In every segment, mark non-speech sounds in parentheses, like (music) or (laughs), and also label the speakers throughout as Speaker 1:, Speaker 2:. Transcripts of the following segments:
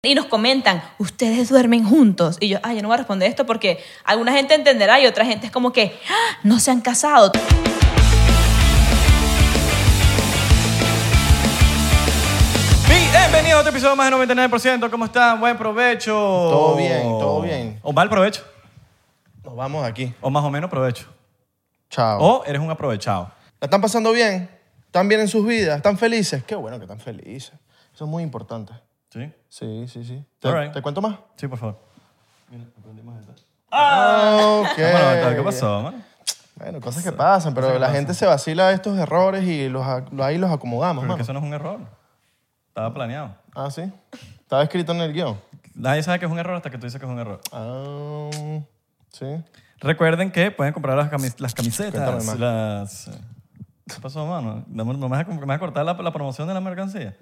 Speaker 1: Y nos comentan, ustedes duermen juntos. Y yo, ay, yo no voy a responder esto porque alguna gente entenderá y otra gente es como que, "Ah, no se han casado.
Speaker 2: Bienvenidos a otro episodio más de 99%. ¿Cómo están? Buen provecho. Todo
Speaker 3: bien, todo bien.
Speaker 2: O mal provecho.
Speaker 3: Nos vamos de aquí.
Speaker 2: O más o menos provecho.
Speaker 3: Chao.
Speaker 2: O eres un aprovechado.
Speaker 3: ¿La están pasando bien? ¿Están bien en sus vidas? ¿Están felices? Qué bueno que están felices. Eso es muy importante.
Speaker 2: ¿Sí?
Speaker 3: Sí, sí, sí. ¿Te,
Speaker 2: All right.
Speaker 3: te cuento más?
Speaker 2: Sí, por favor.
Speaker 3: Ah, ok.
Speaker 2: Vamos a levantar. ¿Qué pasó, man?
Speaker 3: Bueno, cosas que pasan, pero la gente se vacila de estos errores y los, a- lo- ahí los acomodamos,
Speaker 2: Pero es que
Speaker 3: mano.
Speaker 2: eso no es un error. Estaba planeado.
Speaker 3: Ah, sí. Estaba escrito en el guión.
Speaker 2: Nadie sabe que es un error hasta que tú dices que es un error.
Speaker 3: Ah, sí.
Speaker 2: Recuerden que pueden comprar las, cami- las
Speaker 3: Cuéntame
Speaker 2: camisetas.
Speaker 3: más.
Speaker 2: Las... eh, ¿Qué pasó, mano? No me, no me vas a, com- me vas a cortar la, la promoción de la mercancía.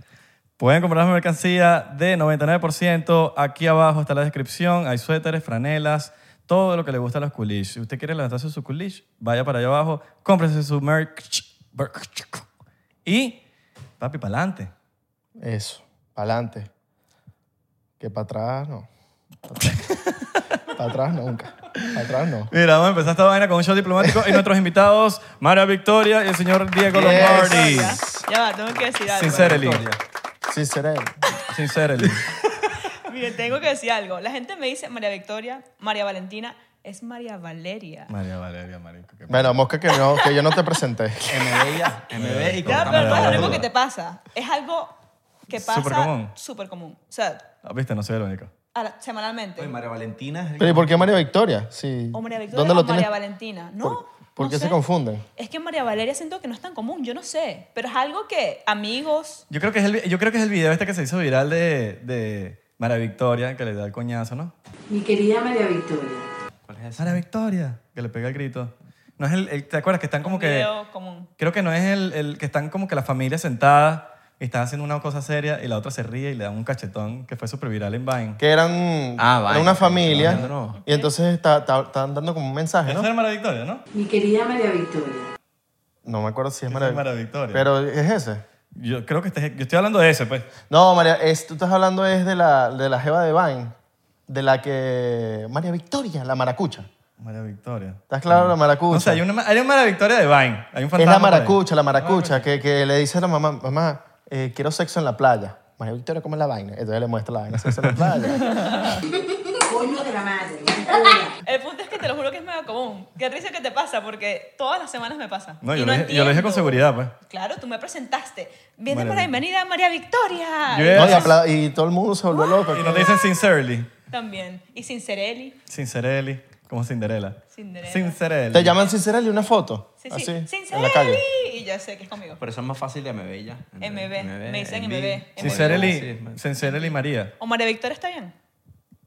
Speaker 2: Pueden comprar la mercancía de 99%. Aquí abajo está la descripción. Hay suéteres, franelas, todo lo que le gusta a los coolish. Si usted quiere levantarse su coolish, vaya para allá abajo, cómprese su merch. merch, Y, papi, para adelante.
Speaker 3: Eso. Pa'lante. Que para atrás no. (laughs) Para atrás nunca. Para atrás no.
Speaker 2: Mira, vamos a empezar esta vaina con un show diplomático y
Speaker 3: (laughs)
Speaker 2: nuestros invitados, María Victoria y el señor Diego
Speaker 3: Yes.
Speaker 2: Lombardi.
Speaker 1: Ya, ya va, tengo que decir algo.
Speaker 2: Sincerely.
Speaker 3: Sí, seré.
Speaker 2: Sincerely.
Speaker 1: Mire, tengo que decir algo. La gente me dice María Victoria, María Valentina, es María Valeria.
Speaker 2: María Valeria, marico. qué p-
Speaker 3: Bueno, mosca que, no, que yo no te presenté.
Speaker 1: (laughs)
Speaker 4: MB ya, MB y
Speaker 1: Ya, pero
Speaker 4: cortamos la
Speaker 1: no es lo
Speaker 4: bola.
Speaker 1: mismo que te pasa. Es algo que pasa
Speaker 2: Súper común.
Speaker 1: súper común. O sea,
Speaker 2: Ah, Viste, no soy el único.
Speaker 1: a la- semanalmente.
Speaker 4: Oye, María Valentina es el-
Speaker 3: Pero (laughs) ¿y por qué María Victoria? Sí.
Speaker 1: O María Victoria
Speaker 3: ¿Dónde
Speaker 1: o
Speaker 3: lo
Speaker 1: María
Speaker 3: tienes?
Speaker 1: Valentina. No,
Speaker 3: ¿Por, por
Speaker 1: no
Speaker 3: qué
Speaker 1: sé.
Speaker 3: se confunden?
Speaker 1: Es que María Valeria siento que no es tan común, yo no sé. Pero es algo que amigos,
Speaker 2: Yo creo que es el, vi- yo creo que es el video este que se hizo viral de, de María Victoria, que le da el coñazo, ¿no?
Speaker 5: Mi querida María Victoria,
Speaker 4: ¿Cuál es esa?
Speaker 2: María Victoria, que le pega el grito. No es el, el- ¿Te acuerdas que están como
Speaker 1: un
Speaker 2: que...
Speaker 1: video común.
Speaker 2: Creo que no es el, el que están como que la familia sentada y están haciendo una cosa seria y la otra se ríe y le da un cachetón que fue súper viral en Vine.
Speaker 3: Que eran,
Speaker 4: Ah, vaya,
Speaker 3: era una
Speaker 4: que
Speaker 3: familia
Speaker 4: estaban dando nuevo.
Speaker 3: y entonces está- está- estaban dando como un mensaje,
Speaker 2: Esa
Speaker 3: ¿no?
Speaker 2: era María Victoria, ¿no?
Speaker 5: mi querida María Victoria,
Speaker 3: No me acuerdo si es
Speaker 2: Esa
Speaker 3: María,
Speaker 2: es María Victoria.
Speaker 3: Pero es ese.
Speaker 2: Yo creo que este- yo estoy hablando de ese, pues.
Speaker 3: No, María, es- tú estás hablando es de la, de la jeva de Vine, de la que... María Victoria, la maracucha.
Speaker 2: María Victoria.
Speaker 3: ¿Estás claro? La maracucha.
Speaker 2: No sé, hay una, hay una María Victoria de Vine. Hay un
Speaker 3: es
Speaker 2: fantasma Ah,
Speaker 3: la
Speaker 2: por ahí.
Speaker 3: maracucha, la maracucha, que, que le dice a la mamá, mamá, eh, quiero sexo en la playa. María Victoria, ¿cómo es la vaina? Entonces le muestra la vaina, sexo en
Speaker 2: (laughs)
Speaker 3: la playa.
Speaker 5: coño de la madre.
Speaker 1: El punto es que te lo juro que es medio común. Qué risa que te pasa, porque todas las semanas me pasa.
Speaker 2: No,
Speaker 1: Y
Speaker 2: yo, lo dije, yo lo dije con
Speaker 1: entiendo.
Speaker 2: seguridad, pues.
Speaker 1: Claro, tú me presentaste. Viene
Speaker 2: Maravilla.
Speaker 1: para bienvenida María Victoria.
Speaker 2: Yo
Speaker 1: Y
Speaker 2: era-
Speaker 3: No, y, apla- y todo el mundo se volvió loco.
Speaker 2: Uh, Y nos dicen sincerely.
Speaker 1: También. Y Sincerelli.
Speaker 2: Sincerely. Como Cinderella.
Speaker 1: Cinderella.
Speaker 2: Sincerely.
Speaker 3: Te llaman Sincerelli una foto.
Speaker 1: Sí, sí.
Speaker 3: así, Ah, en la
Speaker 1: Sincerelli.
Speaker 3: calle.
Speaker 1: Y ya sé que es conmigo.
Speaker 4: Por eso es más fácil de MB ya.
Speaker 1: MB, me dicen MB.
Speaker 2: Sincerely.
Speaker 1: (laughs)
Speaker 4: Sí,
Speaker 2: Sincerely María.
Speaker 1: ¿O María Victoria está bien?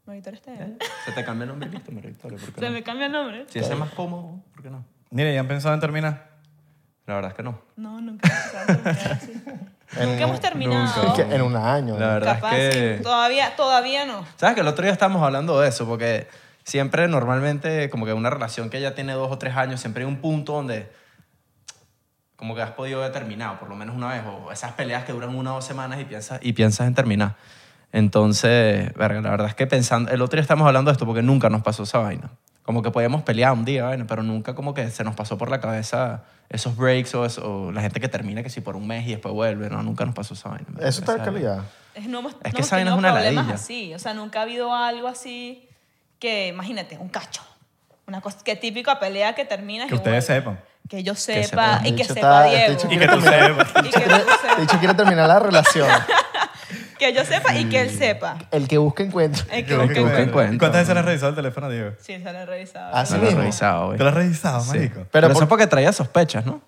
Speaker 1: María Victoria está bien.
Speaker 4: Se te cambia el nombre, listo, María Victoria. ¿por qué
Speaker 1: Se
Speaker 4: no?
Speaker 1: me cambia el nombre.
Speaker 4: Si ese es más cómodo, ¿por qué no?
Speaker 2: Mire, ¿ya han pensado en terminar?
Speaker 4: La verdad es que no.
Speaker 1: No, nunca hemos terminado así. Nunca hemos terminado.
Speaker 3: Es que en un año.
Speaker 4: La verdad
Speaker 1: Capaz,
Speaker 4: es que.
Speaker 1: sí. todavía, todavía no.
Speaker 4: ¿Sabes que el otro día estábamos hablando de eso? Porque siempre, normalmente, como que una relación que ya tiene dos o tres años, siempre hay un punto donde como que has podido haber terminado, por lo menos una vez, o esas peleas que duran una o dos semanas y piensas, y piensas en terminar. Entonces, verga, la verdad es que pensando, el otro día estamos hablando de esto porque nunca nos pasó esa vaina. Como que podíamos pelear un día, vaina, pero nunca como que se nos pasó por la cabeza esos breaks o, eso- o la gente que termina que si por un mes y después vuelve, no, nunca nos pasó esa vaina.
Speaker 3: Eso está de
Speaker 4: Esa-
Speaker 3: calidad.
Speaker 1: Es, no hemos-
Speaker 4: Es
Speaker 1: no
Speaker 4: que
Speaker 1: hemos
Speaker 4: esa vaina
Speaker 1: tenido
Speaker 4: es una
Speaker 1: problemas
Speaker 4: ladilla.
Speaker 1: así. O sea, nunca ha habido algo así que, imagínate, un cacho. Una cosa que típica pelea que termina.
Speaker 2: Que ustedes
Speaker 1: bueno,
Speaker 2: sepan.
Speaker 1: Que yo
Speaker 4: sepan.
Speaker 1: sepa y
Speaker 3: De
Speaker 1: que
Speaker 3: hecho,
Speaker 1: sepa
Speaker 3: está-
Speaker 1: Diego.
Speaker 3: de hecho,
Speaker 2: Y que tú
Speaker 1: (laughs)
Speaker 2: sepas.
Speaker 1: Y que, tú
Speaker 3: (laughs) De
Speaker 1: sepas.
Speaker 3: hecho, quiere terminar la relación.
Speaker 1: Que yo sepa y que él sepa.
Speaker 3: El que busca encuentra.
Speaker 1: El que
Speaker 2: Yo
Speaker 1: busque-
Speaker 2: busqué-
Speaker 4: busque encuentro.
Speaker 2: ¿Cuántas veces le has revisado el teléfono, Diego?
Speaker 1: Sí, se lo he revisado.
Speaker 3: Ah, sí.
Speaker 4: No lo he
Speaker 3: mismo.
Speaker 4: revisado, güey.
Speaker 2: ¿Te lo has revisado,
Speaker 4: Sí.
Speaker 2: marico?
Speaker 4: Pero,
Speaker 3: por-
Speaker 4: eso porque traía sospechas, ¿no?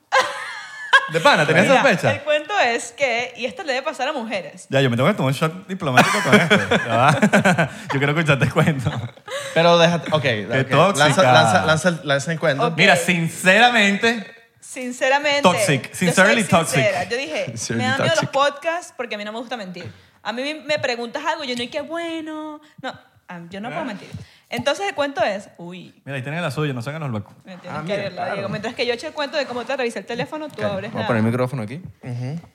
Speaker 2: De pana, ¿tenías
Speaker 1: Mira,
Speaker 2: sospecha?
Speaker 1: El cuento es que, y esto le debe pasar a mujeres.
Speaker 2: Ya, yo me tengo que tomar un shot diplomático con esto. ya va. (laughs) yo quiero escucharte el cuento.
Speaker 3: Pero déjate. Ok, ok,
Speaker 2: tóxica.
Speaker 3: Lanza, lanza, lanza, el- lanza el cuento.
Speaker 1: Ok.
Speaker 2: Mira, sinceramente,
Speaker 1: Sinceramente.
Speaker 2: Toxic.
Speaker 1: yo soy
Speaker 2: Sincerely
Speaker 1: sincera.
Speaker 2: toxic.
Speaker 1: Yo dije, me
Speaker 4: (laughs) Sincerely
Speaker 1: dan miedo los
Speaker 4: toxic.
Speaker 1: podcasts porque a mí no me gusta mentir. A mí me preguntas algo, yo no, y qué bueno. No, ah, yo no puedo mentir. Entonces el cuento es, uy,
Speaker 2: Mira, ahí tienen la suya, no se hagan los locos.
Speaker 1: me tienes
Speaker 4: Ah,
Speaker 1: que
Speaker 4: mira,
Speaker 1: abrirla,
Speaker 4: claro.
Speaker 1: Diego. Mientras que yo echo el cuento de cómo te revisé el teléfono, tú
Speaker 4: Calla,
Speaker 1: abres
Speaker 4: Voy
Speaker 1: la-
Speaker 4: a poner el micrófono aquí.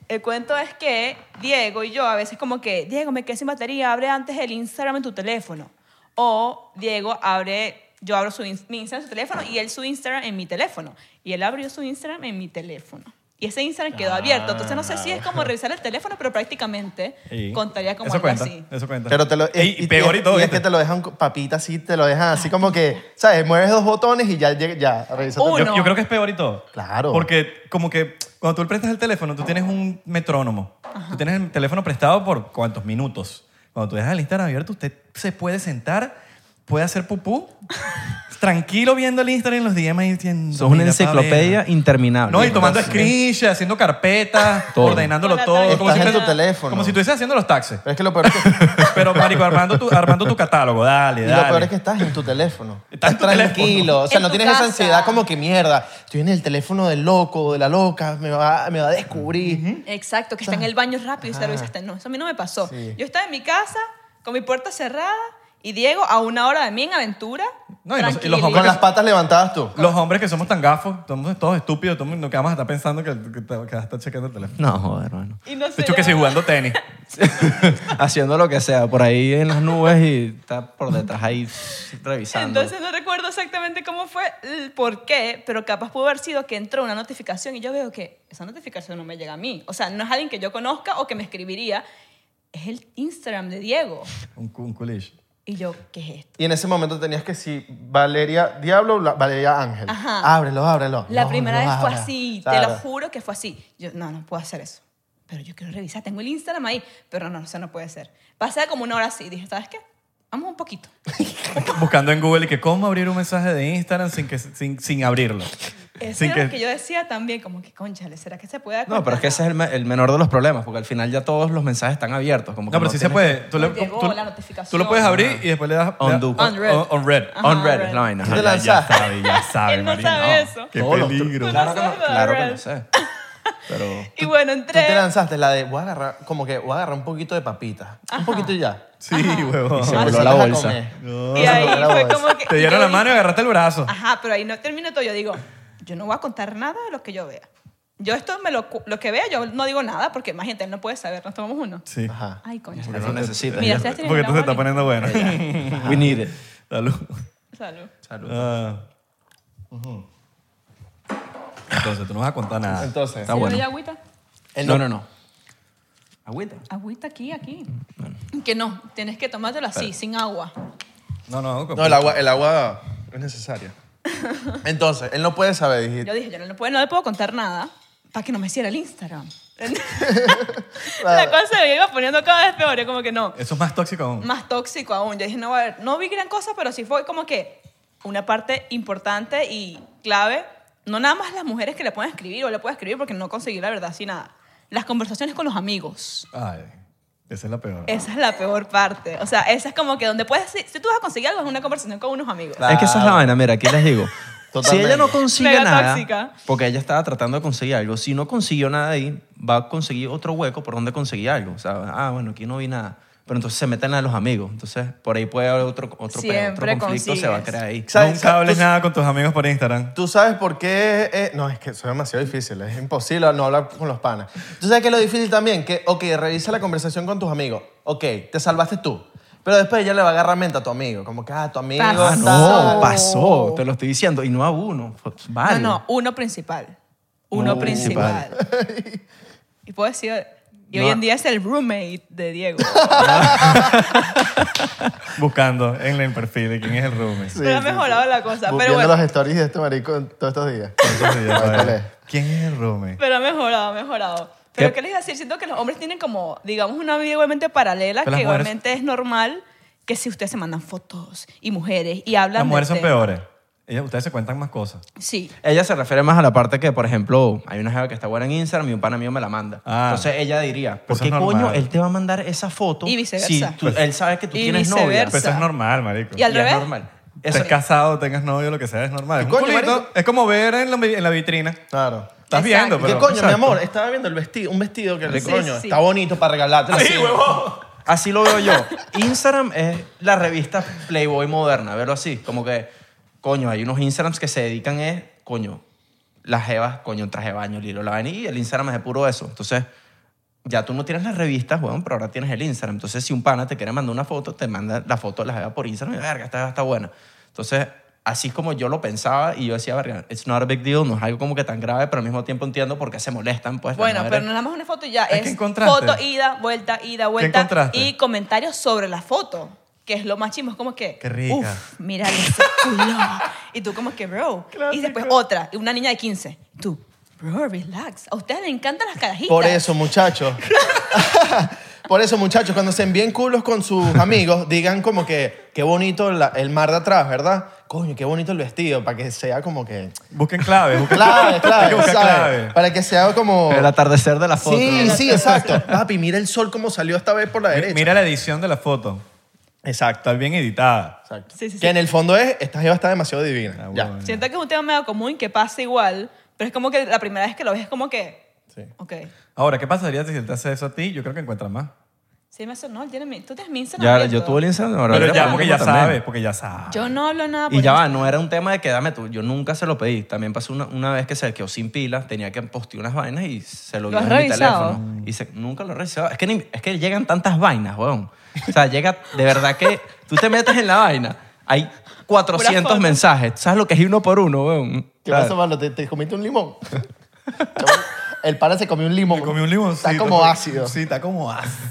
Speaker 1: El cuento es que Diego y yo a veces como que, Diego, me quedé sin batería, abre antes el Instagram en tu teléfono. O Diego abre, yo abro su, ins- mi Instagram en su teléfono y él su Instagram en mi teléfono. Y él abrió su Instagram en mi teléfono. Y ese Instagram quedó abierto. Entonces no sé si es como revisar el teléfono, pero prácticamente
Speaker 2: Y-
Speaker 1: contaría como
Speaker 2: Ah. eso
Speaker 1: algo
Speaker 2: cuenta,
Speaker 1: así.
Speaker 2: Eso cuenta.
Speaker 3: Pero te lo.
Speaker 2: Ey,
Speaker 3: y-
Speaker 2: y
Speaker 3: y-
Speaker 2: peor y
Speaker 3: y
Speaker 2: todo.
Speaker 3: es
Speaker 2: ¿viste?
Speaker 3: que te lo dejan papita así, te lo dejan así como que, ¿sabes? Mueves dos botones y ya, llega- ya, revisa.
Speaker 1: Uno.
Speaker 2: Yo, yo creo que es peor y todo.
Speaker 3: Claro.
Speaker 2: Porque como que cuando tú le prestas el teléfono, tú tienes un metrónomo. Tú tienes el teléfono prestado por cuántos minutos. Cuando tú dejas el Instagram abierto, usted se puede sentar, puede hacer pupú, (laughs) tranquilo viendo el Instagram en los DM y diciendo...
Speaker 4: Sos una
Speaker 2: "Mira, pa' ver".
Speaker 4: enciclopedia interminable.
Speaker 2: No, y tomando
Speaker 4: Entonces,
Speaker 2: screenshots, haciendo carpetas,
Speaker 4: Todo.
Speaker 2: ordenándolo
Speaker 1: Hola,
Speaker 2: todo.
Speaker 1: Tania. Estás en
Speaker 2: fuese-
Speaker 1: tu
Speaker 3: teléfono.
Speaker 2: Como si estuviese haciendo los taxes.
Speaker 3: Pero es que lo peor
Speaker 2: (laughs)
Speaker 3: es que.
Speaker 2: Pero, marico, armando tu, armando tu catálogo, dale,
Speaker 3: Y
Speaker 2: dale.
Speaker 3: lo peor es que estás en tu teléfono.
Speaker 2: Estás en tu
Speaker 3: tranquilo.
Speaker 2: teléfono.
Speaker 3: O sea,
Speaker 1: En
Speaker 3: no
Speaker 1: tu
Speaker 3: tienes
Speaker 1: casa.
Speaker 3: esa ansiedad como que mierda. Estoy en el teléfono del loco, o de la loca, me va, me va a descubrir.
Speaker 1: Exacto, que está en el baño rápido y se
Speaker 3: Ajá.
Speaker 1: revisa hasta- No, eso a mí no me pasó.
Speaker 3: Sí.
Speaker 1: Yo estaba en mi casa con mi puerta cerrada y Diego a una hora de mí en aventura.
Speaker 2: No, y los- y los
Speaker 1: tranquilito.
Speaker 2: hombres
Speaker 3: Con las patas levantadas tú.
Speaker 2: Los hombres que somos tan gafos, somos todos estúpidos, todos nos quedamos hasta pensando que, que, que vas a estar chequeando el teléfono.
Speaker 4: No, joder, hermano.
Speaker 1: Y no
Speaker 2: De
Speaker 1: sé,
Speaker 2: hecho, que
Speaker 1: yo-
Speaker 2: si jugando tenis.
Speaker 4: Haciendo lo que sea, por ahí en las nubes y está por detrás ahí revisando.
Speaker 1: Entonces no recuerdo exactamente cómo fue, el por qué, pero capaz pudo haber sido que entró una notificación y yo veo que esa notificación no me llega a mí. O sea, no es alguien que yo conozca o que me escribiría. Es el Instagram de Diego.
Speaker 2: Un, cu- un culish.
Speaker 1: Y yo, ¿qué es esto?
Speaker 3: Y en ese momento tenías que si Valeria Diablo o la- Valeria Ángel.
Speaker 1: Ajá.
Speaker 3: Ábrelo, ábrelo.
Speaker 1: La
Speaker 3: No,
Speaker 1: primera
Speaker 3: no
Speaker 1: vez fue
Speaker 3: abra.
Speaker 1: así, te
Speaker 3: Claro.
Speaker 1: lo juro que fue así. Yo, no, no puedo hacer eso. Pero yo quiero revisar, tengo el Instagram ahí. Pero no, eso no puede ser. Pasé como una hora así y dije, ¿sabes qué? Vamos un poquito.
Speaker 2: Buscando en Google y que cómo abrir un mensaje de Instagram sin, que, sin, sin abrirlo.
Speaker 1: Eso
Speaker 2: Sin
Speaker 1: era lo que yo decía también, como que, conchale, ¿será que se puede dar
Speaker 4: No, pero es que
Speaker 1: cuenta?
Speaker 4: ese es el, me- el menor de los problemas, porque al final ya todos los mensajes están abiertos. Como que oh,
Speaker 2: No, pero sí se
Speaker 4: tienes-
Speaker 2: puede. Tú, le-
Speaker 1: No llegó
Speaker 2: tú-
Speaker 1: la
Speaker 2: tú
Speaker 1: notificación.
Speaker 2: lo puedes
Speaker 4: Ah.
Speaker 2: abrir y después le das... le das-
Speaker 4: Undo.
Speaker 1: On red.
Speaker 2: On, on red.
Speaker 1: Ajá,
Speaker 4: On red
Speaker 1: red.
Speaker 4: es la vaina.
Speaker 3: ¿Qué te
Speaker 4: Ajá,
Speaker 3: lanzaste?
Speaker 4: Ah, ya sabe,
Speaker 2: (laughs)
Speaker 4: ya sabe,
Speaker 1: Él no
Speaker 4: marico.
Speaker 1: sabe eso.
Speaker 2: Qué
Speaker 3: Todos los-
Speaker 2: peligro.
Speaker 1: Tú
Speaker 4: Claro
Speaker 1: no
Speaker 4: que no,
Speaker 1: sabes,
Speaker 4: claro que
Speaker 1: Red.
Speaker 4: no sé. Pero
Speaker 1: Y bueno,
Speaker 3: Tú
Speaker 1: entré.
Speaker 3: te lanzaste la de voy a agarrar, como que voy a agarrar un poquito de papita. Un poquito y ya.
Speaker 2: (laughs) Sí, huevón.
Speaker 4: Y se
Speaker 1: Ah,
Speaker 3: Te
Speaker 4: voló
Speaker 3: sientas
Speaker 4: la
Speaker 3: Ah, a
Speaker 4: bolsa.
Speaker 3: comer.
Speaker 1: Y ahí
Speaker 3: Era
Speaker 1: fue
Speaker 3: vos.
Speaker 1: como que...
Speaker 2: Te dieron
Speaker 1: yo
Speaker 2: la mano y
Speaker 1: dije,
Speaker 2: agarraste el brazo.
Speaker 1: Ajá, pero ahí no termino todo. Yo digo, yo no voy a contar nada de lo que yo vea. Yo esto, me lo, cu- lo que vea, yo no digo nada porque más gente no puede saber. Nos tomamos uno.
Speaker 2: Sí.
Speaker 3: Ajá.
Speaker 1: Ay, coño.
Speaker 4: porque no necesitas.
Speaker 1: Mira,
Speaker 4: ya.
Speaker 1: ustedes tienen
Speaker 2: Porque tú se está
Speaker 1: una buena-
Speaker 2: poniendo bueno.
Speaker 4: We need it.
Speaker 2: Salud.
Speaker 1: Salud.
Speaker 4: Salud.
Speaker 2: Ah. Entonces, tú no vas a contar nada.
Speaker 3: Entonces,
Speaker 4: Está
Speaker 1: ¿Sí
Speaker 4: bueno.
Speaker 1: doy agüita?
Speaker 3: el-
Speaker 4: No, no, no. Agüita.
Speaker 1: Agüita aquí, aquí. Que no, tienes que tomártelo así, sin agua.
Speaker 2: No, no,
Speaker 3: no, el agua, el agua es necesaria. Entonces, él no puede saber, dijiste.
Speaker 1: Yo dije, yo no le puedo, no le puedo contar nada para que no me cierre el
Speaker 2: (laughs)
Speaker 1: Instagram. (laughs) la cosa se iba poniendo cada vez peor. Yo como que no.
Speaker 2: Eso es más tóxico aún.
Speaker 1: más tóxico aún. Yo dije, no, a ver, no vi gran cosa, pero sí fue como que una parte importante y clave. No nada más las mujeres que le pueden escribir o le pueden escribir porque no conseguí la verdad, sin nada. Las conversaciones con los amigos.
Speaker 2: Ay, esa es la peor.
Speaker 1: Esa es la peor parte. O sea, esa es como que donde puedes... Si, si tú vas a conseguir algo, es una conversación con unos amigos.
Speaker 3: Claro.
Speaker 4: Es que esa es la vaina, mira, aquí
Speaker 2: (laughs)
Speaker 4: les digo. Si
Speaker 3: Totalmente.
Speaker 4: ella no consigue
Speaker 1: Mega
Speaker 4: nada,
Speaker 1: tóxica.
Speaker 4: porque ella estaba tratando de conseguir algo, si no consiguió nada ahí, va a conseguir otro hueco por donde conseguir algo. O sea, ah, bueno, aquí no vi nada. Pero entonces se meten a los amigos. Entonces, por ahí puede haber otro, otro, peo, otro
Speaker 1: Siempre
Speaker 4: conflicto se va a
Speaker 1: consigues.
Speaker 4: crear ahí.
Speaker 3: ¿Sabes?
Speaker 2: Nunca hables
Speaker 3: Tú-
Speaker 2: nada con tus amigos por Instagram.
Speaker 3: ¿Tú sabes por qué? eh, no, es que eso es demasiado difícil. Es imposible no hablar con los panas. ¿Tú sabes que lo difícil también? Que, ok, revisa la conversación con tus amigos. Ok, te salvaste tú. Pero después ella le va a agarrar mente a tu amigo. Como que, ah, tu amigo.
Speaker 1: Pasó.
Speaker 4: Ah,
Speaker 3: tal.
Speaker 4: no, pasó. Te lo estoy diciendo. Y no a uno. Vale.
Speaker 1: No, no, uno principal. Uno
Speaker 4: Uno
Speaker 1: principal. y puedo decir... Y hoy
Speaker 4: No.
Speaker 1: en día es el roommate de Diego.
Speaker 2: Buscando en el perfil de quién es el roommie.
Speaker 3: Sí,
Speaker 1: pero ha
Speaker 3: sí,
Speaker 1: mejorado la cosa.
Speaker 3: Bu-
Speaker 1: Pero
Speaker 3: Viendo
Speaker 1: bueno,
Speaker 3: los stories de este marico en todos estos días.
Speaker 2: Entonces, ya
Speaker 3: ¿Cuál
Speaker 2: sabes.
Speaker 3: es?
Speaker 2: ¿Quién es el roommate?
Speaker 1: Pero ha mejorado, ha mejorado. Pero ¿qué les iba a decir? Siento que los hombres tienen como, digamos, una vida igualmente paralela,
Speaker 2: Pero las
Speaker 1: que
Speaker 2: mujeres-
Speaker 1: igualmente es normal que si ustedes se mandan fotos y mujeres y hablan
Speaker 2: Las mujeres
Speaker 1: del
Speaker 2: son
Speaker 3: este.
Speaker 1: tema.
Speaker 2: peores. Ellas, ustedes se cuentan más cosas.
Speaker 1: Sí.
Speaker 4: Ella se refiere más a la parte que, por ejemplo, hay una jeva que está buena en Instagram y un pana mío me la manda.
Speaker 2: Ah.
Speaker 4: Entonces ella diría,
Speaker 2: Pues
Speaker 4: ¿por
Speaker 2: eso
Speaker 4: qué
Speaker 2: es normal.
Speaker 4: coño él te va a mandar esa foto
Speaker 1: Y viceversa.
Speaker 4: si tú-
Speaker 2: Pues-
Speaker 4: él sabe que tú
Speaker 1: Y
Speaker 4: tienes novia?
Speaker 1: viceversa.
Speaker 2: Pero Pues eso es normal, marico.
Speaker 1: Y al
Speaker 4: es
Speaker 1: revés.
Speaker 4: normal. Eso-
Speaker 2: Estés casado, tengas novio, lo que sea, es normal. Es, un
Speaker 3: coño,
Speaker 2: culito,
Speaker 3: marico?
Speaker 2: es como ver en la, en la vitrina.
Speaker 3: Claro.
Speaker 1: Exacto.
Speaker 2: Estás viendo,
Speaker 1: ¿Y
Speaker 3: ¿Qué
Speaker 2: pero...
Speaker 3: coño, mi
Speaker 2: exacto.
Speaker 3: amor? Estaba viendo el vestido, un vestido que le
Speaker 1: Sí,
Speaker 3: coño,
Speaker 1: sí.
Speaker 3: está bonito para regalártelo.
Speaker 2: Sí, huevón.
Speaker 4: Así
Speaker 1: (laughs)
Speaker 4: lo veo yo. Instagram es la revista Playboy moderna, verlo así. Como que, coño, hay unos Instagrams que se dedican es, coño, las jevas, coño, un traje de baño, lilo, la vaina, y el Instagram es de puro eso. Entonces, ya tú no tienes las revistas, weón, pero ahora tienes el Instagram. Entonces, si un pana te quiere mandar una foto, te manda la foto de la jeva por Instagram y, verga, esta jeva está buena. Entonces, así es como yo lo pensaba y yo decía, verga, it's not a big deal, no es algo como que tan grave, pero al mismo tiempo entiendo por qué se molestan, pues. las
Speaker 1: Bueno,
Speaker 4: mujeres.
Speaker 1: pero no es nada más una foto y ya.
Speaker 2: Hay
Speaker 1: Es
Speaker 2: que encontrarte.
Speaker 1: foto, ida, vuelta, ida, vuelta.
Speaker 2: encontraste?
Speaker 1: Y comentarios sobre la foto, que es lo más chimo. Es como que.
Speaker 2: Qué rica.
Speaker 1: Uf, mira ese culo. y tú, como que, bro. Y después otra, y una niña de 15. Tú, bro, relax. A ustedes les encantan las carajitas.
Speaker 3: Por eso, muchachos. (laughs) Por eso, muchachos, cuando se envíen culos
Speaker 2: (laughs)
Speaker 3: con sus amigos, digan como que qué bonito la- el mar de atrás, ¿verdad? Coño, qué bonito el vestido, para que sea como que...
Speaker 2: Busquen clave. Busquen (laughs) Hay
Speaker 3: Clave,
Speaker 2: que
Speaker 3: clave,
Speaker 2: buscar
Speaker 3: ¿sabes?
Speaker 2: clave.
Speaker 3: Para que sea como...
Speaker 4: El atardecer de la foto.
Speaker 3: Sí, sí, exacto. Papi, mira el sol como salió esta vez por la
Speaker 2: Mi-
Speaker 3: derecha.
Speaker 2: Mira la edición de la foto. Exacto. Está bien editada.
Speaker 3: Exacto.
Speaker 1: Sí, sí,
Speaker 3: Que
Speaker 1: sí.
Speaker 3: en el fondo es, esta jeva está demasiado divina.
Speaker 2: Ah,
Speaker 3: ya.
Speaker 2: bueno.
Speaker 1: Siento que es un tema medio común que pasa igual, pero es como que la primera vez que lo ves es como que.
Speaker 3: Sí.
Speaker 1: Ok.
Speaker 2: Ahora, ¿qué pasaría si él te hace eso a ti? Yo creo que encuentras más.
Speaker 1: Sí, me hace. No, él tiene mi- tú tienes mi Instagram.
Speaker 4: Ya,
Speaker 1: abierto.
Speaker 4: yo tuve el Instagram. ahora
Speaker 2: Pero
Speaker 4: le
Speaker 2: ya,
Speaker 4: pongo
Speaker 2: porque ya
Speaker 4: también.
Speaker 2: sabes, porque ya sabes.
Speaker 1: Yo no hablo nada.
Speaker 4: Y
Speaker 1: por
Speaker 4: ya va,
Speaker 1: Instagram.
Speaker 4: no era un tema de que dame tú. Yo nunca se lo pedí. También pasó una, una vez que se quedó sin pilas, tenía que postear unas vainas y se lo
Speaker 1: ¿Lo
Speaker 4: dio en
Speaker 1: has
Speaker 4: mi
Speaker 1: revisado?
Speaker 4: teléfono. Y se- nunca lo he revisado. Es que, ni- es que llegan tantas vainas, weón. O sea, llega, de verdad que tú te metes en la vaina, hay 400
Speaker 1: foto.
Speaker 4: mensajes. ¿Tú ¿Sabes lo que es uno por uno, weón?
Speaker 3: ¿Qué
Speaker 4: ¿Sabes?
Speaker 3: pasa, Pablo? ¿Te, te comiste un limón?
Speaker 2: (laughs)
Speaker 3: Chabón, el pana se comió un limón.
Speaker 2: Me comí un limoncito.
Speaker 3: Está como ácido.
Speaker 2: Sí, está como ácido.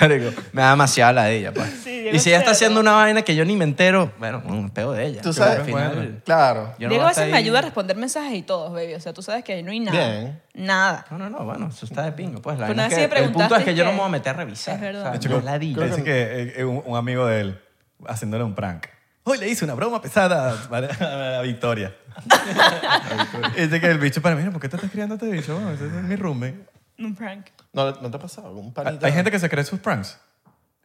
Speaker 4: Marico, me da demasiada la de ella, pa.
Speaker 1: Sí,
Speaker 4: y
Speaker 1: Diego
Speaker 4: si ella
Speaker 1: Cerda.
Speaker 4: está haciendo una vaina que yo ni me entero, bueno, un peo de ella.
Speaker 3: Tú
Speaker 4: Yo
Speaker 3: sabes,
Speaker 4: al final,
Speaker 2: bueno.
Speaker 3: Claro.
Speaker 4: yo
Speaker 1: Diego
Speaker 4: no voy
Speaker 1: a
Speaker 4: a
Speaker 1: veces
Speaker 4: estar
Speaker 1: me
Speaker 4: ahí-
Speaker 1: ayuda a responder mensajes y todos, baby. O sea, tú sabes que ahí no hay nada.
Speaker 3: Bien.
Speaker 1: Nada.
Speaker 4: No, no, no, bueno, eso está de pingo. Pues, la
Speaker 1: Pero
Speaker 4: vaina
Speaker 1: nada,
Speaker 4: es
Speaker 1: sí
Speaker 4: que
Speaker 1: me
Speaker 4: el punto es que,
Speaker 1: preguntaste
Speaker 4: yo no
Speaker 1: que-
Speaker 4: me voy a meter a revisar.
Speaker 1: Es verdad.
Speaker 4: O sea,
Speaker 1: De
Speaker 2: De hecho,
Speaker 4: yo
Speaker 2: creo-
Speaker 4: la di.
Speaker 2: creo dice que eh, un, un amigo de él haciéndole un prank. Hoy le hice una broma pesada (laughs) a, a Victoria. Y dice que el bicho para mí, "Mira, ¿por qué te estás criando este bicho? Bueno, ese es mi roommate.
Speaker 1: Un prank.
Speaker 3: ¿No, ¿No te ha pasado? Un
Speaker 2: Hay
Speaker 3: panita.
Speaker 2: hay gente que se cree sus pranks.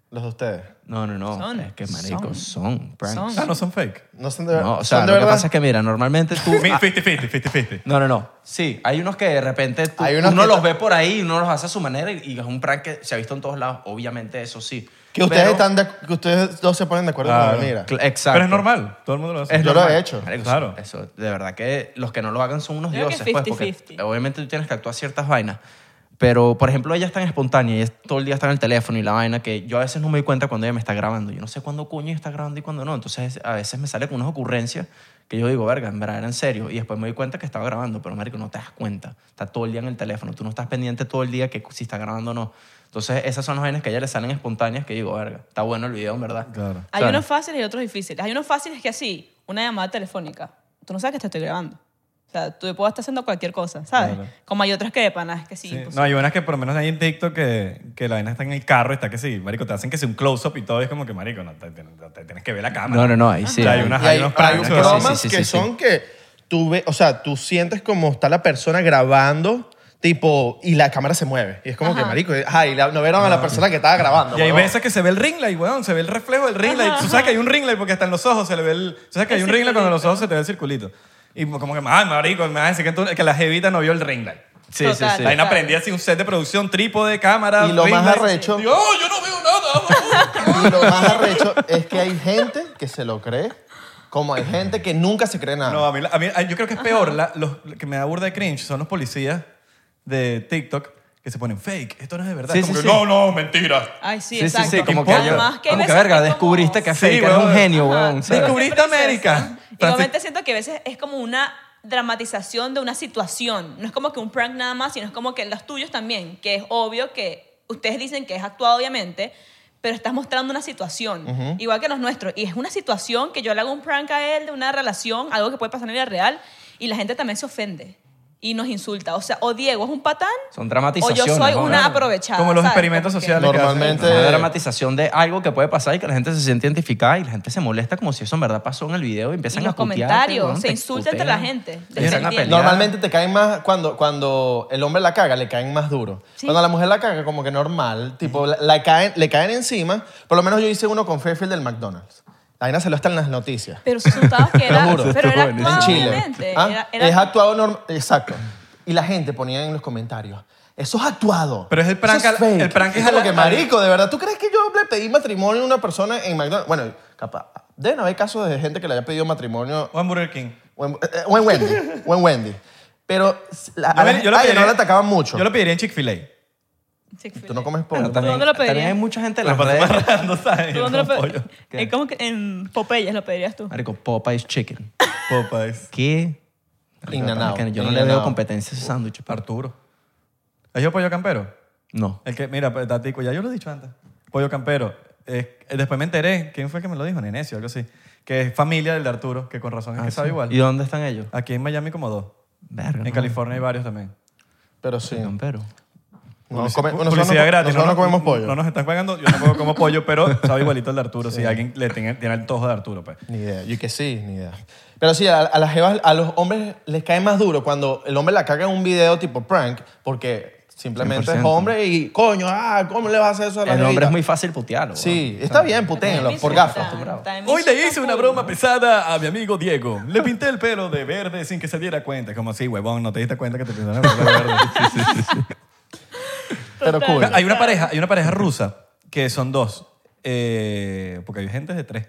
Speaker 3: Los de ustedes.
Speaker 4: No, no, no.
Speaker 1: Son,
Speaker 4: es que, marico,
Speaker 1: son,
Speaker 4: son, pranks.
Speaker 2: Ah, no son fake.
Speaker 3: No son de verdad.
Speaker 4: No, o sea,
Speaker 3: ¿Son de
Speaker 4: lo que
Speaker 3: verdad?
Speaker 4: pasa es que, mira, normalmente tú...
Speaker 2: Mi-
Speaker 4: ah,
Speaker 2: 50-50, 50-50.
Speaker 4: no, no, no. Sí, hay unos que de repente tú-
Speaker 3: Hay unos
Speaker 4: uno
Speaker 3: que-
Speaker 4: los ve por ahí y uno los hace a su manera y, y es un prank que se ha visto en todos lados. Obviamente, eso sí.
Speaker 3: Que ustedes,
Speaker 4: Pero-
Speaker 3: están de, que ustedes dos se ponen de acuerdo
Speaker 2: Claro.
Speaker 3: con la mira.
Speaker 4: Cl- Exacto.
Speaker 2: Pero es normal, todo el mundo lo hace.
Speaker 4: Es
Speaker 3: Yo lo he
Speaker 4: normal.
Speaker 3: hecho.
Speaker 4: Marico,
Speaker 2: Claro.
Speaker 4: Eso, eso, de verdad que los que no lo hagan son unos
Speaker 1: Creo que
Speaker 4: dioses, pues, porque
Speaker 1: 50-50.
Speaker 4: obviamente tú tienes que actuar ciertas vainas. Pero, por ejemplo, ella es tan espontánea, ella todo el día está en el teléfono y la vaina que yo a veces no me doy cuenta cuando ella me está grabando. Yo no sé cuándo coño está grabando y cuándo no. Entonces, a veces me sale con unas ocurrencias que yo digo, verga, en verdad era en serio. Y después me doy cuenta que estaba grabando, pero marico, no te das cuenta. Está todo el día en el teléfono. Tú no estás pendiente todo el día que si está grabando o no. Entonces, esas son las vainas que a ella le salen espontáneas que digo, verga, está bueno el video, en verdad.
Speaker 2: Claro.
Speaker 1: Hay
Speaker 4: Claro.
Speaker 1: unos fáciles y otros difíciles. Hay unos fáciles que así, una llamada telefónica. Tú no sabes que te estoy grabando. O sea, tú puedes estar haciendo cualquier cosa, ¿sabes?
Speaker 2: Claro.
Speaker 1: Como hay otras que de panas que sí.
Speaker 2: Sí.
Speaker 1: pues,
Speaker 2: No, hay unas que por lo menos hay en TikTok que, que la vaina está en el carro y está que sí, marico, te hacen que sea un close-up y todo y es como que, marico, no, te, te- te tienes que ver la cámara.
Speaker 4: No, no, no, ahí sí.
Speaker 2: O sea, hay unas-
Speaker 3: Y hay,
Speaker 2: unos
Speaker 3: hay
Speaker 2: pranks,
Speaker 4: ¿verdad?
Speaker 3: bromas
Speaker 4: Sí, sí, sí,
Speaker 3: que
Speaker 4: sí, sí.
Speaker 3: son que tú ves, o sea, tú sientes como está la persona grabando, tipo, y la cámara se mueve. Y es como
Speaker 1: Ajá.
Speaker 3: que, marico, eh, y- ay, la- no vieron a
Speaker 4: Ah.
Speaker 3: la persona que estaba grabando.
Speaker 2: Y hay
Speaker 3: huevón.
Speaker 2: veces que se ve el ring light, weón, se ve el reflejo del ring light. Tú sabes que hay un ring light porque hasta en los ojos se le ve el... Tú sabes que hay
Speaker 1: El
Speaker 2: un ring light cuando en los
Speaker 1: circulito.
Speaker 2: ojos se te ve el circulito. Y como que, ay, marico, me vas a decir que, tú- que la jevita no vio el ring light.
Speaker 4: Sí, sí,
Speaker 1: Total.
Speaker 4: sí.
Speaker 2: La vaina prendía así un set de producción, trípode, cámara,
Speaker 3: Y lo
Speaker 2: ring
Speaker 3: más
Speaker 2: light.
Speaker 3: arrecho-
Speaker 2: Y, "Oh, yo no veo nada.
Speaker 3: Y lo más arrecho es que hay gente que se lo cree, como hay gente que nunca se cree nada.
Speaker 2: No, a mí, la- a mí- a- yo creo que es peor. la- los que me da burda de cringe son los policías de TikTok que se ponen fake. Esto no es de verdad.
Speaker 4: Sí,
Speaker 2: Como
Speaker 4: sí,
Speaker 2: que,
Speaker 4: sí.
Speaker 2: No, no, mentira.
Speaker 1: Ay, sí,
Speaker 4: Sí, sí,
Speaker 1: exacto.
Speaker 4: sí, como que,
Speaker 2: Porque
Speaker 1: Además,
Speaker 4: como
Speaker 1: hay
Speaker 4: que
Speaker 1: veces
Speaker 4: verga,
Speaker 1: es como-
Speaker 4: descubriste que
Speaker 2: Sí,
Speaker 4: Fake era un
Speaker 2: weón.
Speaker 1: Ajá.
Speaker 4: genio, weón. ¿sabes?
Speaker 2: Descubrí- Descubriste América. Francis-
Speaker 1: Igualmente siento que a veces es como una dramatización de una situación. No es como que un prank nada más, sino es como que los tuyos también, que es obvio que ustedes dicen que es actuado obviamente, pero estás mostrando una situación, igual que los nuestros. Y es una situación que yo le hago un prank a él de una relación, algo que puede pasar en la vida real, y la gente también se ofende y nos insulta. O sea, o Diego es un patán,
Speaker 4: Son
Speaker 1: o yo
Speaker 4: dramatizaciones.
Speaker 1: soy
Speaker 4: ¿no?
Speaker 1: una aprovechada.
Speaker 2: Como los
Speaker 1: ¿sabes?
Speaker 2: experimentos
Speaker 1: Como que-
Speaker 2: sociales. que hacen.
Speaker 3: Normalmente-
Speaker 4: Una dramatización de algo que puede pasar y que la gente se siente identificada y la gente se molesta como si eso en verdad pasó en el video y empiezan
Speaker 1: Y
Speaker 4: a
Speaker 1: los
Speaker 4: putearte,
Speaker 1: comentarios,
Speaker 4: weón,
Speaker 1: se
Speaker 4: te
Speaker 1: insulta entre
Speaker 4: putean,
Speaker 1: la gente,
Speaker 4: te Empiezan a
Speaker 1: defendiendo.
Speaker 4: pelear.
Speaker 3: Normalmente te caen más cuando, cuando el hombre la caga, le caen más duro.
Speaker 1: Sí.
Speaker 3: Cuando la mujer la caga, como que normal, tipo, la, la caen, le caen encima. Por lo menos yo hice uno con Fairfield del McDonald's. La vaina salió hasta en las noticias.
Speaker 1: Pero se insultaba que
Speaker 3: (laughs) Te lo
Speaker 1: era,
Speaker 3: juro.
Speaker 1: pero era
Speaker 3: en
Speaker 1: actuado,
Speaker 3: Chile.
Speaker 1: Ah, obviamente.
Speaker 3: Ah,
Speaker 1: Era- era-
Speaker 3: Es actuado normal. Exacto. Y la gente ponía en los comentarios. Eso es actuado.
Speaker 2: Pero es el prank
Speaker 3: Eso
Speaker 2: al-
Speaker 3: fake.
Speaker 2: el prank es
Speaker 3: como
Speaker 2: al-
Speaker 3: que marico, de verdad. ¿Tú crees que yo le pedí matrimonio a una persona en McDonald's? Bueno, capaz. Deben haber casos de gente que le haya pedido matrimonio
Speaker 2: Juan Burger King.
Speaker 3: o en, eh, o en Wendy. o en Wendy. Pero la, a
Speaker 2: Yo le-
Speaker 3: la-
Speaker 2: yo le
Speaker 3: a ella
Speaker 2: pediría-
Speaker 3: no la atacaban mucho.
Speaker 2: Yo lo pediría en Chick-fil-A.
Speaker 1: Chick-fil-A.
Speaker 3: Tú no comes pollo.
Speaker 4: Pero también,
Speaker 1: ¿Dónde lo
Speaker 4: también
Speaker 1: pedirías?
Speaker 4: hay mucha gente en
Speaker 2: Pero
Speaker 4: las
Speaker 2: para (laughs)
Speaker 4: redes.
Speaker 2: amarrando, ¿sabes?
Speaker 1: ¿Tú dónde lo
Speaker 2: Con
Speaker 1: pe-
Speaker 2: pollo.
Speaker 1: Es como que en Popeyes lo pedirías tú.
Speaker 4: Marico, Popeye's Chicken.
Speaker 2: Popeyes.
Speaker 4: ¿Qué?
Speaker 3: Inanao,
Speaker 4: Yo no le
Speaker 3: inanao.
Speaker 4: veo competencia a ese sándwich. pa-
Speaker 2: Arturo. ¿Es yo pollo campero?
Speaker 4: No.
Speaker 2: El que, mira, pues, Tatico, ya yo lo he dicho antes. Pollo campero. Eh, después me enteré, ¿quién fue que me lo dijo? Nenecio, algo así. Que es familia del de Arturo, que con razón es
Speaker 4: Ah,
Speaker 2: que sabe
Speaker 4: sí.
Speaker 2: igual.
Speaker 4: ¿Y dónde están ellos?
Speaker 2: Aquí en Miami como dos.
Speaker 4: Verga.
Speaker 2: En
Speaker 4: no.
Speaker 2: California hay varios también.
Speaker 3: Pero sí.
Speaker 4: No, pero-
Speaker 3: No,
Speaker 2: Publici-
Speaker 3: come-
Speaker 2: pu-
Speaker 3: Pues, nosotros
Speaker 2: publicidad
Speaker 3: no-
Speaker 2: gratis.
Speaker 3: Nosotros no,
Speaker 2: nos-
Speaker 3: comemos pollo.
Speaker 2: No nos están pagando. Yo tampoco como pollo, pero sabe igualito al de Arturo. Si alguien le tiene, tiene el tojo de Arturo, pues.
Speaker 3: Ni idea. Yo que sí, ni idea. Pero sí, a, a las jevas, a los hombres les cae más duro cuando el hombre la caga en un video tipo prank, porque simplemente es
Speaker 4: 100%.
Speaker 3: hombre y coño, ah, ¿cómo le vas a hacer eso a la
Speaker 4: El hombre
Speaker 3: jevita?
Speaker 4: es muy Ah, fácil putearlo.
Speaker 3: Sí, está bien, putéenlo, por gafas.
Speaker 2: Hoy le hice una broma pesada a mi amigo Diego. Le pinté el pelo de verde sin que se diera cuenta. Como así, huevón, no te diste cuenta que te pintaron el pelo de
Speaker 3: (laughs)
Speaker 2: verde.
Speaker 3: Pero
Speaker 1: Total.
Speaker 3: cool.
Speaker 2: Hay una pareja, hay una pareja rusa que son dos. Eh, porque hay gente de tres.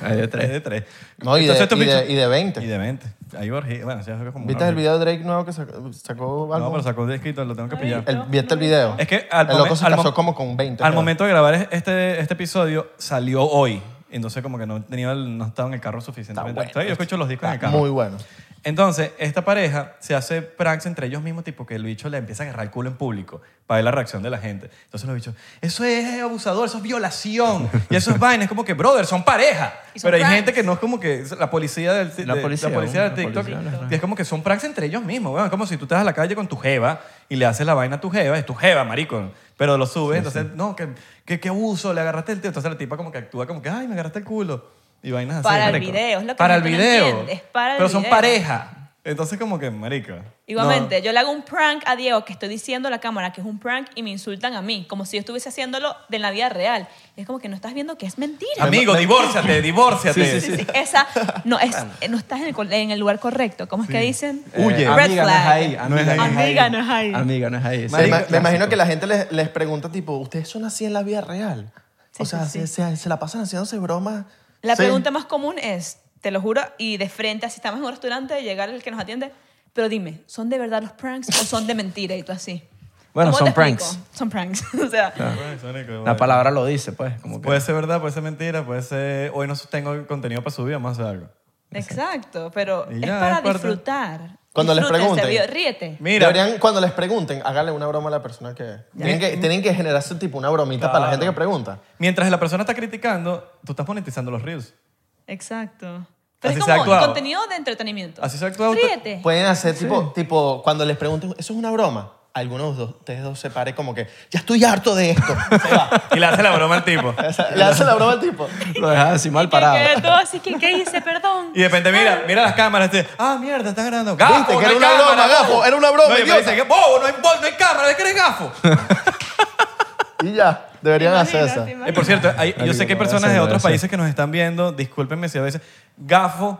Speaker 4: Hay de tres.
Speaker 2: Hay de tres.
Speaker 3: No, y de-
Speaker 2: estos
Speaker 3: y de-
Speaker 2: bichos-
Speaker 3: y de 20.
Speaker 2: Y de 20. Hay orgía. Bueno, sí, es como una
Speaker 3: ¿Viste el
Speaker 2: orgía.
Speaker 3: video de Drake nuevo que sacó, sacó
Speaker 2: No,
Speaker 3: algo?
Speaker 2: pero sacó un escrito, lo tengo que pillar.
Speaker 3: El- ¿Viste el video?
Speaker 2: Es que al,
Speaker 3: El
Speaker 2: momen-
Speaker 3: loco se
Speaker 2: al
Speaker 3: casó
Speaker 2: mom-
Speaker 3: como con 20.
Speaker 2: Al
Speaker 3: creo.
Speaker 2: momento de grabar este, este episodio salió hoy. Entonces como que no, tenía el- no estaba en el carro suficientemente.
Speaker 3: Está bueno.
Speaker 2: Todavía yo escucho los discos en el carro.
Speaker 3: Muy bueno.
Speaker 2: Entonces, esta pareja se hace pranks entre ellos mismos, tipo que el bicho le empieza a agarrar el culo en público para ver la reacción de la gente. Entonces los bichos, eso es abusador, eso es violación. Y eso es vaina. Es como que, brother, son pareja.
Speaker 1: Y son
Speaker 2: Pero hay
Speaker 1: pranks.
Speaker 2: gente que no es como que es la policía del
Speaker 4: La
Speaker 2: de-
Speaker 4: policía,
Speaker 2: la policía de
Speaker 4: la
Speaker 2: TikTok.
Speaker 4: policía, la verdad.
Speaker 2: y es como que son pranks entre ellos mismos. weón. Es como si tú estás a la calle con tu jeva y le haces la vaina a tu jeva, es tu jeva, marico. Pero lo subes, entonces, no, que, que, que abuso, le agarraste el tío. Entonces la tipa como que actúa como que, ay, me agarraste el culo. Y vainas así.
Speaker 1: Para el
Speaker 2: marico.
Speaker 1: video, es lo que
Speaker 2: Para
Speaker 1: la
Speaker 2: el
Speaker 1: gente no
Speaker 2: video.
Speaker 1: entiende, es para el
Speaker 2: Pero son
Speaker 1: video.
Speaker 2: pareja pareja. Entonces como que, marica.
Speaker 1: Igualmente, yo le hago un prank a Diego que estoy diciendo a la cámara que es un prank y me insultan a mí, como si yo estuviese haciéndolo de la vida real. Y es como que no estás viendo que es mentira.
Speaker 2: Amigo, divórciate, divórciate.
Speaker 1: Sí, sí, sí. Esa no, es, no estás en el, col- en el lugar correcto. ¿Cómo es que dicen?
Speaker 2: Huye.
Speaker 4: Eh,
Speaker 1: Red
Speaker 4: amiga, no es
Speaker 1: flag.
Speaker 4: ahí. Amiga, no es ahí.
Speaker 1: Amiga, no es ahí.
Speaker 4: Amiga, no es ahí.
Speaker 3: Me, ima-
Speaker 4: Sí,
Speaker 3: me imagino
Speaker 4: clásico.
Speaker 3: que la gente les, les pregunta, tipo, ¿ustedes son así en la vida real?
Speaker 1: Sí,
Speaker 3: o sea,
Speaker 1: sí,
Speaker 3: se- Se, se la pasan haciéndose bromas.
Speaker 1: La
Speaker 3: Sí.
Speaker 1: pregunta más común es, te lo juro, y de frente, así estamos en un restaurante, llegar el que nos atiende, pero dime, ¿son de verdad los pranks o son de mentira? Y tú así.
Speaker 4: Bueno,
Speaker 1: ¿Cómo
Speaker 4: son
Speaker 1: te explico?
Speaker 4: pranks.
Speaker 1: Son pranks. (laughs) o sea,
Speaker 4: (laughs) La palabra lo dice, pues. Como que
Speaker 2: Puede ser verdad, puede ser mentira, puede ser... Hoy no tengo contenido para subir, vamos a hacer algo.
Speaker 1: exacto, pero
Speaker 2: Y
Speaker 1: es
Speaker 2: ya,
Speaker 1: para
Speaker 2: es parte.
Speaker 1: disfrutar.
Speaker 3: Cuando les
Speaker 1: Disfruta este
Speaker 3: pregunten.
Speaker 1: video, Ríete.
Speaker 2: Mira,
Speaker 3: Deberían, cuando les pregunten, háganle una broma a la persona que... Tienen que, tienen que generarse tipo una bromita para la gente que pregunta.
Speaker 2: mientras la persona está criticando, tú estás monetizando los reels.
Speaker 1: Exacto. Pero
Speaker 2: Así
Speaker 1: es
Speaker 2: se ha
Speaker 1: como
Speaker 2: actuado.
Speaker 1: contenido de entretenimiento.
Speaker 2: Así se ha actuado.
Speaker 1: Ríete.
Speaker 3: Pueden hacer tipo, tipo, cuando les pregunten, ¿eso es una broma? Algunos de ustedes dos se pare como que, ya estoy harto de esto. (laughs) Se va.
Speaker 2: Y le hace la broma al
Speaker 3: (laughs)
Speaker 2: tipo.
Speaker 3: O sea, le hace la broma al tipo.
Speaker 4: lo dejas
Speaker 1: (laughs)
Speaker 4: así mal
Speaker 1: Y que quede
Speaker 4: parado.
Speaker 1: todo así que, ¿qué hice?
Speaker 3: (laughs)
Speaker 1: Perdón.
Speaker 2: Y de repente mira, mira las cámaras. Dice, ah, mierda, está grabando. Gafo,
Speaker 3: Viste que
Speaker 2: no
Speaker 3: era
Speaker 2: hay
Speaker 3: una
Speaker 2: cámara,
Speaker 3: broma, gafo, era una broma,
Speaker 2: No, y me
Speaker 3: idiota.
Speaker 2: dice, que bobo, no hay, bol- no hay cámara, ¿de qué eres gafo?
Speaker 3: Y ya, deberían hacer
Speaker 1: Imagínate,
Speaker 3: eso.
Speaker 2: Eh,
Speaker 1: imagínate.
Speaker 2: por cierto, hay- yo
Speaker 4: Marico,
Speaker 2: sé que hay
Speaker 4: lo voy a
Speaker 2: personas
Speaker 4: hacer,
Speaker 2: de
Speaker 4: lo voy a
Speaker 2: otros
Speaker 4: hacer.
Speaker 2: países que nos están viendo, discúlpenme si a veces, gafo,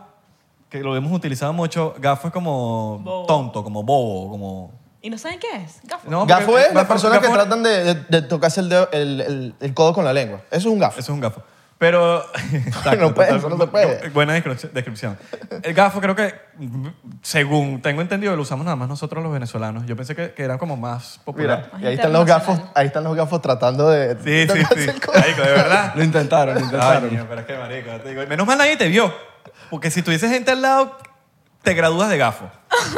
Speaker 2: que lo hemos utilizado mucho, gafo es como
Speaker 1: Bobo.
Speaker 2: tonto, como bobo, como...
Speaker 1: ¿Y no saben qué es? Gafo.
Speaker 2: No, porque-
Speaker 3: Gafo es la persona que
Speaker 2: gafo-
Speaker 3: tratan de, de- de tocarse el, dedo- el, el- el codo con la lengua. Eso es un gafo.
Speaker 2: Eso es un gafo. Pero... (laughs) Exacto,
Speaker 3: (laughs) No puede,
Speaker 2: total,
Speaker 3: eso no se puede.
Speaker 2: Buena descripción- descripción. El gafo creo que, según tengo entendido, lo usamos nada más nosotros los venezolanos. Yo pensé que, que eran como más popular.
Speaker 3: Mira, y ahí están los gafos,
Speaker 1: internacional.
Speaker 3: ahí están los gafos tratando de
Speaker 2: Sí, sí,
Speaker 3: tocarse
Speaker 2: sí.
Speaker 3: el codo.
Speaker 2: Marico, de verdad.
Speaker 4: Lo intentaron, lo
Speaker 2: Ay,
Speaker 4: intentaron.
Speaker 2: mío, pero es que marico, te digo, menos mal nadie te vio. Porque si tuviese gente al lado, te gradúas de gafo.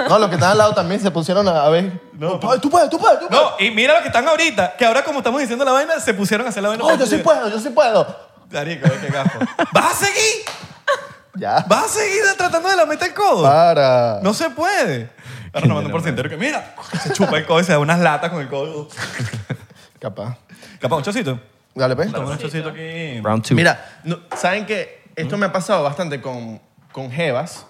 Speaker 3: No, los que están al lado también se pusieron a, a ver. tú puedes, tú puedes, tú puedes, tú puedes.
Speaker 2: No, y mira lo que están ahorita, que ahora como estamos diciendo la vaina, se pusieron a hacer la vaina.
Speaker 3: No, yo sí puedo, yo sí puedo.
Speaker 2: Marico, es que gafo. ¿Vas a seguir?
Speaker 3: Ya.
Speaker 2: ¿Vas a seguir tratando de la meta el codo?
Speaker 3: Ah. Para.
Speaker 2: No se puede. Ahora nos mandan por sendero que mira, se chupa el codo y se da unas latas con el codo.
Speaker 3: Capaz.
Speaker 2: Capaz, un chocito.
Speaker 3: Dale, pues.
Speaker 2: Toma un chocito aquí.
Speaker 4: (laughs) Round two.
Speaker 3: Mira, no- ¿saben que Esto me ha pasado bastante con, con Jevas,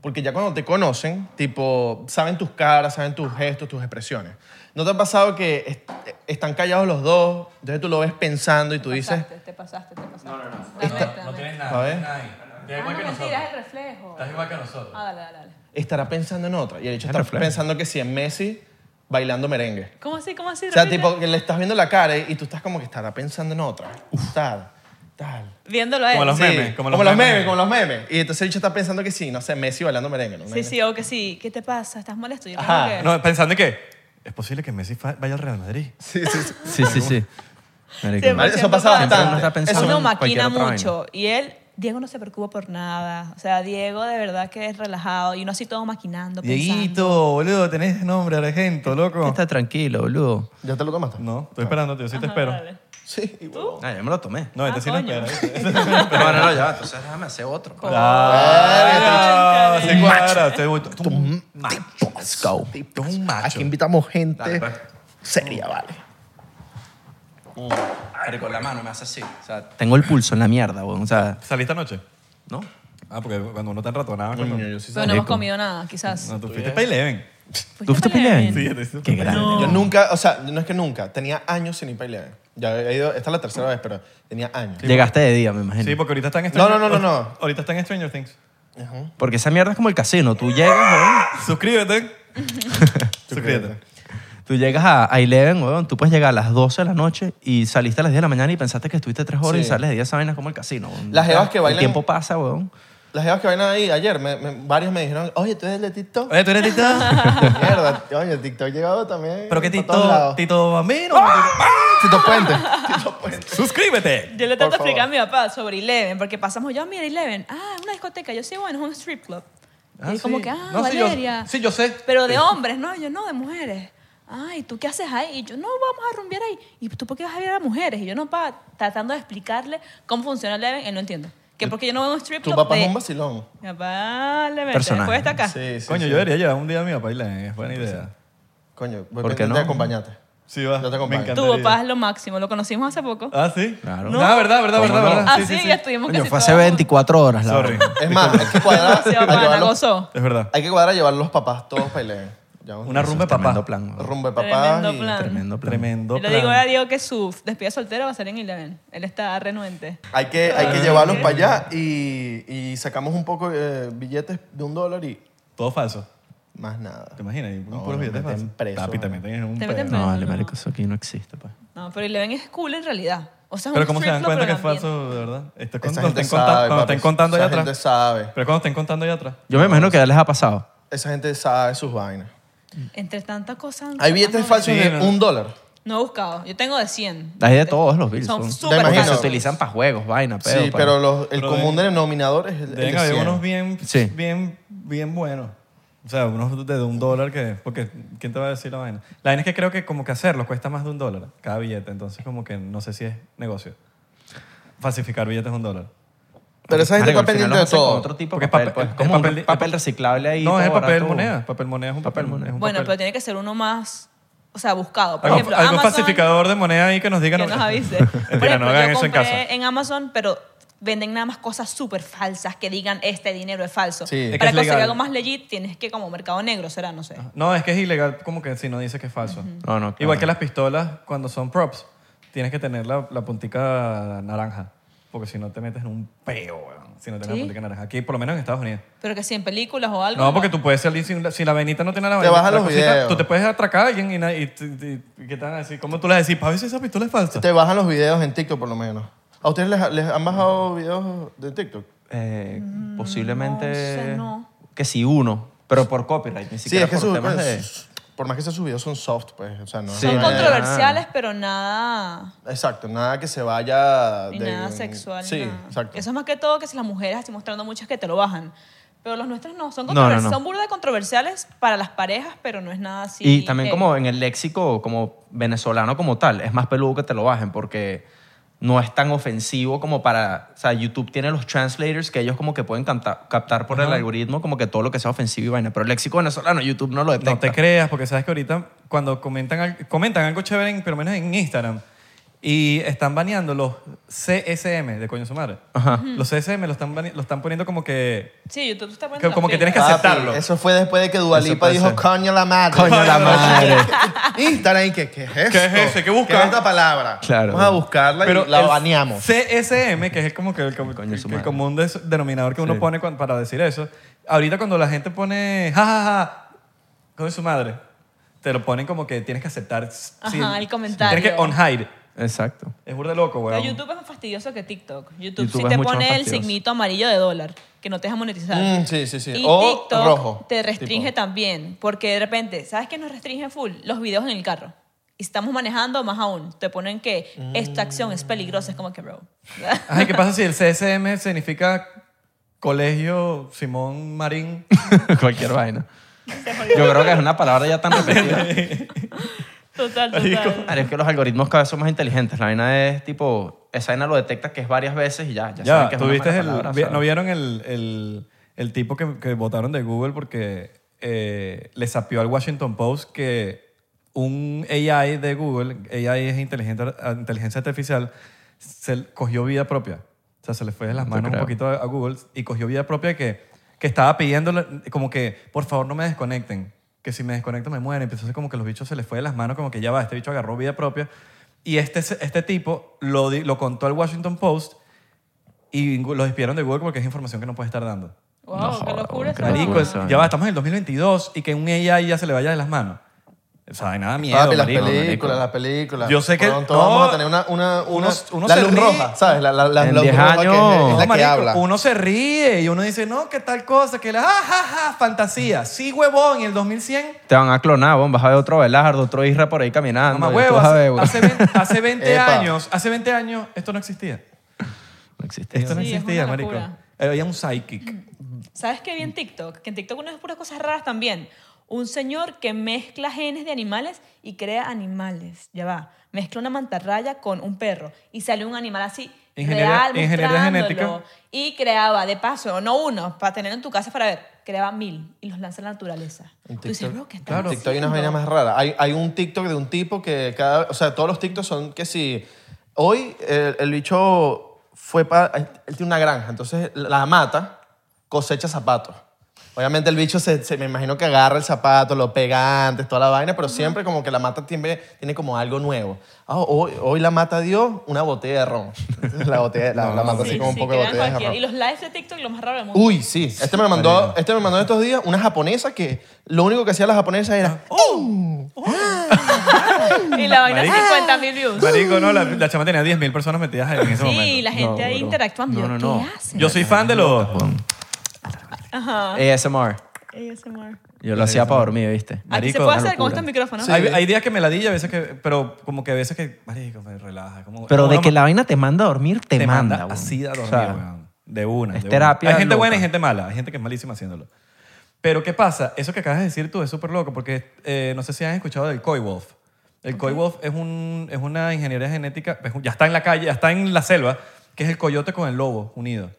Speaker 3: porque ya cuando te conocen, tipo, saben tus caras, saben tus gestos, tus expresiones. ¿No te ha pasado que est- están callados los dos? Entonces tú lo ves pensando y tú dices,
Speaker 1: Pasaste, te pasaste, te pasaste. No, no, no.
Speaker 3: nada, A ver. no
Speaker 1: Ah, mentira, es el reflejo.
Speaker 2: igual que nosotros.
Speaker 1: Ah, dale, dale, dale.
Speaker 3: estará pensando en otra. Y el hecho
Speaker 4: Es
Speaker 3: está
Speaker 4: reflejo.
Speaker 3: pensando que si en Messi bailando merengue.
Speaker 1: ¿Cómo así? ¿Cómo así?
Speaker 3: O sea,
Speaker 1: Repite.
Speaker 3: tipo, que le estás viendo la cara y tú estás como que estará pensando en otra. Tal, tal.
Speaker 1: Viéndolo a
Speaker 2: Como
Speaker 1: él.
Speaker 2: los
Speaker 3: Sí,
Speaker 2: memes, como los memes.
Speaker 3: memes. como los memes. Y entonces el bicho está pensando que sí, no sé, Messi bailando merengue. ¿no?
Speaker 1: Sí, sí, o que sí. ¿Qué te pasa? ¿Estás molesto? Yo
Speaker 3: Ajá,
Speaker 1: creo que...
Speaker 2: No, pensando que es posible que Messi fa- vaya al Real Madrid.
Speaker 3: Sí, sí, sí.
Speaker 4: Sí, sí, sí. Marico.
Speaker 1: Siempre-
Speaker 3: Eso
Speaker 1: siempre
Speaker 3: pasa bastante.
Speaker 4: Uno está pensando
Speaker 1: Eso
Speaker 4: en
Speaker 1: uno maquina
Speaker 4: cualquier otra
Speaker 1: mucho. Y él, Diego no se preocupa por nada. O sea, Diego de verdad que es relajado. Y uno así todo maquinando, pensando.
Speaker 2: Dieguito, boludo, tenés nombre argento, loco.
Speaker 4: Está tranquilo, boludo.
Speaker 3: ¿Ya te lo tomaste?
Speaker 2: No, estoy esperándote, yo sí
Speaker 1: Ajá,
Speaker 2: te espero.
Speaker 1: dale.
Speaker 3: Sí, y huevo.
Speaker 4: Ah, yo me lo tomé.
Speaker 2: No, este
Speaker 1: Ah,
Speaker 2: sí no
Speaker 1: coño.
Speaker 2: espera. ¿viste?
Speaker 4: No, no, no, ya, va, entonces déjame hacer otro.
Speaker 1: Coño.
Speaker 2: Ah,
Speaker 1: Cónchale.
Speaker 2: sí cuadra, estoy muy- tú un
Speaker 3: Let's go.
Speaker 2: tú un macho.
Speaker 3: Aquí invitamos gente
Speaker 4: Dale, pues.
Speaker 3: seria, vale.
Speaker 4: Mm. Marico, la mano me hace así. O sea, tengo el pulso en la mierda, weón. O sea,
Speaker 2: ¿Saliste anoche?
Speaker 4: ¿no?
Speaker 2: Ah, porque cuando uno está enratonado. cuando-
Speaker 3: Coño, yo sí
Speaker 1: Pero
Speaker 3: sabía.
Speaker 1: no hemos comido nada, quizás.
Speaker 2: No, tú fuiste para Eleven.
Speaker 4: ¿Tú fuiste
Speaker 1: para
Speaker 4: Peleven?
Speaker 1: Eleven?
Speaker 2: Sí, te hiciste
Speaker 4: Qué
Speaker 2: para
Speaker 4: grande.
Speaker 2: Eleven.
Speaker 3: Yo nunca, o sea, no es que nunca, tenía años sin ir para Eleven. Ya he ido, esta es la tercera vez, pero tenía años.
Speaker 4: Llegaste de día, me imagino.
Speaker 2: Sí, porque ahorita están en
Speaker 3: No, no, no, no, no.
Speaker 2: Ahorita están en Stranger Things.
Speaker 4: Porque esa mierda es como el casino. Tú llegas, weón.
Speaker 2: Suscríbete. Suscríbete.
Speaker 4: Tú llegas a, a Eleven, weón. Tú puedes llegar a las 12 de la noche y saliste a las 10 de la mañana y pensaste que estuviste 3 horas
Speaker 3: Sí.
Speaker 4: y sales de día. Esa vaina es como el casino, weón.
Speaker 3: Las jevas que
Speaker 4: El
Speaker 3: bailan-
Speaker 4: tiempo pasa, weón.
Speaker 3: Las jevas que van ahí ayer, me, me- varios me dijeron, oye, tú eres
Speaker 2: (laughs)
Speaker 3: de TikTok.
Speaker 2: Oye, ¿tú eres Tito?
Speaker 3: Mierda, oye, TikTok llegado también.
Speaker 2: ¿Pero qué
Speaker 3: pa' todos
Speaker 2: Tito?
Speaker 3: lados.
Speaker 2: ¿Tito Bambino? Ah,
Speaker 3: Tito Puente. Tito Puente.
Speaker 2: Pues, ¡Suscríbete!
Speaker 1: Yo le trato de
Speaker 3: Por favor.
Speaker 1: explicar a mi papá sobre Eleven, porque pasamos yo, mira, Eleven, ah, es una discoteca, yo sí, bueno, es un strip club. y
Speaker 2: Ah,
Speaker 1: él como
Speaker 2: sí.
Speaker 1: que, ah,
Speaker 2: No, sí, yo-
Speaker 1: Valeria.
Speaker 2: Sí, yo sé.
Speaker 1: Pero de hombres, no, yo no, de mujeres. Ay, ¿tú qué haces ahí? Y yo, no, vamos a rumbear ahí. ¿Y tú por qué vas a ver a mujeres? Y yo, no, papá, tratando de explicarle cómo funciona Eleven, él no entiende. Que porque yo no veo un strip
Speaker 3: Tu
Speaker 1: club
Speaker 3: papá
Speaker 1: de-
Speaker 3: es un vacilón.
Speaker 1: Mi papá le mete,
Speaker 4: Personaje.
Speaker 1: después está pues, acá.
Speaker 3: Sí, sí.
Speaker 2: Coño,
Speaker 3: sí.
Speaker 2: yo debería llevar un día a mi papá y le- es buena idea.
Speaker 3: Coño, voy
Speaker 4: ¿Por qué
Speaker 3: pendiente
Speaker 4: no?
Speaker 3: de acompañarte.
Speaker 2: Sí, va.
Speaker 3: Yo te
Speaker 2: me
Speaker 3: acompaño.
Speaker 2: encantaría.
Speaker 1: Tu papá es lo máximo, lo conocimos hace poco.
Speaker 2: Ah, sí.
Speaker 4: Claro.
Speaker 2: No, ah, verdad, verdad,
Speaker 4: ¿Cómo
Speaker 2: verdad,
Speaker 4: no?
Speaker 2: verdad.
Speaker 1: Así
Speaker 2: Sí, sí, sí.
Speaker 1: ya estuvimos
Speaker 4: Coño,
Speaker 1: casi
Speaker 4: fue
Speaker 1: todos
Speaker 4: hace 24 horas, la
Speaker 2: Sorry.
Speaker 4: verdad.
Speaker 3: Es más, hay que cuadrar.
Speaker 1: Demasiado
Speaker 3: a
Speaker 1: pana,
Speaker 3: llevarlos-
Speaker 1: gozó.
Speaker 2: Es verdad.
Speaker 3: hay que cuadrar a llevar los papás todos para Eleven. Ya vamos.
Speaker 2: Una rumba de
Speaker 4: Tremendo
Speaker 2: papá.
Speaker 4: plan, weón.
Speaker 3: Rumba de papás.
Speaker 1: Tremendo
Speaker 3: y-
Speaker 1: plan.
Speaker 4: Tremendo plan.
Speaker 2: Tremendo
Speaker 1: Yo
Speaker 2: plan.
Speaker 1: le digo a Diego que su despedida soltera va a ser en Eleven. Él está renuente.
Speaker 3: Hay que, hay que llevarlos para allá y, y sacamos un poco eh, billetes de un dólar y
Speaker 2: Todo falso.
Speaker 3: más nada.
Speaker 2: ¿Te imaginas? Y
Speaker 3: No,
Speaker 2: puros
Speaker 3: me
Speaker 2: billetes
Speaker 3: meten
Speaker 2: falsos.
Speaker 3: preso,
Speaker 2: Papi, te
Speaker 3: ¿no?
Speaker 2: meten en un
Speaker 1: Te
Speaker 2: pedo.
Speaker 1: meten
Speaker 4: No, vale,
Speaker 1: No.
Speaker 4: marico, eso aquí no existe, pues.
Speaker 1: No, pero Eleven es cool en realidad. O sea, es
Speaker 2: Pero
Speaker 1: un
Speaker 2: ¿cómo se
Speaker 1: strip
Speaker 2: dan
Speaker 1: club,
Speaker 2: cuenta que
Speaker 1: pero
Speaker 2: es
Speaker 1: el ambiente-
Speaker 2: falso, de verdad? Esto es
Speaker 3: Esa
Speaker 2: cuando
Speaker 3: gente
Speaker 2: estén conta-
Speaker 3: sabe,
Speaker 2: cuando
Speaker 3: papi.
Speaker 2: estén contando
Speaker 3: Esa
Speaker 2: allá atrás.
Speaker 3: gente sabe.
Speaker 2: Pero cuando estén contando allá atrás.
Speaker 4: Yo me imagino que ya les ha pasado.
Speaker 3: Esa gente sabe sus vainas.
Speaker 1: Entre tantas cosas.
Speaker 3: Hay billetes
Speaker 1: no,
Speaker 3: falsos
Speaker 2: Sí,
Speaker 3: de
Speaker 2: no.
Speaker 3: un dólar.
Speaker 1: No he buscado. Yo tengo de 100.
Speaker 4: Hay de todos los bills.
Speaker 1: Eh, Son
Speaker 4: weón.
Speaker 1: súper
Speaker 3: Te
Speaker 4: Porque
Speaker 3: imagino.
Speaker 4: se
Speaker 1: falsos.
Speaker 4: utilizan para juegos, vaina, pedo. pues.
Speaker 3: Sí,
Speaker 4: pa-
Speaker 3: pero los- el
Speaker 2: Pero
Speaker 3: común
Speaker 2: deben-
Speaker 3: denominador es el, el
Speaker 2: Deben
Speaker 3: de
Speaker 2: haber
Speaker 3: 100.
Speaker 2: unos bien,
Speaker 4: Sí.
Speaker 2: bien, bien buenos. O sea, unos de de un dólar que... Porque, ¿quién te va a decir la vaina? La vaina es que creo que como que hacerlo cuesta más de un dólar cada billete. Entonces como que no sé si es negocio. Falsificar billetes de un dólar.
Speaker 3: Pero esa gente
Speaker 4: Marico,
Speaker 3: está
Speaker 4: al
Speaker 3: pendiente
Speaker 4: final lo
Speaker 3: de
Speaker 4: hacen con
Speaker 3: todo.
Speaker 4: Otro tipo
Speaker 2: Porque
Speaker 4: de
Speaker 2: es
Speaker 4: papel,
Speaker 2: papel-
Speaker 4: pues,
Speaker 2: es
Speaker 4: como
Speaker 2: papel-
Speaker 4: un papel reciclable ahí.
Speaker 2: no,
Speaker 4: todo
Speaker 2: es el papel
Speaker 4: barato.
Speaker 2: moneda. Papel moneda es un papel,
Speaker 4: Papel moneda.
Speaker 2: es un
Speaker 1: Bueno, pero
Speaker 2: papel.
Speaker 1: tiene que ser uno más, o sea, buscado. Por
Speaker 2: Algo-
Speaker 1: ejemplo,
Speaker 2: algún
Speaker 1: Amazon,
Speaker 2: falsificador de moneda ahí que nos
Speaker 1: Que
Speaker 2: diga... (laughs)
Speaker 1: nos avise.
Speaker 2: Mentira,
Speaker 1: Por ejemplo,
Speaker 2: no hagan
Speaker 1: yo
Speaker 2: eso en
Speaker 1: compré
Speaker 2: casa.
Speaker 1: en Amazon, pero venden nada más cosas súper falsas que digan este dinero es falso.
Speaker 3: Sí. Es que
Speaker 1: Para
Speaker 2: es
Speaker 1: conseguir
Speaker 2: legal.
Speaker 1: algo más legit tienes que como mercado negro, será, no sé.
Speaker 2: No, es que es ilegal como que si no dices que es falso.
Speaker 4: No, no, claro.
Speaker 2: Igual que las pistolas cuando son props, tienes que tener la, la puntica naranja, porque si no te metes en un peo, weón, si no tienes
Speaker 1: ¿Sí?
Speaker 2: la puntica naranja. Aquí, por lo menos en Estados Unidos.
Speaker 1: Pero que si en películas o algo.
Speaker 2: No, porque tú puedes salir sin la- si la venita no tiene la
Speaker 3: Te
Speaker 2: vainita,
Speaker 3: bajan
Speaker 2: la
Speaker 3: los
Speaker 2: cosita,
Speaker 3: videos.
Speaker 2: Tú te puedes atracar a alguien y, na- y, t- t- y ¿qué te van a decir? ¿Cómo tú le decís? Para ver si esa pistola es falsa.
Speaker 3: Te bajan los videos en TikTok por lo menos. ¿A ustedes les, les han bajado videos de TikTok?
Speaker 4: Eh, posiblemente.
Speaker 1: Mm, no sé, no.
Speaker 4: Que si uno, pero por copyright, ni siquiera por
Speaker 3: sus-
Speaker 4: temas
Speaker 3: pues,
Speaker 4: de.
Speaker 3: Por más que sean sus videos son soft, pues. O sea, no
Speaker 4: Sí,
Speaker 1: Son
Speaker 3: no es-
Speaker 1: controversiales, pero nada.
Speaker 3: Exacto, nada que se vaya
Speaker 1: Ni
Speaker 3: de...
Speaker 1: nada sexual.
Speaker 3: Sí,
Speaker 1: nada.
Speaker 3: exacto.
Speaker 1: Eso es más que todo que si las mujeres así mostrando muchas que te lo bajan. Pero los nuestros no. Son,
Speaker 4: No,
Speaker 1: controver-
Speaker 4: no, no.
Speaker 1: son burda de controversiales para las parejas, pero no es nada así.
Speaker 4: Y también
Speaker 1: heavy.
Speaker 4: como en el léxico como venezolano como tal, es más peludo que te lo bajen porque no es tan ofensivo como para, o sea, YouTube tiene los translators que ellos como que pueden canta- captar por el algoritmo como que todo lo que sea ofensivo y vaina, pero el léxico venezolano YouTube no lo detecta.
Speaker 2: No te creas, porque sabes que ahorita cuando comentan, al- comentan algo chévere, en, pero menos en Instagram, y están baneando los CSM de coño su madre. Los CSM lo están, bane- lo están poniendo como que...
Speaker 1: Sí, YouTube está poniendo.
Speaker 2: que- como
Speaker 1: las
Speaker 2: que tienes que
Speaker 1: pilas.
Speaker 3: Papi,
Speaker 2: aceptarlo.
Speaker 3: Eso fue después de que
Speaker 4: Eso
Speaker 3: Dualipa
Speaker 4: puede
Speaker 3: dijo
Speaker 4: ser.
Speaker 3: coño la madre.
Speaker 4: Coño la madre.
Speaker 3: Instagram, (laughs) ¿y ¿qué, qué es esto?
Speaker 2: ¿Qué es ese? ¿Qué busca?
Speaker 3: es esta palabra?
Speaker 4: Claro.
Speaker 3: Vamos a buscarla y la
Speaker 2: el
Speaker 3: baneamos.
Speaker 2: CSM, que es como que el, com-
Speaker 4: Coño,
Speaker 2: que
Speaker 4: su
Speaker 2: el
Speaker 4: madre.
Speaker 2: común des- denominador que uno
Speaker 4: Sí.
Speaker 2: pone cuan- para decir eso. Ahorita cuando la gente pone, jajaja, ja, ja, coño su madre, te lo ponen como que tienes que aceptar. s-
Speaker 1: Ajá,
Speaker 2: sin-
Speaker 1: el comentario.
Speaker 2: Tienes que on hide.
Speaker 4: Exacto. (laughs)
Speaker 2: Es burda de loco,
Speaker 1: Pero
Speaker 2: weón.
Speaker 1: YouTube es más fastidioso que TikTok. YouTube,
Speaker 4: YouTube
Speaker 1: sí
Speaker 4: es
Speaker 1: te
Speaker 4: mucho más
Speaker 1: pone el
Speaker 4: fastidioso.
Speaker 1: signito amarillo de dólar, que no te deja monetizar.
Speaker 3: Mm, sí, sí, sí.
Speaker 1: Y
Speaker 3: O
Speaker 1: TikTok
Speaker 3: rojo,
Speaker 1: te restringe
Speaker 3: tipo.
Speaker 1: también, porque de repente, ¿sabes qué nos restringe full? Los videos en el carro. Y si estamos manejando, más aún, te ponen que esta acción es peligrosa, es como que, bro. (laughs)
Speaker 2: Ay, ¿qué pasa si el CSM significa Colegio Simón Marín?
Speaker 4: Cualquier vaina. Yo creo que es una palabra ya tan repetida.
Speaker 1: total, total.
Speaker 4: Marico, Ah, es que los algoritmos cada vez son más inteligentes. La vaina es tipo, esa vaina lo detecta que es varias veces y ya, ya, saben
Speaker 2: Ya,
Speaker 4: que es
Speaker 2: ¿tú
Speaker 4: una
Speaker 2: viste
Speaker 4: mala
Speaker 2: el,
Speaker 4: palabra, o
Speaker 2: vi-
Speaker 4: sea.
Speaker 2: ¿No vieron el, el, el tipo que, que votaron de Google porque eh, le sapió al Washington Post que un AI de Google, AI es inteligente- inteligencia artificial, se l- cogió vida propia. O sea, se le fue de las
Speaker 4: te
Speaker 2: manos un
Speaker 4: creo.
Speaker 2: poquito a, a Google y cogió vida propia que, que estaba pidiéndole como que, por favor, no me desconecten. Que si me desconecto me mueren. Empezó a ser como que los bichos se les fue de las manos, como que ya va, este bicho agarró vida propia. Y este, este tipo lo, di- lo contó al Washington Post y lo despidieron de Google porque es información que no puede estar dando.
Speaker 1: Wow,
Speaker 4: No
Speaker 1: qué
Speaker 4: joda,
Speaker 1: locura. esa
Speaker 4: marico,
Speaker 1: vaina.
Speaker 4: eso-
Speaker 2: Ya va, estamos en el 2022 y que un AI ya se le vaya de las manos. O sea, de nada miedo,
Speaker 3: Papi, las
Speaker 2: marico.
Speaker 3: películas, las películas.
Speaker 2: Yo sé que-
Speaker 3: Pronto
Speaker 2: no,
Speaker 3: vamos a tener una. una, una
Speaker 2: unos- unos
Speaker 3: la
Speaker 2: se
Speaker 3: luz
Speaker 2: ríen.
Speaker 3: roja, ¿sabes? La, la, la
Speaker 4: En
Speaker 3: luz
Speaker 4: 10
Speaker 3: roja que es-
Speaker 4: años.
Speaker 3: es
Speaker 2: No,
Speaker 3: la que
Speaker 2: marico,
Speaker 3: habla.
Speaker 2: Uno se ríe y uno dice, no, que tal cosa, que la, ah, ja, ja, fantasía. Sí, huevón, en el 2100,
Speaker 4: Te van a clonar, bon, vas a ver otro Belardo, otro Isra por ahí caminando.
Speaker 2: mamá
Speaker 4: y tú
Speaker 2: huevo,
Speaker 4: vas a
Speaker 2: hace,
Speaker 4: ver, güey.
Speaker 2: hace 20, hace 20
Speaker 3: Epa.
Speaker 2: años, hace 20 años esto no existía.
Speaker 4: No existe.
Speaker 2: Esto no
Speaker 1: Sí, es
Speaker 2: existía,
Speaker 1: una
Speaker 2: marico.
Speaker 1: locura.
Speaker 2: Había un psychic.
Speaker 1: ¿Sabes qué vi en TikTok? Que en TikTok uno es puras cosas raras también. Un señor que mezcla genes de animales y crea animales. Ya va. Mezcla una mantarraya con un perro y sale un animal así.
Speaker 2: Ingeniería-
Speaker 1: real,
Speaker 2: ingeniería
Speaker 1: mostrándolo.
Speaker 2: genética.
Speaker 1: Y creaba, de paso, no uno, para tener en tu casa para ver. Creaba mil y los lanza a la naturaleza.
Speaker 3: En
Speaker 1: Tú dices,
Speaker 3: TikTok,
Speaker 1: bro, ¿qué están
Speaker 2: claro.
Speaker 3: En TikTok hay unas
Speaker 1: haciendo?
Speaker 3: vainas más raras. Hay, hay un TikTok de un tipo que cada... O sea, todos los TikToks son que si... Hoy el, el bicho fue para... Él tiene una granja, entonces la mata, cosecha zapatos. Obviamente el bicho se, se- me imagino que agarra el zapato, lo pega antes, toda la vaina, pero siempre como que la mata tiene, tiene como algo nuevo. Ah, hoy, hoy la mata dio una botella de ron. (laughs) La, botella, la, la mata así
Speaker 1: Sí,
Speaker 3: como un
Speaker 1: sí,
Speaker 3: poco de
Speaker 1: crean
Speaker 3: botella de
Speaker 1: cualquiera.
Speaker 3: ron.
Speaker 1: Y los lives de TikTok, lo más raro del mundo.
Speaker 3: Uy, sí. Este me lo mandó, este me mandó estos días una japonesa que lo único que hacía la japonesa era
Speaker 4: Ah, oh.
Speaker 1: (laughs) Y la vaina
Speaker 2: Marico.
Speaker 1: 50 mil views.
Speaker 2: Marico, no, la, la chama tenía 10.000 personas metidas en ese momento.
Speaker 1: Sí, la gente
Speaker 4: No,
Speaker 1: ahí
Speaker 4: bro.
Speaker 1: interactuando.
Speaker 4: No,
Speaker 1: Yo,
Speaker 4: no,
Speaker 1: ¿Qué
Speaker 4: no.
Speaker 1: hacen?
Speaker 2: Yo soy fan de los...
Speaker 1: Ajá.
Speaker 4: ASMR.
Speaker 1: ASMR.
Speaker 4: Yo lo hacía para dormir, ¿viste?
Speaker 1: Aquí Ah, se
Speaker 2: Marico,
Speaker 1: puede
Speaker 2: una
Speaker 1: hacer con
Speaker 4: locura.
Speaker 1: estos micrófonos.
Speaker 2: Hay, hay días que me ladilla, a veces que... Pero como que a veces que... Marico, me relaja. Como,
Speaker 4: Pero
Speaker 2: como
Speaker 4: de
Speaker 2: una
Speaker 4: que
Speaker 2: ma-
Speaker 4: la vaina te manda a dormir, te,
Speaker 2: te manda,
Speaker 4: manda. weón.
Speaker 2: así a dormir,
Speaker 4: O sea,
Speaker 2: weón. De una.
Speaker 4: es
Speaker 2: de
Speaker 4: terapia
Speaker 2: una. Hay gente buena y
Speaker 4: loca.
Speaker 2: gente mala. Hay gente que es malísima haciéndolo. Pero ¿qué pasa? Eso que acabas de decir tú es súper loco porque eh, no sé si han escuchado del Koi Wolf. El Koi Wolf es, un, es una ingeniería genética, es un- ya está en la calle, ya está en la selva, que es el coyote con el lobo unido.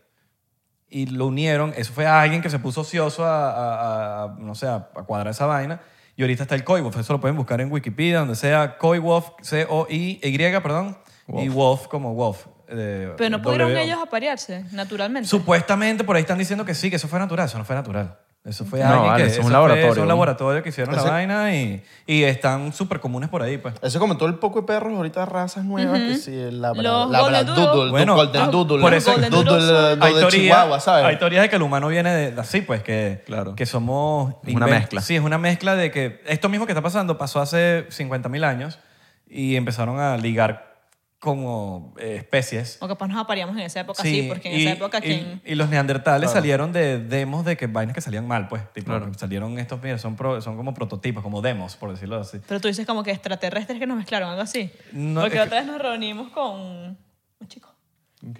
Speaker 2: Y lo unieron, eso fue alguien que se puso ocioso a, a- a- a, no sé, a, a cuadrar esa vaina. Y ahorita está el Koi Wolf, eso lo pueden buscar en Wikipedia, donde sea Koi Wolf, C-O-I-Y, perdón, y Wolf como Wolf. eh,
Speaker 1: Pero no pudieron
Speaker 2: W O L F.
Speaker 1: ellos aparearse, naturalmente.
Speaker 2: Supuestamente por ahí están diciendo que sí, que eso fue natural. Eso no fue natural. Eso fue
Speaker 4: No,
Speaker 2: alguien
Speaker 4: vale,
Speaker 2: que
Speaker 4: eso es un
Speaker 2: fue-
Speaker 4: laboratorio,
Speaker 2: es un
Speaker 4: ¿no?
Speaker 2: laboratorio que hicieron
Speaker 3: Ese-
Speaker 2: la vaina y, y están súper comunes por ahí, pues.
Speaker 3: Eso como todo el poco de perros, ahorita razas nuevas, que si el labra,
Speaker 1: Los
Speaker 3: labra
Speaker 1: Golden Doodle.
Speaker 3: doodle,
Speaker 2: Bueno,
Speaker 3: golden
Speaker 2: ah,
Speaker 3: doodle,
Speaker 2: por eso-
Speaker 3: doodle,
Speaker 1: Golden Doodle
Speaker 3: doodle,
Speaker 1: son-
Speaker 3: doodle chihuahua, ¿sabes?
Speaker 2: hay teorías de que el humano viene de, de así, pues, que,
Speaker 4: Claro.
Speaker 2: que somos...
Speaker 4: Es una
Speaker 2: inven-
Speaker 4: mezcla.
Speaker 2: Sí, es una mezcla de que esto mismo que está pasando pasó hace 50.000 años y empezaron a ligar como eh, especies.
Speaker 1: O capaz nos apareamos en esa época, sí,
Speaker 2: Sí,
Speaker 1: porque en
Speaker 2: y,
Speaker 1: esa época,
Speaker 2: y-
Speaker 1: ¿quién?
Speaker 2: y los neandertales salieron de demos de que vainas que salían mal, pues. Tipo,
Speaker 4: Claro.
Speaker 2: que Salieron estos, mira, son, pro- son como prototipos, como demos, por decirlo así.
Speaker 1: Pero tú dices como que extraterrestres que nos mezclaron, algo así.
Speaker 2: No,
Speaker 1: porque
Speaker 2: es que-
Speaker 1: otra vez nos reunimos con un chico.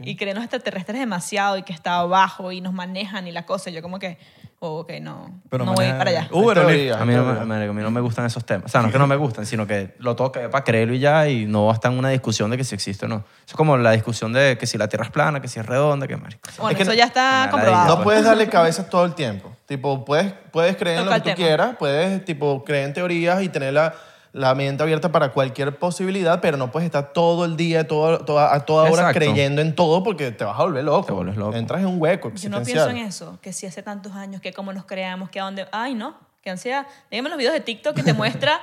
Speaker 1: Y creen los extraterrestres demasiado y que está abajo y nos manejan y la cosa. Y Yo como que, oh, ok, no,
Speaker 2: Pero
Speaker 1: no voy
Speaker 2: manejan-
Speaker 1: para allá.
Speaker 2: Uh, Uber o
Speaker 3: Teoría,
Speaker 2: Lyft.
Speaker 4: A mí, no, me-
Speaker 3: teoría.
Speaker 4: marico, a mí no me gustan esos temas. O sea, no es que no me gustan, sino que lo tengo que ver para creerlo y ya, y no va a estar en una discusión de que si existe o no. Es como la discusión de que si la Tierra es plana, que si es redonda, que marico.
Speaker 1: Bueno,
Speaker 3: es que
Speaker 1: eso
Speaker 3: no-
Speaker 1: ya está
Speaker 4: Una
Speaker 1: comprobado.
Speaker 4: ladilla,
Speaker 3: No puedes darle cabezas todo el tiempo. Tipo, puedes, puedes creer en lo
Speaker 1: Toca
Speaker 3: que
Speaker 1: el
Speaker 3: tú
Speaker 1: tema.
Speaker 3: quieras, puedes tipo, creer en teorías y tener la, la mente abierta para cualquier posibilidad, pero no puedes estar todo el día, todo, toda, a toda hora
Speaker 4: Exacto.
Speaker 3: creyendo en todo porque te vas a volver loco.
Speaker 4: Te vuelves loco.
Speaker 3: Entras en un hueco
Speaker 1: Yo no pienso en
Speaker 3: existencial.
Speaker 1: eso, que si hace tantos años, que cómo nos creamos, que a dónde... Ay, no, qué ansiedad. Dígame los videos de TikTok que te muestra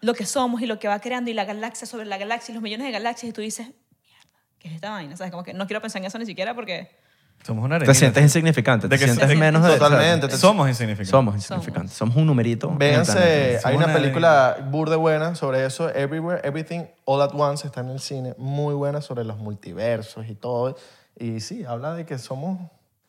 Speaker 1: lo que somos y lo que va creando y la galaxia sobre la galaxia y los millones de galaxias y tú dices, mierda, ¿qué es esta vaina? ¿Sabes? Como que no quiero pensar en eso ni siquiera porque
Speaker 2: Somos una arenita.
Speaker 4: Te sientes insignificante,
Speaker 2: De
Speaker 4: te
Speaker 2: que-
Speaker 4: sientes
Speaker 2: de-
Speaker 4: menos de...
Speaker 3: Totalmente. te-
Speaker 2: Somos insignificantes.
Speaker 4: Somos insignificantes, somos un numerito.
Speaker 3: Véanse, hay una
Speaker 2: Simona
Speaker 3: película burda buena sobre eso, Everywhere, Everything, All at Once, está en el cine, muy buena sobre los multiversos y todo. Y sí, habla de que somos,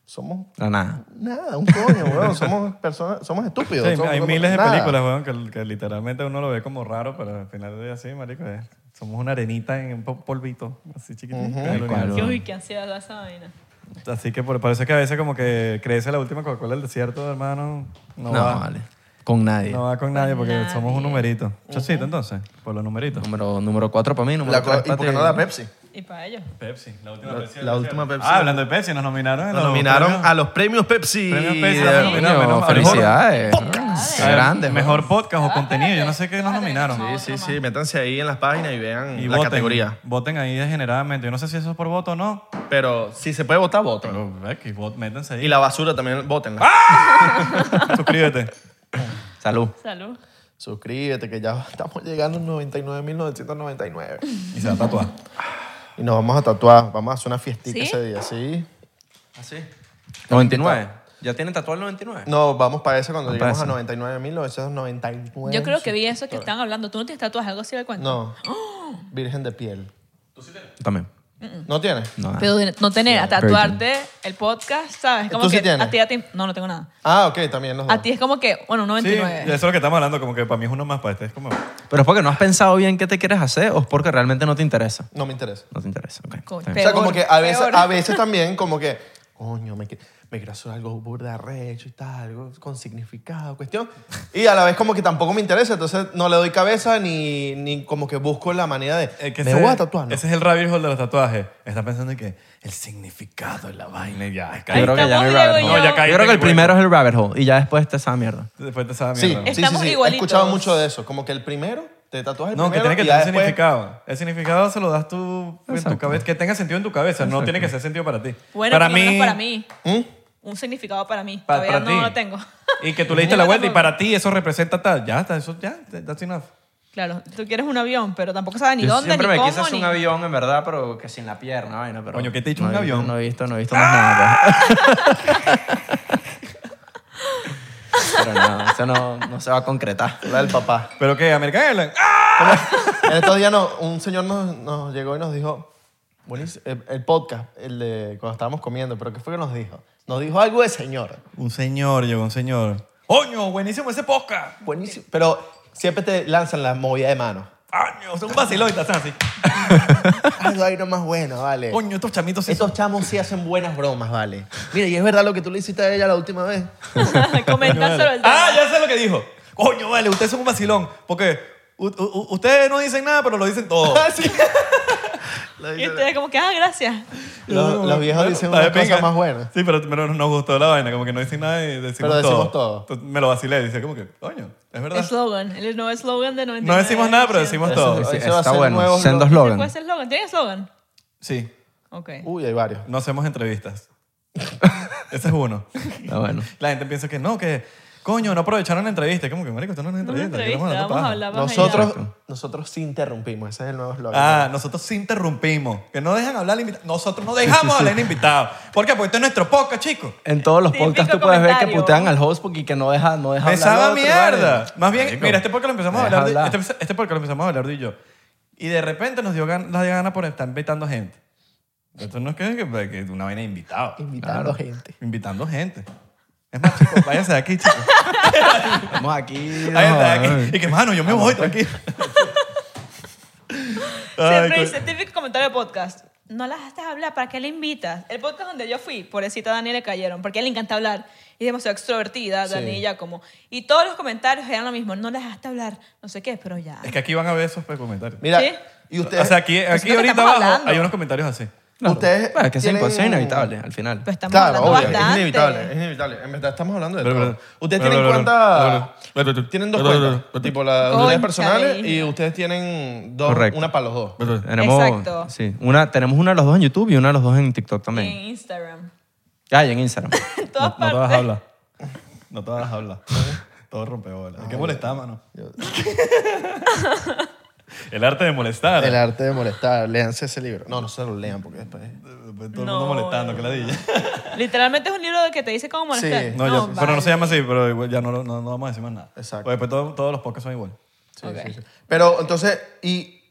Speaker 3: somos
Speaker 4: La nada.
Speaker 3: nada, un
Speaker 2: (laughs)
Speaker 3: coño, weón, somos personas, somos
Speaker 2: Sí,
Speaker 3: estúpidos.
Speaker 2: hay-
Speaker 3: somos-
Speaker 2: hay
Speaker 3: somos
Speaker 2: miles de
Speaker 3: nada.
Speaker 2: películas, weón, que, que literalmente uno lo ve como raro, pero al final del día sí, marico, es- somos una arenita en un po- polvito, así chiquitito. en el
Speaker 4: Tal
Speaker 2: universo.
Speaker 1: Que, uy, qué ansiedad esa vaina.
Speaker 2: Así que por, por eso es que a veces como que crece la última Coca-Cola del desierto, hermano. No,
Speaker 4: No,
Speaker 2: va,
Speaker 4: vale. Con nadie.
Speaker 2: no va con nadie porque
Speaker 1: nadie.
Speaker 2: somos un numerito. Chocito, entonces, por los numeritos.
Speaker 4: Número, número cuatro para mí, número
Speaker 3: La co-
Speaker 4: tres
Speaker 3: ¿Y
Speaker 4: para
Speaker 3: por
Speaker 4: ti.
Speaker 3: qué no la Pepsi?
Speaker 1: Y para ellos.
Speaker 2: Pepsi, la última
Speaker 3: La- Pepsi del la desierto. última Pepsi.
Speaker 2: Ah, hablando de Pepsi, nos nominaron. en
Speaker 3: Nos
Speaker 2: los
Speaker 3: nominaron
Speaker 2: premios-
Speaker 3: a los premios Pepsi.
Speaker 2: Premios Pepsi,
Speaker 3: de-
Speaker 2: la
Speaker 4: Coño,
Speaker 2: Mira, menos-
Speaker 4: felicidades.
Speaker 2: a
Speaker 4: Qué
Speaker 2: ver,
Speaker 4: grande.
Speaker 2: Mejor podcast o contenido, yo no sé qué nos nominaron.
Speaker 1: Ah, Sí,
Speaker 3: Sí, sí, métanse ahí en las páginas y vean
Speaker 2: Y
Speaker 3: Mm, la
Speaker 2: voten,
Speaker 3: categoría.
Speaker 2: Voten ahí degeneradamente. Yo no sé si eso es por voto o no.
Speaker 3: Pero si se puede votar, voten.
Speaker 2: Pero, ve, que vot- métanse ahí.
Speaker 3: Y la basura también, votenla.
Speaker 2: ¡Ah! Suscríbete.
Speaker 4: weón. Salud.
Speaker 1: Salud.
Speaker 3: Suscríbete, que ya (laughs) estamos llegando a 99.999.
Speaker 2: Y se va a tatuar.
Speaker 3: Y nos vamos a tatuar. Vamos a hacer una fiestica
Speaker 1: ¿Sí?
Speaker 3: ese día, ¿sí?
Speaker 4: ¿Así? 99. ¿Ya tienen tatuado el 99?
Speaker 3: No, vamos para eso cuando
Speaker 4: Vamos
Speaker 3: lleguemos a
Speaker 4: para
Speaker 3: 99.999.
Speaker 1: Yo creo que vi Oh. eso que estaban hablando. ¿Tú no tienes tatuajes? ¿Algo así de cuenta? (gasps)
Speaker 3: No. Virgen de piel.
Speaker 4: También.
Speaker 3: ¿No tienes?
Speaker 4: No, nada.
Speaker 1: Pero de no tener a tatuarte el podcast, ¿sabes? Como
Speaker 3: ¿Tú sí
Speaker 1: que
Speaker 3: tienes?
Speaker 1: a ti ya te- No, no tengo nada.
Speaker 3: Ah, ok, también los
Speaker 1: A
Speaker 3: dos.
Speaker 1: ti es como que, bueno, un
Speaker 2: Sí,
Speaker 1: 99.
Speaker 2: eso es lo que estamos hablando. Como que para mí es uno más, para este es como...
Speaker 4: Pero es porque no has pensado bien qué te quieres hacer o es porque realmente no te interesa.
Speaker 3: No me interesa.
Speaker 4: No te interesa. ok,
Speaker 1: Coño,
Speaker 4: está
Speaker 3: O
Speaker 4: bien.
Speaker 3: sea,
Speaker 1: Peor,
Speaker 3: como que a veces,
Speaker 1: peor.
Speaker 3: a veces también, como que, coño, me, qui- me quiero hacer algo burda recho y tal, algo con significado, cuestión. Y a la vez, como que tampoco me interesa, entonces no le doy cabeza ni, ni como que busco la manera de.
Speaker 2: Eh, que
Speaker 3: me
Speaker 2: ese-
Speaker 3: voy a tatuar. ¿no?
Speaker 2: Ese es el rabbit hole de los tatuajes. Está pensando en que el significado y la vaina y ya.
Speaker 1: Ahí
Speaker 4: Yo creo que ya
Speaker 1: estamos,
Speaker 4: no hay
Speaker 1: Diego
Speaker 4: rabbit
Speaker 1: y
Speaker 4: hole.
Speaker 1: yo. No, ya
Speaker 4: Yo
Speaker 2: caíste
Speaker 4: creo que el
Speaker 2: en el
Speaker 4: primero es el rabbit hole y ya después está esa mierda.
Speaker 2: Después te sabe
Speaker 3: sí,
Speaker 2: mierda.
Speaker 3: sí, sí,
Speaker 1: Estamos
Speaker 3: sí. He
Speaker 1: igualitos.
Speaker 3: escuchado mucho de eso, como que el primero te tatuas el
Speaker 2: No, que
Speaker 3: primero.
Speaker 2: tiene que
Speaker 3: y ya
Speaker 2: tener
Speaker 3: después-
Speaker 2: significado. El significado se lo das tú en tu
Speaker 4: Exacto.
Speaker 2: cabeza. Que tenga sentido en tu cabeza. No tiene que ser sentido para ti.
Speaker 1: Bueno,
Speaker 2: para
Speaker 1: por lo menos
Speaker 2: mí...
Speaker 1: para mí.
Speaker 3: ¿Mm?
Speaker 1: Un significado para mí.
Speaker 2: pa-
Speaker 1: Todavía
Speaker 2: para
Speaker 1: no
Speaker 2: ti.
Speaker 1: lo tengo.
Speaker 2: Y que tú le diste la vuelta y para ti eso representa tal. Ya está, eso ya, that's enough.
Speaker 1: Claro, tú quieres un avión, pero tampoco sabes ni
Speaker 4: Yo
Speaker 1: dónde, ni
Speaker 4: siempre me
Speaker 1: cómo,
Speaker 4: quise hacer
Speaker 1: ni...
Speaker 4: un avión, en verdad, pero que sin la pierna, vaina. Pero
Speaker 2: Coño, ¿qué te he dicho
Speaker 4: no
Speaker 2: un
Speaker 4: he visto-
Speaker 2: avión?
Speaker 4: No he visto, no he visto más nada. pues. pero no, eso no, no se va a concretar.
Speaker 3: La del papá.
Speaker 2: Pero que American Airlines. ¡Ah!
Speaker 3: En estos días no, un señor nos, nos llegó y nos dijo, buenísimo, el, el podcast, el de cuando estábamos comiendo, pero ¿qué fue que nos dijo? Nos dijo algo de señor.
Speaker 2: Un señor llegó, un señor. ¡Coño, buenísimo ese podcast!
Speaker 3: Buenísimo. Pero siempre te lanzan la movida de mano.
Speaker 2: ¡Coño, son un vacilón y te hacen así!
Speaker 3: Algo ahí más bueno, vale.
Speaker 2: ¡Coño, estos chamitos sí
Speaker 3: Estos chamos sí hacen buenas bromas, vale. Mira, y es verdad lo que tú le hiciste a ella la última vez.
Speaker 1: (laughs) Comenta sobre el tema.
Speaker 2: Ah, ya sé lo que dijo. Coño, vale, ustedes son un vacilón. Porque u- u- ustedes no dicen nada, pero lo dicen todo.
Speaker 1: Y ustedes como que, ah, gracias.
Speaker 3: (laughs) Los, los viejos
Speaker 2: Bueno,
Speaker 3: dicen
Speaker 2: está de
Speaker 3: unas cosas
Speaker 2: pinga.
Speaker 3: más buenas.
Speaker 2: Sí, pero, pero nos gustó la vaina. Como que no dicen nada y decimos todo.
Speaker 3: Pero decimos todo.
Speaker 2: Entonces, me lo vacilé. Dice como que, coño, es verdad.
Speaker 1: El Slogan, el nuevo slogan de 99.
Speaker 2: No decimos nada, pero decimos todo.
Speaker 3: Eso-
Speaker 4: Sí,
Speaker 3: eso va a
Speaker 4: está
Speaker 3: ser
Speaker 4: bueno.
Speaker 3: nuevo
Speaker 4: Sendo
Speaker 1: ¿Cuál
Speaker 4: slogan.
Speaker 1: es el slogan? ¿Tienen slogan?
Speaker 2: Sí,
Speaker 1: Ok.
Speaker 2: Uh,
Speaker 3: Uy, hay varios.
Speaker 2: no hacemos
Speaker 3: (laughs)
Speaker 2: entrevistas. Ese es uno.
Speaker 4: Está bueno.
Speaker 2: La gente piensa que no, que coño, no aprovecharon la entrevista. Es Como que, marico, esto no es una
Speaker 1: No me
Speaker 2: entrevista. aquí
Speaker 1: entrevista,
Speaker 2: estamos hablando
Speaker 1: vamos a
Speaker 2: paja.
Speaker 1: hablar más
Speaker 3: Nosotros,
Speaker 4: Exacto.
Speaker 3: nosotros sí interrumpimos. Ese es el nuevo eslogan.
Speaker 2: Ah, nosotros sí interrumpimos. Que no dejan hablar al invitado. Nosotros no dejamos hablar al invitado. ¿Por qué? Porque esto es nuestro podcast, chicos.
Speaker 4: En todos los
Speaker 1: Típico
Speaker 4: podcasts tú puedes ver que
Speaker 1: comentario.
Speaker 4: putean al host porque que no deja, no deja
Speaker 2: Me
Speaker 4: hablar
Speaker 2: sabe
Speaker 4: al otro,
Speaker 2: mierda.
Speaker 4: vale.
Speaker 2: Más bien,
Speaker 4: Marico,
Speaker 2: mira, este podcast lo empezamos a
Speaker 4: deja
Speaker 2: hablar, de-
Speaker 4: hablar.
Speaker 2: Este, este podcast lo empezamos a hablar de y yo. Y de repente nos dio gan- la gana por estar invitando gente. Esto no es que, pues, que, que una vaina de invitado.
Speaker 3: Invitando gente.
Speaker 2: Invitando gente. Es más, chicos, váyanse de aquí, chicos.
Speaker 4: Estamos aquí.
Speaker 2: Váyanse de
Speaker 4: no,
Speaker 2: aquí. Y que, mano, yo me voy, tranquilo. Ay,
Speaker 1: (laughs) Siempre
Speaker 2: co-
Speaker 1: dice, típico comentario de podcast. No las dejas hablar, ¿para qué le invitas? El podcast donde yo fui, pobrecita Dani le cayeron, porque a él le encanta hablar. Y es demasiado extrovertida, Dani y Giacomo. Y todos los comentarios eran lo mismo, no las dejaste hablar, no sé qué, pero ya.
Speaker 2: es que aquí van a ver esos pues, comentarios.
Speaker 3: Mira,
Speaker 1: ¿Sí?
Speaker 3: y ustedes.
Speaker 2: O sea, aquí, aquí
Speaker 1: lo que
Speaker 2: ahorita
Speaker 1: estamos
Speaker 2: abajo
Speaker 1: hablando.
Speaker 2: hay unos comentarios así.
Speaker 4: Claro.
Speaker 3: Ustedes
Speaker 4: Bueno, pues, es que eso
Speaker 3: tienen-
Speaker 4: es inevitable al final.
Speaker 1: Pero estamos
Speaker 3: Claro,
Speaker 1: hablando
Speaker 3: obvio, es
Speaker 1: bastante.
Speaker 3: inevitable, es inevitable. En verdad estamos hablando de
Speaker 2: Pero,
Speaker 3: todo.
Speaker 2: pero,
Speaker 3: Ustedes
Speaker 2: pero,
Speaker 3: tienen
Speaker 2: pero,
Speaker 3: cuenta,
Speaker 2: pero, pero, pero,
Speaker 3: tienen dos
Speaker 2: pero, pero,
Speaker 3: cuentas,
Speaker 2: pero,
Speaker 3: tipo las ustedes
Speaker 1: Cónchale,
Speaker 3: personales y
Speaker 1: hija.
Speaker 3: ustedes tienen dos,
Speaker 4: Correcto.
Speaker 3: una para los dos.
Speaker 4: Tenemos,
Speaker 1: Exacto.
Speaker 4: Sí, una, tenemos una de los dos en YouTube y una de los dos en TikTok
Speaker 1: Y
Speaker 4: también.
Speaker 1: En Instagram. (laughs)
Speaker 4: Ah, y en Instagram.
Speaker 1: En
Speaker 2: No,
Speaker 1: todas
Speaker 2: no te vas a
Speaker 1: partes.
Speaker 2: hablar. (laughs) No te vas a hablar. Todo rompebolas. Hay que molestar, mano. (laughs) El arte de molestar.
Speaker 6: El arte de molestar. Léanse ese libro.
Speaker 3: No, no se lo lean porque después.
Speaker 2: Todo el
Speaker 1: No.
Speaker 2: mundo molestando, que la
Speaker 1: Literalmente es un libro de que te dice cómo molestar.
Speaker 3: Sí.
Speaker 2: No, ya-
Speaker 1: vale.
Speaker 2: pero no se llama así, pero igual ya no, lo- no- no vamos a decir más nada.
Speaker 3: Exacto.
Speaker 2: Porque después todo- todos los podcasts son iguales.
Speaker 3: Sí,
Speaker 1: Ok.
Speaker 3: sí, sí. Pero entonces, y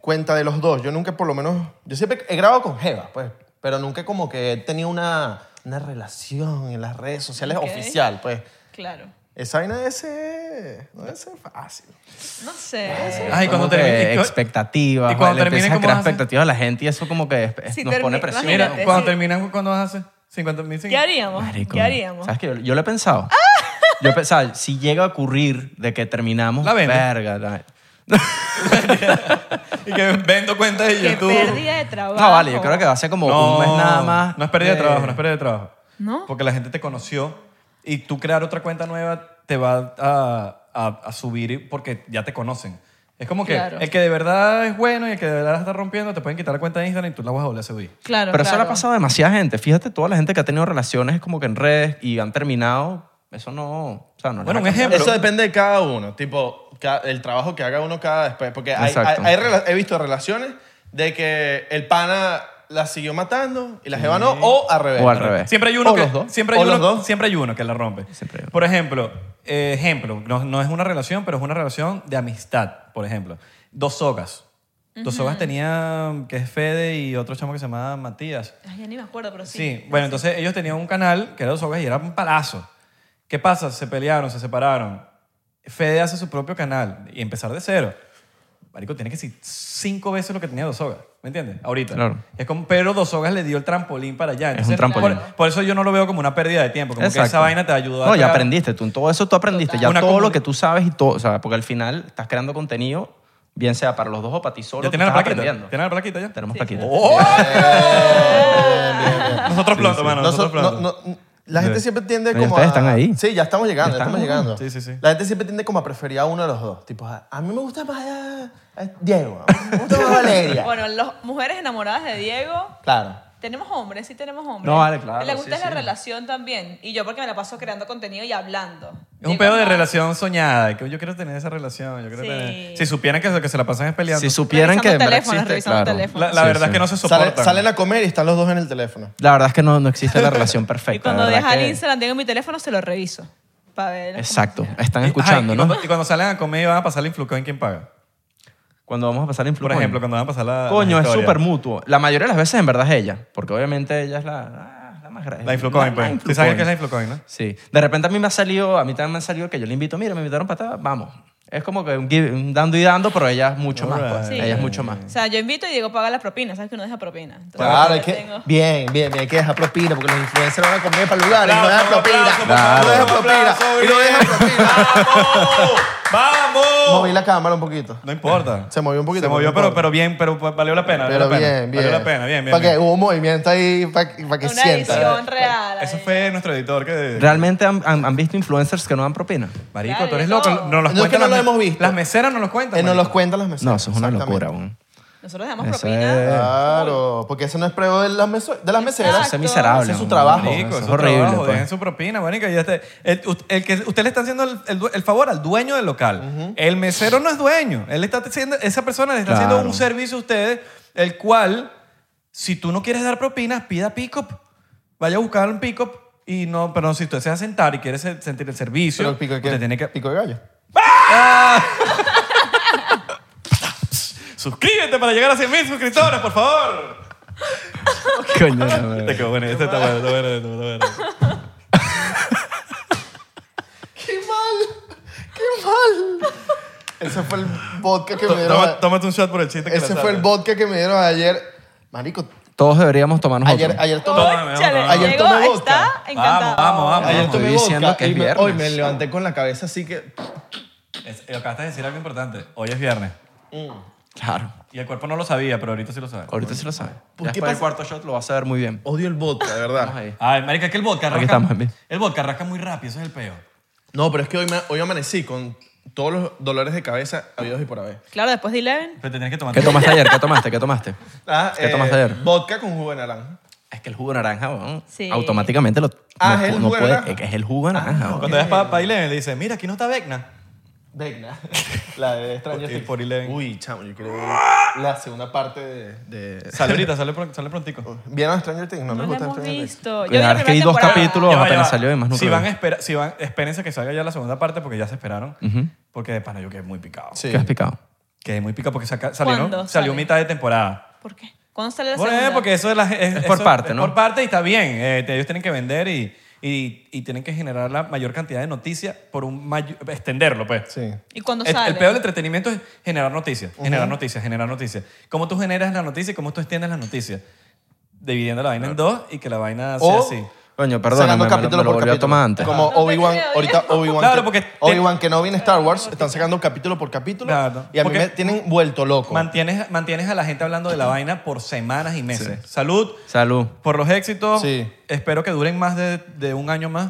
Speaker 3: cuenta de los dos. Yo nunca, por lo menos, yo siempre he grabado con Jeva, pues, pero nunca como que he tenido una, una relación en las redes sociales
Speaker 1: Ok.
Speaker 3: oficial, pues.
Speaker 1: Claro.
Speaker 3: Esa vaina debe ser, no debe ser fácil.
Speaker 1: No sé.
Speaker 2: Ay,
Speaker 4: Como
Speaker 2: cuando
Speaker 4: que
Speaker 2: termine- y cu-
Speaker 4: Expectativas.
Speaker 2: y cuando
Speaker 4: vale, le
Speaker 2: termine,
Speaker 4: empiezas a
Speaker 2: ¿cómo
Speaker 4: crear
Speaker 2: vas a hacer?
Speaker 4: expectativas a la gente y eso como que es- es-
Speaker 1: Si
Speaker 4: nos pone
Speaker 1: termi-
Speaker 4: presión.
Speaker 2: Mira,
Speaker 1: Imagínate,
Speaker 2: cuando
Speaker 1: sí.
Speaker 2: terminan, ¿cuándo vas a hacer? 50 mil
Speaker 1: ¿Qué haríamos?
Speaker 4: Marico,
Speaker 1: ¿Qué haríamos? Ah.
Speaker 4: ¿Sabes qué? Yo, yo lo he pensado. Yo he pensado, si llega a ocurrir de que terminamos,
Speaker 2: La vende.
Speaker 4: verga. la-
Speaker 2: Y que vendo cuentas de
Speaker 1: Qué
Speaker 2: YouTube.
Speaker 1: pérdida de trabajo.
Speaker 4: No, Ah, vale, yo creo que va a ser como un mes nada más.
Speaker 2: No es pérdida de
Speaker 4: de-
Speaker 2: trabajo, no es pérdida de trabajo.
Speaker 1: ¿No?
Speaker 2: Porque la gente te conoció y tú crear otra cuenta nueva te va a, a- a subir porque ya te conocen. Es como que
Speaker 1: Claro.
Speaker 2: el que de verdad es bueno y el que de verdad la está rompiendo, te pueden quitar la cuenta de Instagram y tú la vas a volver a subir.
Speaker 1: Claro,
Speaker 4: Pero eso le ha
Speaker 1: claro.
Speaker 4: pasado a demasiada gente. Fíjate toda la gente que ha tenido relaciones como que en redes y han terminado. Eso no... o sea, no les
Speaker 2: Bueno,
Speaker 4: ha
Speaker 2: un
Speaker 4: cambiado.
Speaker 2: ejemplo.
Speaker 3: Eso depende de cada uno, tipo, ca- el trabajo que haga uno cada después. Porque hay, hay,
Speaker 4: Exacto.
Speaker 3: hay rela- he visto relaciones de que el pana la siguió matando y la Jeva no, o al revés.
Speaker 4: O al revés.
Speaker 2: Siempre hay uno
Speaker 3: O
Speaker 2: que
Speaker 3: los dos.
Speaker 2: siempre hay
Speaker 3: O los
Speaker 2: uno-
Speaker 3: dos.
Speaker 2: siempre hay uno que la rompe.
Speaker 4: Siempre hay uno.
Speaker 2: Por ejemplo, eh, ejemplo, no, no es una relación, pero es una relación de amistad, por ejemplo. Dos sogas. Dos sogas tenía que es Fede y otro chamo que se llamaba Matías.
Speaker 1: Ay, ya ni me acuerdo, pero sí.
Speaker 2: Sí, bueno, entonces ellos tenían un canal que era Dos Hogas y era un palazo. ¿Qué pasa? Se pelearon, se separaron. Fede hace su propio canal y empezar de cero. Marico, tiene que ser cinco veces lo que tenía Dos Hogas, ¿me entiendes? Ahorita.
Speaker 4: Claro.
Speaker 2: Es como, pero Dos Hogas le dio el trampolín para allá.
Speaker 4: un trampolín.
Speaker 2: Por, por eso yo no lo veo como una pérdida de tiempo, como
Speaker 4: Exacto.
Speaker 2: que esa vaina te ayudó a...
Speaker 4: No, ya
Speaker 2: crear-
Speaker 4: aprendiste. Tú, en todo eso tú aprendiste. Ya
Speaker 2: Una
Speaker 4: todo
Speaker 2: comuni-
Speaker 4: lo que tú sabes y todo. O sea, porque al final estás creando contenido, bien sea para los dos o para ti solo.
Speaker 2: Ya
Speaker 4: tú
Speaker 2: tienes la
Speaker 4: estás
Speaker 2: plaquita.
Speaker 4: aprendiendo.
Speaker 2: Tienes la plaquita ya.
Speaker 4: Tenemos plaquita.
Speaker 2: ¡Oh!
Speaker 3: Bien, bien.
Speaker 2: (laughs) Nosotros pronto, mano.
Speaker 3: No,
Speaker 2: Nosotros
Speaker 3: so- no,
Speaker 2: pronto.
Speaker 3: no, la gente
Speaker 2: Sí.
Speaker 3: siempre tiende
Speaker 4: No, ya
Speaker 3: como
Speaker 4: ustedes
Speaker 3: a-
Speaker 4: están ahí.
Speaker 3: Sí, ya estamos llegando, ya
Speaker 4: Ya
Speaker 3: estamos
Speaker 4: están.
Speaker 3: llegando.
Speaker 2: Sí, sí, sí.
Speaker 3: La gente siempre tiende como a preferir a uno de los dos. Tipo, a, a mí me gusta más a- a Diego, a mí me
Speaker 1: (laughs)
Speaker 3: gusta más Valeria.
Speaker 1: Bueno, las mujeres enamoradas de Diego.
Speaker 3: Claro.
Speaker 1: Tenemos hombres, sí tenemos hombres.
Speaker 4: No, vale, claro,
Speaker 1: Le gusta
Speaker 4: sí,
Speaker 1: es la
Speaker 4: sí.
Speaker 1: relación también. Y yo porque me la paso creando contenido y hablando.
Speaker 2: Es un
Speaker 1: Digo,
Speaker 2: pedo de
Speaker 1: no,
Speaker 2: relación soñada, que yo quiero tener esa relación, yo quiero
Speaker 1: Sí.
Speaker 2: tener... Si supieran que, que se la pasan es peleando.
Speaker 4: Si supieran que en verdad
Speaker 1: teléfonos,
Speaker 4: existe,
Speaker 1: revisando
Speaker 4: claro.
Speaker 1: teléfonos.
Speaker 2: La, la
Speaker 4: Sí,
Speaker 2: verdad es
Speaker 4: sí.
Speaker 2: que no se soportan.
Speaker 3: Salen, salen a comer y están los dos en el teléfono.
Speaker 4: La verdad es que no, no
Speaker 1: (laughs)
Speaker 4: existe la relación perfecta.
Speaker 1: Y cuando
Speaker 4: la verdad
Speaker 1: deja el
Speaker 4: que-
Speaker 1: Instagram, tengo mi teléfono, se lo reviso. Para ver. cómo
Speaker 2: (laughs)
Speaker 4: Exacto.
Speaker 1: funciona.
Speaker 4: Están
Speaker 2: Y- ajá,
Speaker 4: escuchando,
Speaker 2: y
Speaker 4: ¿no?
Speaker 2: Cuando, y cuando salen a comer y van a pasar la influencia en quién paga.
Speaker 4: Cuando vamos a pasar el
Speaker 2: Por ejemplo, cuando van a pasar la.
Speaker 4: Coño,
Speaker 2: la
Speaker 4: es
Speaker 2: historia.
Speaker 4: súper mutuo. La mayoría de las veces en verdad es ella, porque obviamente ella es la, ah, la más grande.
Speaker 2: La Influcoin, pues. Tú
Speaker 4: Influcoin.
Speaker 2: sabes que es la Influcoin, ¿no?
Speaker 4: Sí. De repente a mí me ha salido, a mí también me ha salido que yo le invito, mira, me invitaron para acá, vamos. Es como que un, give- un dando y dando, pero ella es mucho más. pues.
Speaker 1: Alright.
Speaker 4: Ella es mucho más.
Speaker 1: O sea, yo invito y Diego paga las propinas. ¿Sabes que uno deja propina? Entonces,
Speaker 3: Claro,
Speaker 1: yo
Speaker 3: hay que,
Speaker 1: tengo-
Speaker 3: bien, bien, bien, hay que dejar propina porque los influencers van a comer para lugares y no dejan
Speaker 2: Aplauso,
Speaker 3: propina.
Speaker 2: aplauso, por
Speaker 3: No
Speaker 2: favor,
Speaker 3: dejan
Speaker 2: aplauso,
Speaker 3: propina. Y no
Speaker 2: bien.
Speaker 3: dejan propina.
Speaker 2: ¡Vamos!
Speaker 3: Moví
Speaker 2: ¡Vamos!
Speaker 3: la cámara un poquito.
Speaker 2: No importa.
Speaker 3: Se movió un poquito,
Speaker 2: Se
Speaker 3: pero
Speaker 2: movió,
Speaker 3: no
Speaker 2: pero,
Speaker 3: importa.
Speaker 2: pero bien, pero valió la pena. valió
Speaker 3: Pero
Speaker 2: la pena,
Speaker 3: bien, bien.
Speaker 2: Valió la pena, bien, bien.
Speaker 3: Para que
Speaker 2: bien.
Speaker 3: hubo un movimiento ahí para que
Speaker 1: Una
Speaker 3: sienta.
Speaker 1: edición real.
Speaker 2: Eso
Speaker 1: ahí.
Speaker 2: fue nuestro editor que.
Speaker 4: ¿Realmente han, han- han visto influencers que no dan propina?
Speaker 2: Marico,
Speaker 1: Claro,
Speaker 2: tú eres
Speaker 1: yo
Speaker 2: loco.
Speaker 1: no.
Speaker 2: No los
Speaker 3: No, es que
Speaker 2: cuentan
Speaker 3: no
Speaker 2: las
Speaker 3: lo
Speaker 2: me-
Speaker 3: hemos visto.
Speaker 2: Las meseras no los cuentan.
Speaker 3: Eh, no los
Speaker 2: marico.
Speaker 3: cuentan las meseras.
Speaker 4: No, eso es una
Speaker 3: Exactamente. (laughs)
Speaker 4: locura, weón.
Speaker 1: Nosotros dejamos
Speaker 4: Eso
Speaker 1: propina.
Speaker 4: es-
Speaker 3: Ah. Claro, porque eso no es prueba de las, meso- de las meseras.
Speaker 1: Exacto.
Speaker 4: Ese es miserable.
Speaker 3: Ese Oh, es su
Speaker 4: weón.
Speaker 3: trabajo.
Speaker 4: Marico,
Speaker 2: Marico,
Speaker 4: eso es
Speaker 2: horrible.
Speaker 4: horrible.
Speaker 2: Trabajo,
Speaker 4: pues.
Speaker 2: Dejen su propina, marico. Ya está. El, el que usted le está haciendo el, el du- el favor al dueño del local. El mesero no es dueño. Él está haciendo, esa persona le está
Speaker 4: Claro.
Speaker 2: haciendo un servicio a ustedes, el cual, si tú no quieres dar propinas, pida pick-up. Vaya a buscar un pick-up y no, pero si usted se va a sentar y quiere se- sentir el servicio,
Speaker 3: Pero el pico, de qué?
Speaker 2: usted tiene que...
Speaker 3: pico de gallo.
Speaker 2: Suscríbete para llegar a 100 mil suscriptores, por favor.
Speaker 4: Coño, no, weón.
Speaker 2: Te quedó bueno, este está bueno, está bueno, está bueno, está bueno.
Speaker 3: ¡Qué mal! ¡Qué mal! Ese fue el vodka que me dieron.
Speaker 2: Toma-
Speaker 3: a-
Speaker 2: Tómate un shot por el chiste que
Speaker 3: eh, ese
Speaker 2: la
Speaker 3: fue el
Speaker 2: saca.
Speaker 3: vodka que me dieron ayer. Marico,
Speaker 4: Todos deberíamos tomarnos
Speaker 3: ayer,
Speaker 4: otro.
Speaker 3: ayer tomé.
Speaker 2: Toma,
Speaker 1: Cónchale,
Speaker 2: vamos,
Speaker 3: ayer
Speaker 1: Diego
Speaker 3: tomé vodka.
Speaker 1: está encantado.
Speaker 2: Vamos, vamos,
Speaker 3: Ayer
Speaker 2: vamos.
Speaker 3: tomé
Speaker 4: estoy diciendo
Speaker 3: vodka
Speaker 4: que es
Speaker 3: y me-
Speaker 4: viernes.
Speaker 3: hoy me levanté con la cabeza así que...
Speaker 2: Es- acabaste de decir algo importante. Hoy es viernes.
Speaker 4: Claro.
Speaker 2: Y el cuerpo no lo sabía, pero ahorita sí lo sabe.
Speaker 4: Ahorita sí lo sabe.
Speaker 3: ¿Por
Speaker 4: Ya
Speaker 3: qué Oh.
Speaker 4: después del
Speaker 3: pasa-
Speaker 4: cuarto shot lo vas a ver muy bien.
Speaker 3: Odio el vodka, de
Speaker 4: Vamos
Speaker 3: verdad.
Speaker 4: ahí.
Speaker 2: Ay, marica, es que el vodka rasca...
Speaker 4: estamos, en vivo.
Speaker 2: El vodka rasca muy rápido, eso es el peo.
Speaker 3: No, pero es que hoy, me- hoy amanecí con todos los dolores de cabeza habidos y por haber.
Speaker 1: Claro, después de Eleven.
Speaker 2: Pero te tienes que tomar...
Speaker 4: ¿Qué tomaste ayer? ¿Qué tomaste?
Speaker 3: (laughs)
Speaker 4: ¿Qué tomaste?
Speaker 3: Ah,
Speaker 4: ¿Qué tomaste ayer?
Speaker 3: Vodka con jugo de naranja.
Speaker 4: Es que el jugo de naranja, weón,
Speaker 1: Sí.
Speaker 4: automáticamente lo...
Speaker 3: Ah,
Speaker 4: no
Speaker 3: ¿es el
Speaker 4: pu- no
Speaker 3: jugo de
Speaker 4: puede-
Speaker 3: naranja? Ah,
Speaker 4: Es que es el jugo de naranja, weón.
Speaker 2: Cuando vas para pa Eleven, le dices, mira, aquí no está Vecna.
Speaker 3: Vecna. (laughs) La de Stranger
Speaker 2: Por-
Speaker 3: Things.
Speaker 2: por Eleven.
Speaker 3: Uy, chamo,
Speaker 1: (laughs)
Speaker 3: yo quiero ver la segunda parte de... de-
Speaker 2: Sale ahorita, sale, pron- sale prontico.
Speaker 4: Oh.
Speaker 3: ¿Vieron Stranger Things?
Speaker 1: No
Speaker 3: No, me
Speaker 1: la
Speaker 3: gusta este
Speaker 1: hemos
Speaker 3: Stranger Things.
Speaker 1: visto. Yo vi la
Speaker 4: Claro, es que hay
Speaker 1: primera
Speaker 4: dos
Speaker 1: temporada.
Speaker 4: capítulos
Speaker 2: Ya va, ya
Speaker 4: apenas
Speaker 2: va.
Speaker 4: salió y más nunca.
Speaker 2: si
Speaker 4: lo
Speaker 2: van, a
Speaker 4: vi.
Speaker 2: espera- si van, espérense que salga ya la segunda parte porque ya se esperaron.
Speaker 4: Ujú.
Speaker 2: Porque de pana yo quedé muy picado.
Speaker 3: Sí.
Speaker 4: ¿Qué has picado?
Speaker 2: Quedé muy picado porque saca- salieron-
Speaker 1: ¿Cuándo
Speaker 2: salió
Speaker 1: sale?
Speaker 2: mitad de temporada.
Speaker 1: ¿Por qué? ¿Cuándo sale la
Speaker 2: Por- eh,
Speaker 1: segunda?
Speaker 2: porque eso es, la, es,
Speaker 4: Es por
Speaker 2: eso-
Speaker 4: parte, ¿no?
Speaker 2: Por parte y está bien. Eh, te- ellos tienen que vender y, y, y tienen que generar la mayor cantidad de noticias por un mayor, extenderlo, pues.
Speaker 3: Sí.
Speaker 1: ¿Y cuándo
Speaker 2: El,
Speaker 1: sale?
Speaker 2: el peor del entretenimiento es generar noticias, generar noticias, generar noticias. ¿Cómo tú generas la noticia y cómo tú extiendes las noticias? Dividiendo la vaina en dos y que la vaina sea
Speaker 3: O-
Speaker 2: así.
Speaker 4: Coño, perdón, me,
Speaker 3: sacando
Speaker 4: me lo- me
Speaker 3: capítulo
Speaker 4: lo
Speaker 3: por
Speaker 4: volví a
Speaker 3: capítulo.
Speaker 4: tomar antes.
Speaker 3: Como
Speaker 1: No te
Speaker 3: Obi-Wan,
Speaker 1: creo,
Speaker 3: ahorita
Speaker 1: viejo.
Speaker 3: Obi-Wan
Speaker 2: Claro,
Speaker 3: que-
Speaker 2: porque te-
Speaker 3: Obi-Wan que no viene en Star Wars, están sacando capítulo por capítulo
Speaker 2: Claro.
Speaker 3: y a
Speaker 2: Porque-
Speaker 3: mí me tienen vuelto loco.
Speaker 2: Mantienes, mantienes a la gente hablando de la vaina por semanas y meses. Salud
Speaker 4: Salud.
Speaker 2: por los éxitos.
Speaker 3: Sí.
Speaker 2: Espero que duren más de, de un año más.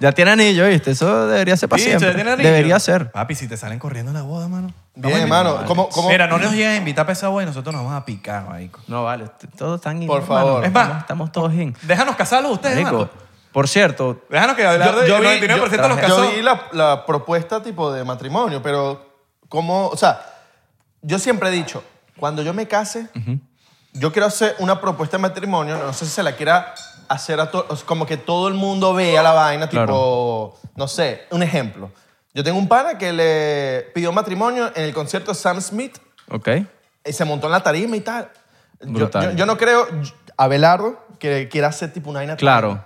Speaker 4: Ya tiene anillo, ¿viste? Eso debería ser para
Speaker 2: Sí,
Speaker 4: siempre.
Speaker 2: se tiene anillo.
Speaker 4: Debería ser.
Speaker 2: Papi, si te salen corriendo en la boda, mano.
Speaker 3: Bien, hermano, ¿cómo, cómo-
Speaker 2: Mira, no nos lleguen a invitar para esa boda y nosotros nos vamos a picar, marico.
Speaker 4: No, vale. t- Todos están in,
Speaker 3: Por
Speaker 4: hermano.
Speaker 3: favor.
Speaker 2: Es más,
Speaker 4: Estamos- Estamos todos in.
Speaker 2: Déjanos casarlos ustedes,
Speaker 4: Marico,
Speaker 2: mano.
Speaker 4: por cierto,
Speaker 2: Déjanos que hablar
Speaker 3: Yo-
Speaker 2: de
Speaker 3: yo vi-
Speaker 2: 99% de los
Speaker 4: yo-
Speaker 2: casos.
Speaker 3: Yo vi la, la propuesta tipo de matrimonio, pero como, o sea, yo siempre he dicho, cuando yo me case, yo quiero hacer una propuesta de matrimonio, no sé si se la quiera hacer a todos, como que todo el mundo vea la vaina, tipo, no sé, un ejemplo. Yo tengo un pana que le pidió matrimonio en el concierto de Sam Smith
Speaker 4: ok.
Speaker 3: y se montó en la tarima y tal. Yo- Yo,
Speaker 4: Brutal.
Speaker 3: yo no creo, Abelardo, que quiera hacer tipo una vaina
Speaker 4: Claro.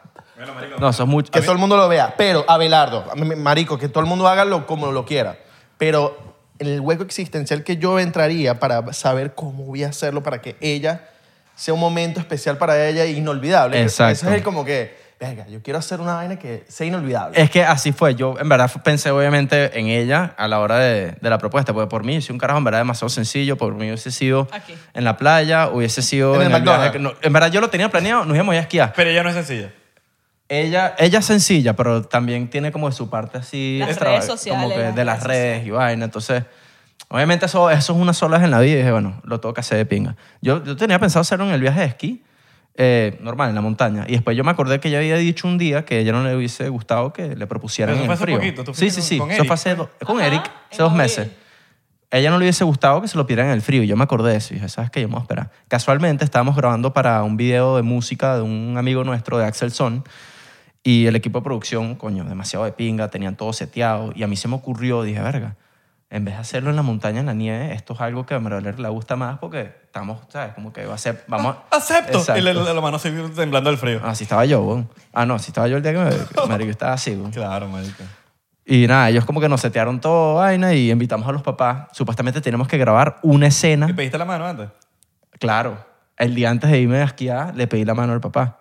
Speaker 4: No, eso es mucho.
Speaker 3: que todo el mundo lo vea. Pero, Abelardo, m- m- marico, que todo el mundo haga lo- como lo quiera. Pero en el hueco existencial que yo entraría para saber cómo voy a hacerlo para que ella sea un momento especial para ella e inolvidable.
Speaker 4: Exacto.
Speaker 3: Eso es el como que, verga, yo quiero hacer una vaina que sea inolvidable.
Speaker 4: Es que así fue. Yo, en verdad, pensé obviamente en ella a la hora de, de la propuesta. Porque por mí, si un carajo, en verdad, demasiado sencillo. Por mí hubiese sido
Speaker 1: Aquí.
Speaker 4: en la playa, hubiese sido
Speaker 3: En el
Speaker 4: viaje
Speaker 3: McDonald's.
Speaker 4: que no- en verdad, yo lo tenía planeado. Nos íbamos a ir a esquiar.
Speaker 2: Pero ella no es sencilla.
Speaker 4: Ella, ella es sencilla, pero también tiene como de su parte así.
Speaker 1: Las
Speaker 4: extra-
Speaker 1: redes sociales,
Speaker 4: Como que
Speaker 1: las
Speaker 4: de
Speaker 1: redes
Speaker 4: las redes y vaina. Entonces, obviamente eso, eso es una sola vez en la vida. Y dije, bueno, lo tengo que hacer de pinga. Yo, yo tenía pensado hacerlo en el viaje de esquí, eh, normal, en la montaña. Y después yo me acordé que ella había dicho un día que a ella no le hubiese gustado que le propusieran
Speaker 2: Pero eso
Speaker 4: en
Speaker 2: fue
Speaker 4: el
Speaker 2: hace
Speaker 4: frío.
Speaker 2: poquito, tú
Speaker 4: sí,
Speaker 2: fuiste con-
Speaker 4: sí, sí.
Speaker 2: con
Speaker 4: eso
Speaker 2: Eric.
Speaker 4: fue hace do- con
Speaker 1: Ajá,
Speaker 4: Eric,
Speaker 1: en
Speaker 4: hace dos
Speaker 1: abril.
Speaker 4: meses. A ella no le hubiese gustado que se lo pidieran en el frío. Y yo me acordé de eso. Y dije, ¿sabes qué? Yo me voy a esperar. Casualmente estábamos grabando para un video de música de un amigo nuestro, de Axel Son. Y el equipo de producción, coño, demasiado de pinga, tenían todo seteado. Y a mí se me ocurrió, dije, verga, en vez de hacerlo en la montaña, en la nieve, esto es algo que a Merler le gusta más porque estamos, ¿sabes? Como que va a ser, vamos...
Speaker 2: (laughs)
Speaker 4: a-
Speaker 2: Acepto.
Speaker 4: Exacto. Ah.
Speaker 2: Y la, la- la mano sigue temblando del frío.
Speaker 4: Así estaba yo, weón. Ah, no, así estaba yo el día que me... Marico, estaba así, weón.
Speaker 2: Claro, marico.
Speaker 4: Y nada, ellos como que nos setearon todo, vaina, y invitamos a los papás. Supuestamente tenemos que grabar una escena.
Speaker 2: ¿Y pediste la mano antes?
Speaker 4: Claro, el día antes de irme a esquiar, le pedí la mano al papá.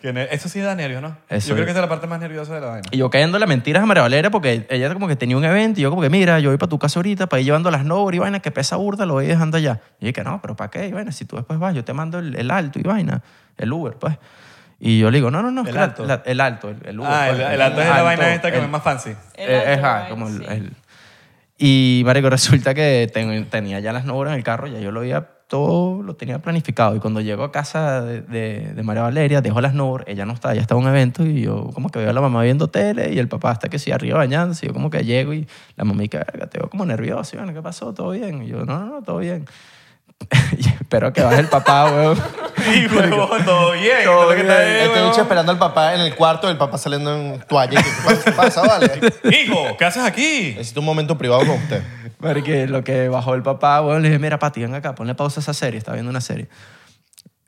Speaker 2: Que ne- Eso sí da nervios, ¿no?
Speaker 4: Eso
Speaker 2: Yo creo
Speaker 4: es.
Speaker 2: que esa es la parte más nerviosa de la vaina.
Speaker 4: Y yo cayéndole mentiras a María Valeria porque ella como que tenía un evento y yo como que, mira, yo voy para tu casa ahorita para ir llevando las nobles y vaina que pesa burda, lo voy dejando allá. Y yo que no, pero ¿para qué? Y vaina, si tú después vas, yo te mando el, el alto y vaina, el Uber, pues. Y yo le digo, no, no, no.
Speaker 2: ¿El
Speaker 4: espera,
Speaker 2: alto?
Speaker 4: la- el alto, el, el Uber.
Speaker 2: Ah,
Speaker 4: pues,
Speaker 2: el, el alto es la
Speaker 4: alto,
Speaker 2: vaina esta que
Speaker 4: el-
Speaker 2: es más fancy.
Speaker 1: El
Speaker 4: eh,
Speaker 1: alto,
Speaker 4: ajá,
Speaker 1: el-
Speaker 4: como el-
Speaker 1: sí.
Speaker 4: el- Y, marico, (laughs) resulta que ten- tenía ya las novelas en el carro, ya yo lo había todo lo tenía planificado y cuando llego a casa de, de- de María Valeria dejo las novelas, ella no está, ya estaba en un evento y yo como que veo a la mamá viendo tele y el papá está que sí arriba bañándose, y yo como que llego y la mamá que verga, te veo como nervioso, y, bueno, ¿qué pasó? ¿Todo bien? Y yo, no, no, no, todo bien. (laughs) y espero que baje el papá, weón.
Speaker 2: Y huevón, todo bien.
Speaker 4: Todo
Speaker 2: lo que está ahí,
Speaker 3: Este
Speaker 2: huevón.
Speaker 3: bicho esperando al papá en el cuarto, el papá saliendo en toalla. y que, ¿Qué pasa, pasa,
Speaker 4: (laughs)
Speaker 3: vale?
Speaker 2: Hijo, ¿qué haces aquí?
Speaker 3: Necesito un momento privado con usted.
Speaker 4: Porque lo que bajó el papá, bueno, le dije, mira, Pati, ven acá, ponle pausa a esa serie, está viendo una serie.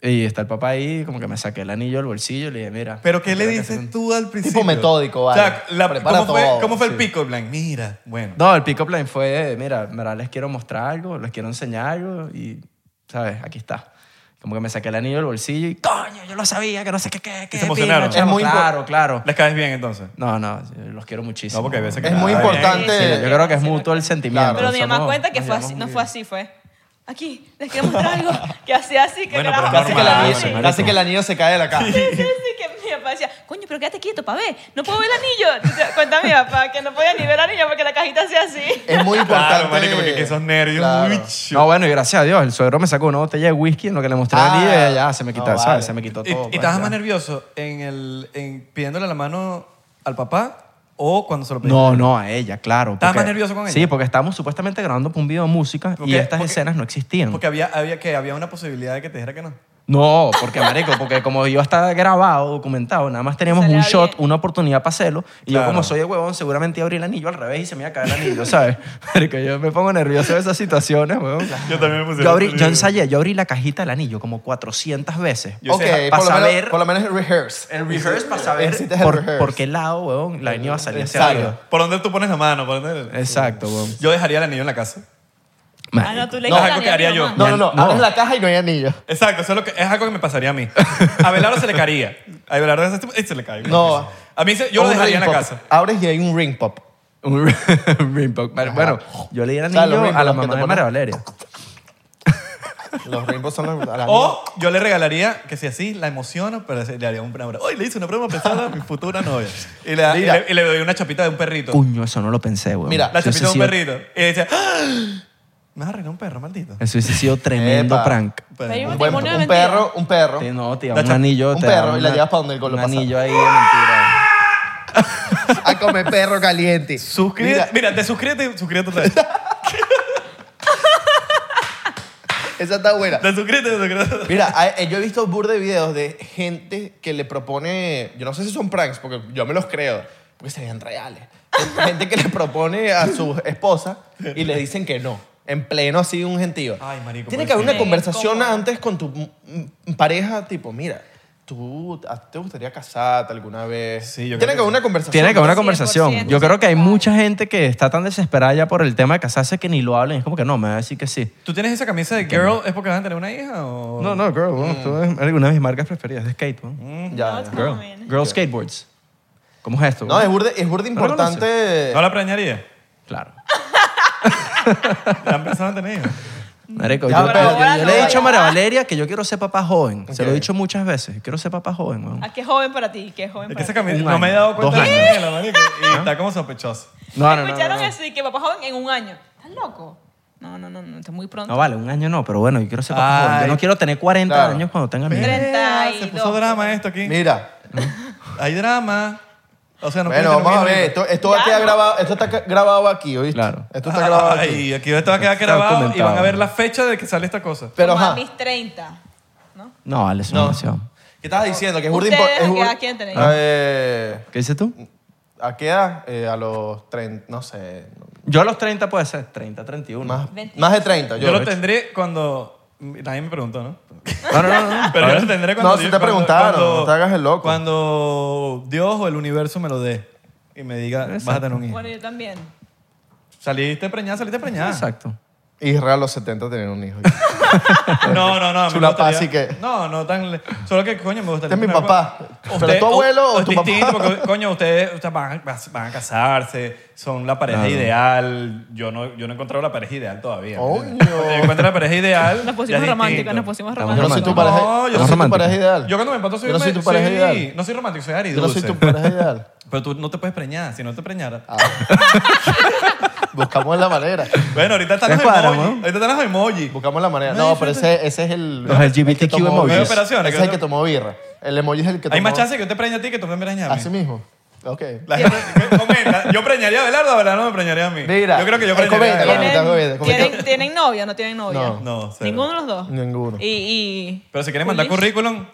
Speaker 4: Y está el papá ahí, como que me saqué el anillo del bolsillo y le dije, mira.
Speaker 2: ¿Pero qué le
Speaker 4: espera que
Speaker 2: dices
Speaker 4: se-
Speaker 2: tú al principio?
Speaker 3: metódico,
Speaker 2: O sea,
Speaker 3: vale.
Speaker 2: la-
Speaker 3: Prepara
Speaker 2: ¿cómo, fue,
Speaker 3: todo,
Speaker 2: ¿cómo fue el
Speaker 3: sí.
Speaker 2: pico, Blanc? Mira, bueno.
Speaker 4: No, el pick-up line fue, mira, en verdad les quiero mostrar algo, les quiero enseñar algo y, ¿sabes? Aquí está. Como que me saqué el anillo del bolsillo y, coño, yo lo sabía, que no sé qué, qué, qué.
Speaker 2: se emocionaron.
Speaker 4: pinga, chamo".
Speaker 3: Es muy impor-
Speaker 4: Claro, claro.
Speaker 2: ¿Les caes bien entonces?
Speaker 4: No, no, yo los quiero muchísimo.
Speaker 2: No, porque hay veces que
Speaker 3: Es muy
Speaker 2: Ah,
Speaker 3: importante.
Speaker 4: Sí, yo creo que es mutuo el sentimiento.
Speaker 1: Pero mi mamá
Speaker 4: somos-
Speaker 1: cuenta que
Speaker 4: nos
Speaker 1: fue
Speaker 4: llevamos
Speaker 1: así,
Speaker 4: muy
Speaker 1: no fue así, fue. Aquí, les quiero mostrar algo (laughs) que hacía así, que
Speaker 2: Bueno,
Speaker 1: grababa así,
Speaker 2: pero
Speaker 3: Casi, que el
Speaker 2: normal,
Speaker 1: así.
Speaker 3: anillo,
Speaker 4: sí, marico.
Speaker 3: casi que el anillo se cae de la cara.
Speaker 1: Sí, sí, que mi papá decía, coño, pero quédate quieto para ver, no puedo ver el anillo. Cuenta mi papá que no podía ni ver el anillo porque la cajita hacía así.
Speaker 3: Es muy importante.
Speaker 2: Claro, marico, porque que esos nervios
Speaker 3: Claro.
Speaker 2: muy ch-
Speaker 4: No, bueno, y gracias a Dios, el suegro me sacó una botella de whisky en lo que le mostré
Speaker 3: Ah,
Speaker 4: a día y ya se me quitó,
Speaker 3: no,
Speaker 4: ¿sabes?
Speaker 3: vale.
Speaker 4: Se me quitó
Speaker 2: ¿Y,
Speaker 4: todo.
Speaker 2: y
Speaker 4: pues,
Speaker 2: estabas
Speaker 4: ya.
Speaker 2: más nervioso en el, en pidiéndole la mano al papá o cuando se lo pediste?
Speaker 4: No, no, a ella, claro.
Speaker 2: ¿Estabas
Speaker 4: porque-
Speaker 2: más nervioso con ella?
Speaker 4: Sí, porque estábamos supuestamente grabando para un video de música
Speaker 2: Porque-
Speaker 4: y estas
Speaker 2: porque-
Speaker 4: escenas no existían.
Speaker 2: Porque había, había, que había una posibilidad de que te dijera que no.
Speaker 4: No, porque marico, porque como yo estaba grabado, documentado, nada más teníamos
Speaker 1: Sale
Speaker 4: un
Speaker 1: bien.
Speaker 4: shot, una oportunidad para hacerlo, y
Speaker 2: Claro.
Speaker 4: yo como soy el huevón, seguramente iba a abrir el anillo al revés y se me iba a caer el anillo, ¿sabes? (laughs) Marico, yo me pongo nervioso de esas situaciones, huevón.
Speaker 2: Yo también me puse
Speaker 4: Yo, abrí,
Speaker 2: nervioso.
Speaker 4: yo ensayé, yo abrí la cajita del anillo como 400 veces.
Speaker 2: Yo
Speaker 3: ok,
Speaker 2: sé,
Speaker 3: por,
Speaker 4: pa'
Speaker 3: lo menos,
Speaker 4: saber-
Speaker 3: por lo menos el rehearse.
Speaker 4: El rehearse para saber
Speaker 3: Hiciste el
Speaker 4: por,
Speaker 3: rehearse.
Speaker 4: por qué lado, huevón, la vaina iba a salir hacia
Speaker 3: Exacto.
Speaker 4: arriba.
Speaker 2: ¿Por dónde tú pones la mano? ¿Por dónde-
Speaker 4: Exacto, huevón.
Speaker 2: Yo dejaría el anillo en la casa.
Speaker 1: Ah, no,
Speaker 4: Marico.
Speaker 1: tú le
Speaker 2: No,
Speaker 1: quitas
Speaker 2: algo
Speaker 1: la
Speaker 2: que haría
Speaker 1: niña,
Speaker 2: yo.
Speaker 1: mamá.
Speaker 3: No, no, no,
Speaker 4: No.
Speaker 3: Abres la caja y no hay anillo.
Speaker 2: Exacto, eso es, lo que, es algo que me pasaría a mí. A Belardo se le caería. A Belardo se, eh, se le cae.
Speaker 3: No.
Speaker 2: A mí se- yo
Speaker 3: O
Speaker 2: lo
Speaker 3: un
Speaker 2: dejaría en
Speaker 3: ring
Speaker 2: la
Speaker 3: pop.
Speaker 2: casa.
Speaker 3: Abres y hay un ring pop.
Speaker 4: Un ring pop. Mar- Bueno, yo le di el
Speaker 3: O sea, los
Speaker 4: anillo
Speaker 3: ring
Speaker 4: a la
Speaker 3: pop que
Speaker 4: mamá
Speaker 3: te
Speaker 4: de
Speaker 3: ponen.
Speaker 4: María Valeria.
Speaker 3: Los ring pops son los...
Speaker 2: Oh.
Speaker 3: a la-
Speaker 2: O yo le regalaría, que si así la emociono, pero se- le haría una broma. Hoy le hice una broma pesada a mi futura novia. Y le, y
Speaker 3: Mira.
Speaker 2: le- y le doy una chapita de un perrito.
Speaker 4: Cuño, eso no lo pensé, huevón.
Speaker 3: Mira,
Speaker 2: la
Speaker 4: Eso
Speaker 2: chapita de un
Speaker 4: hubiese sido-
Speaker 2: perrito. Y decía, ¡Ah! me vas a arreglar un perro, maldito.
Speaker 4: Eso hubiese sido tremendo
Speaker 3: Epa.
Speaker 4: prank.
Speaker 1: Pero hay
Speaker 2: Bueno,
Speaker 1: un
Speaker 3: Un, buen-
Speaker 1: matrimonio de
Speaker 3: un
Speaker 1: mentira.
Speaker 3: perro, un perro.
Speaker 4: Sí, no, te
Speaker 2: La
Speaker 4: da un
Speaker 2: cha-
Speaker 4: anillo.
Speaker 3: un
Speaker 4: te da
Speaker 3: perro y la
Speaker 4: una-
Speaker 3: llevas pa' donde el gol lo
Speaker 4: Un
Speaker 3: pasa.
Speaker 4: anillo ahí de mentira.
Speaker 6: A comer perro caliente.
Speaker 2: suscríbete- mira, te suscríbete y suscríbete otra vez.
Speaker 6: Esa está buena.
Speaker 2: Te suscríbete y suscríbete.
Speaker 3: Mira, hay- eh, yo he visto burde de videos de gente que le propone, yo no sé si son pranks, porque yo me los creo, porque se vean reales. Gente que le propone a su esposa y le dicen que no, en pleno así un gentío.
Speaker 2: Ay, marico,
Speaker 3: Tiene que haber
Speaker 2: pobrecito.
Speaker 3: una conversación
Speaker 1: Sí, cómo.
Speaker 3: antes con tu mm, mm, pareja, tipo, mira, tú a ti te gustaría casarte alguna vez.
Speaker 2: Sí, yo creo
Speaker 3: Tiene
Speaker 2: que
Speaker 3: que haber
Speaker 2: sí.
Speaker 3: una conversación.
Speaker 4: Tiene que haber una
Speaker 1: 100%,
Speaker 4: conversación. Yo creo que hay
Speaker 1: claro.
Speaker 4: mucha gente que está tan desesperada ya por el tema de casarse que ni lo hablan. Es como que no, me va a decir que sí.
Speaker 2: ¿Tú tienes esa camisa de girl? ¿Es porque vas a tener una hija o...?
Speaker 4: No, no, girl. bueno, tú eres una de mis marcas preferidas de skate. ¿no?
Speaker 3: Ya,
Speaker 1: No,
Speaker 3: ya.
Speaker 1: no,
Speaker 4: Girl.
Speaker 1: mira.
Speaker 4: Girl skateboards. ¿Cómo es esto?
Speaker 3: No,
Speaker 4: güey?
Speaker 3: es burde, es burde
Speaker 4: No lo conoces.
Speaker 3: importante.
Speaker 2: ¿No la preñaría?
Speaker 4: Claro.
Speaker 2: ¿La han pensado en tener hijos?
Speaker 4: Marico,
Speaker 3: Ya,
Speaker 4: yo,
Speaker 3: pero
Speaker 4: yo-
Speaker 1: ahora
Speaker 4: yo
Speaker 1: no,
Speaker 4: le he
Speaker 1: ya.
Speaker 4: dicho a María Valeria que yo quiero ser papá joven. Se lo he
Speaker 3: Ok.
Speaker 4: dicho muchas veces. Quiero ser papá joven, weón.
Speaker 1: ¿A "Ah, qué joven para ti? ¿Qué joven
Speaker 2: Es
Speaker 1: para
Speaker 2: que esa
Speaker 1: ti?
Speaker 2: camisa...
Speaker 4: Un
Speaker 2: No me he
Speaker 4: año,
Speaker 2: dado cuenta
Speaker 4: dos
Speaker 2: de
Speaker 4: años.
Speaker 2: tenerla, marico.
Speaker 3: ¿Ah?
Speaker 2: Y está como sospechosa.
Speaker 4: No, no, no. no,
Speaker 1: ¿Escucharon
Speaker 4: no.
Speaker 1: eso? Y que papá joven en un año. ¿Estás loco? No, no, no, no, está muy pronto.
Speaker 4: No, vale, un año no, pero bueno, yo quiero ser papá joven. Yo
Speaker 2: Ay.
Speaker 4: no quiero tener 40
Speaker 3: Claro.
Speaker 4: años cuando tenga mi hija.
Speaker 1: Treinta
Speaker 2: Mira,
Speaker 1: y
Speaker 2: Se
Speaker 1: dos.
Speaker 2: puso drama esto aquí.
Speaker 3: Mira,
Speaker 2: Hay drama. O sea, no
Speaker 3: bueno,
Speaker 2: puedes
Speaker 3: vamos a
Speaker 2: tener
Speaker 3: ver,
Speaker 2: un
Speaker 3: esto, esto va a
Speaker 1: Ya,
Speaker 3: quedar
Speaker 1: ¿no?
Speaker 3: grabado, esto está ca- grabado aquí, ¿oíste?
Speaker 4: Claro.
Speaker 3: Esto está grabado aquí.
Speaker 2: Ay, aquí esto va a quedar
Speaker 4: Está
Speaker 2: grabado y
Speaker 4: documentado.
Speaker 2: van a ver la fecha de que sale esta cosa.
Speaker 3: Pero
Speaker 1: Como a
Speaker 3: ajá.
Speaker 1: mis 30. ¿no?
Speaker 4: No, vale, es una
Speaker 3: No.
Speaker 4: emoción.
Speaker 3: ¿Qué estabas diciendo? Que es burda
Speaker 1: ¿Ustedes
Speaker 3: impor- es
Speaker 1: a qué
Speaker 3: burda-
Speaker 1: edad quieren tener hijos?
Speaker 3: Eh,
Speaker 4: ¿Qué dices tú?
Speaker 3: ¿A qué edad? Eh, a los 30, no sé.
Speaker 4: Yo a los 30 puede ser, 30, 31.
Speaker 3: Más,
Speaker 1: Veinticinco.
Speaker 3: más de 30. Yo,
Speaker 2: Yo lo tendré cuando... Nadie me preguntó, ¿no?
Speaker 4: No, no, (laughs) no. no.
Speaker 2: Pero yo lo tendré cuando...
Speaker 3: No, sí
Speaker 2: Dios-
Speaker 3: te
Speaker 2: cuando-
Speaker 3: preguntaron,
Speaker 2: cuando-
Speaker 3: no te hagas el loco.
Speaker 2: Cuando Dios o el universo me lo dé y me diga, vas a tener un hijo.
Speaker 1: Bueno, yo también.
Speaker 2: Saliste preñada, saliste preñada.
Speaker 4: Exacto.
Speaker 3: Israel a los 70 tener un hijo.
Speaker 2: (laughs) No, no, no. a mí me
Speaker 3: Chula
Speaker 2: gustaría-
Speaker 3: paz, así que-
Speaker 2: No, no tan... le- Solo que, coño, me gustaría...
Speaker 3: Este es mi
Speaker 2: tener-
Speaker 3: papá. ¿Pero tu abuelo o
Speaker 2: es
Speaker 3: tu papá?
Speaker 2: distinto, porque, coño, ustedes, ustedes van, a- van a casarse, son la pareja
Speaker 4: Claro.
Speaker 2: ideal. Yo no, yo no he encontrado la pareja ideal todavía.
Speaker 3: Coño.
Speaker 2: Cuando yo encuentro la pareja ideal...
Speaker 1: Nos pusimos
Speaker 2: ya es
Speaker 1: románticos,
Speaker 2: distinto.
Speaker 1: nos pusimos
Speaker 3: Yo
Speaker 4: Estamos
Speaker 3: no soy
Speaker 1: románticos.
Speaker 3: tu
Speaker 4: romántico.
Speaker 3: pareja,
Speaker 2: No, yo
Speaker 3: yo no
Speaker 2: soy
Speaker 3: soy tu
Speaker 4: romántico.
Speaker 3: pareja ideal.
Speaker 2: Yo cuando me empato soy...
Speaker 3: Yo no soy tu pareja
Speaker 2: soy-
Speaker 3: ideal.
Speaker 2: No soy romántico, soy
Speaker 3: Yo no soy
Speaker 2: agridulce.
Speaker 3: tu Ah. pareja ideal.
Speaker 2: Pero tú no te puedes preñar. Si no te preñaras...
Speaker 3: Buscamos la manera.
Speaker 2: Bueno, ahorita están los
Speaker 4: Es para,
Speaker 2: emojis.
Speaker 4: ¿no?
Speaker 2: Ahorita están los emojis.
Speaker 3: Buscamos la manera.
Speaker 2: Ay,
Speaker 3: No, pero
Speaker 2: fíjate.
Speaker 3: ese, ese es el.
Speaker 4: Los LGBTQ
Speaker 3: el que tomó-
Speaker 4: emojis.
Speaker 2: Hay operaciones,
Speaker 3: Ese
Speaker 2: que
Speaker 3: es el
Speaker 2: no-
Speaker 3: que tomó birra. El emoji es el que tomó.
Speaker 2: Hay más chance que yo te preñe a ti que tú me preñes a mí.
Speaker 3: Así mismo. Ok.
Speaker 2: La gente- comenta, yo preñaría a Belardo, Belardo me preñaría a mí.
Speaker 3: Mira,
Speaker 2: yo creo que yo
Speaker 3: eh,
Speaker 2: preñaría a
Speaker 3: comenta,
Speaker 2: Belardo.
Speaker 3: comenta.
Speaker 1: ¿Tienen,
Speaker 3: Comenta, comenta.
Speaker 1: ¿tienen, tienen novia o no tienen novia?
Speaker 3: No.
Speaker 2: No, cero.
Speaker 1: ¿Ninguno de los dos?
Speaker 3: Ninguno.
Speaker 1: Y, y...
Speaker 2: Pero si quieren mandar
Speaker 1: Juli,
Speaker 2: currículum,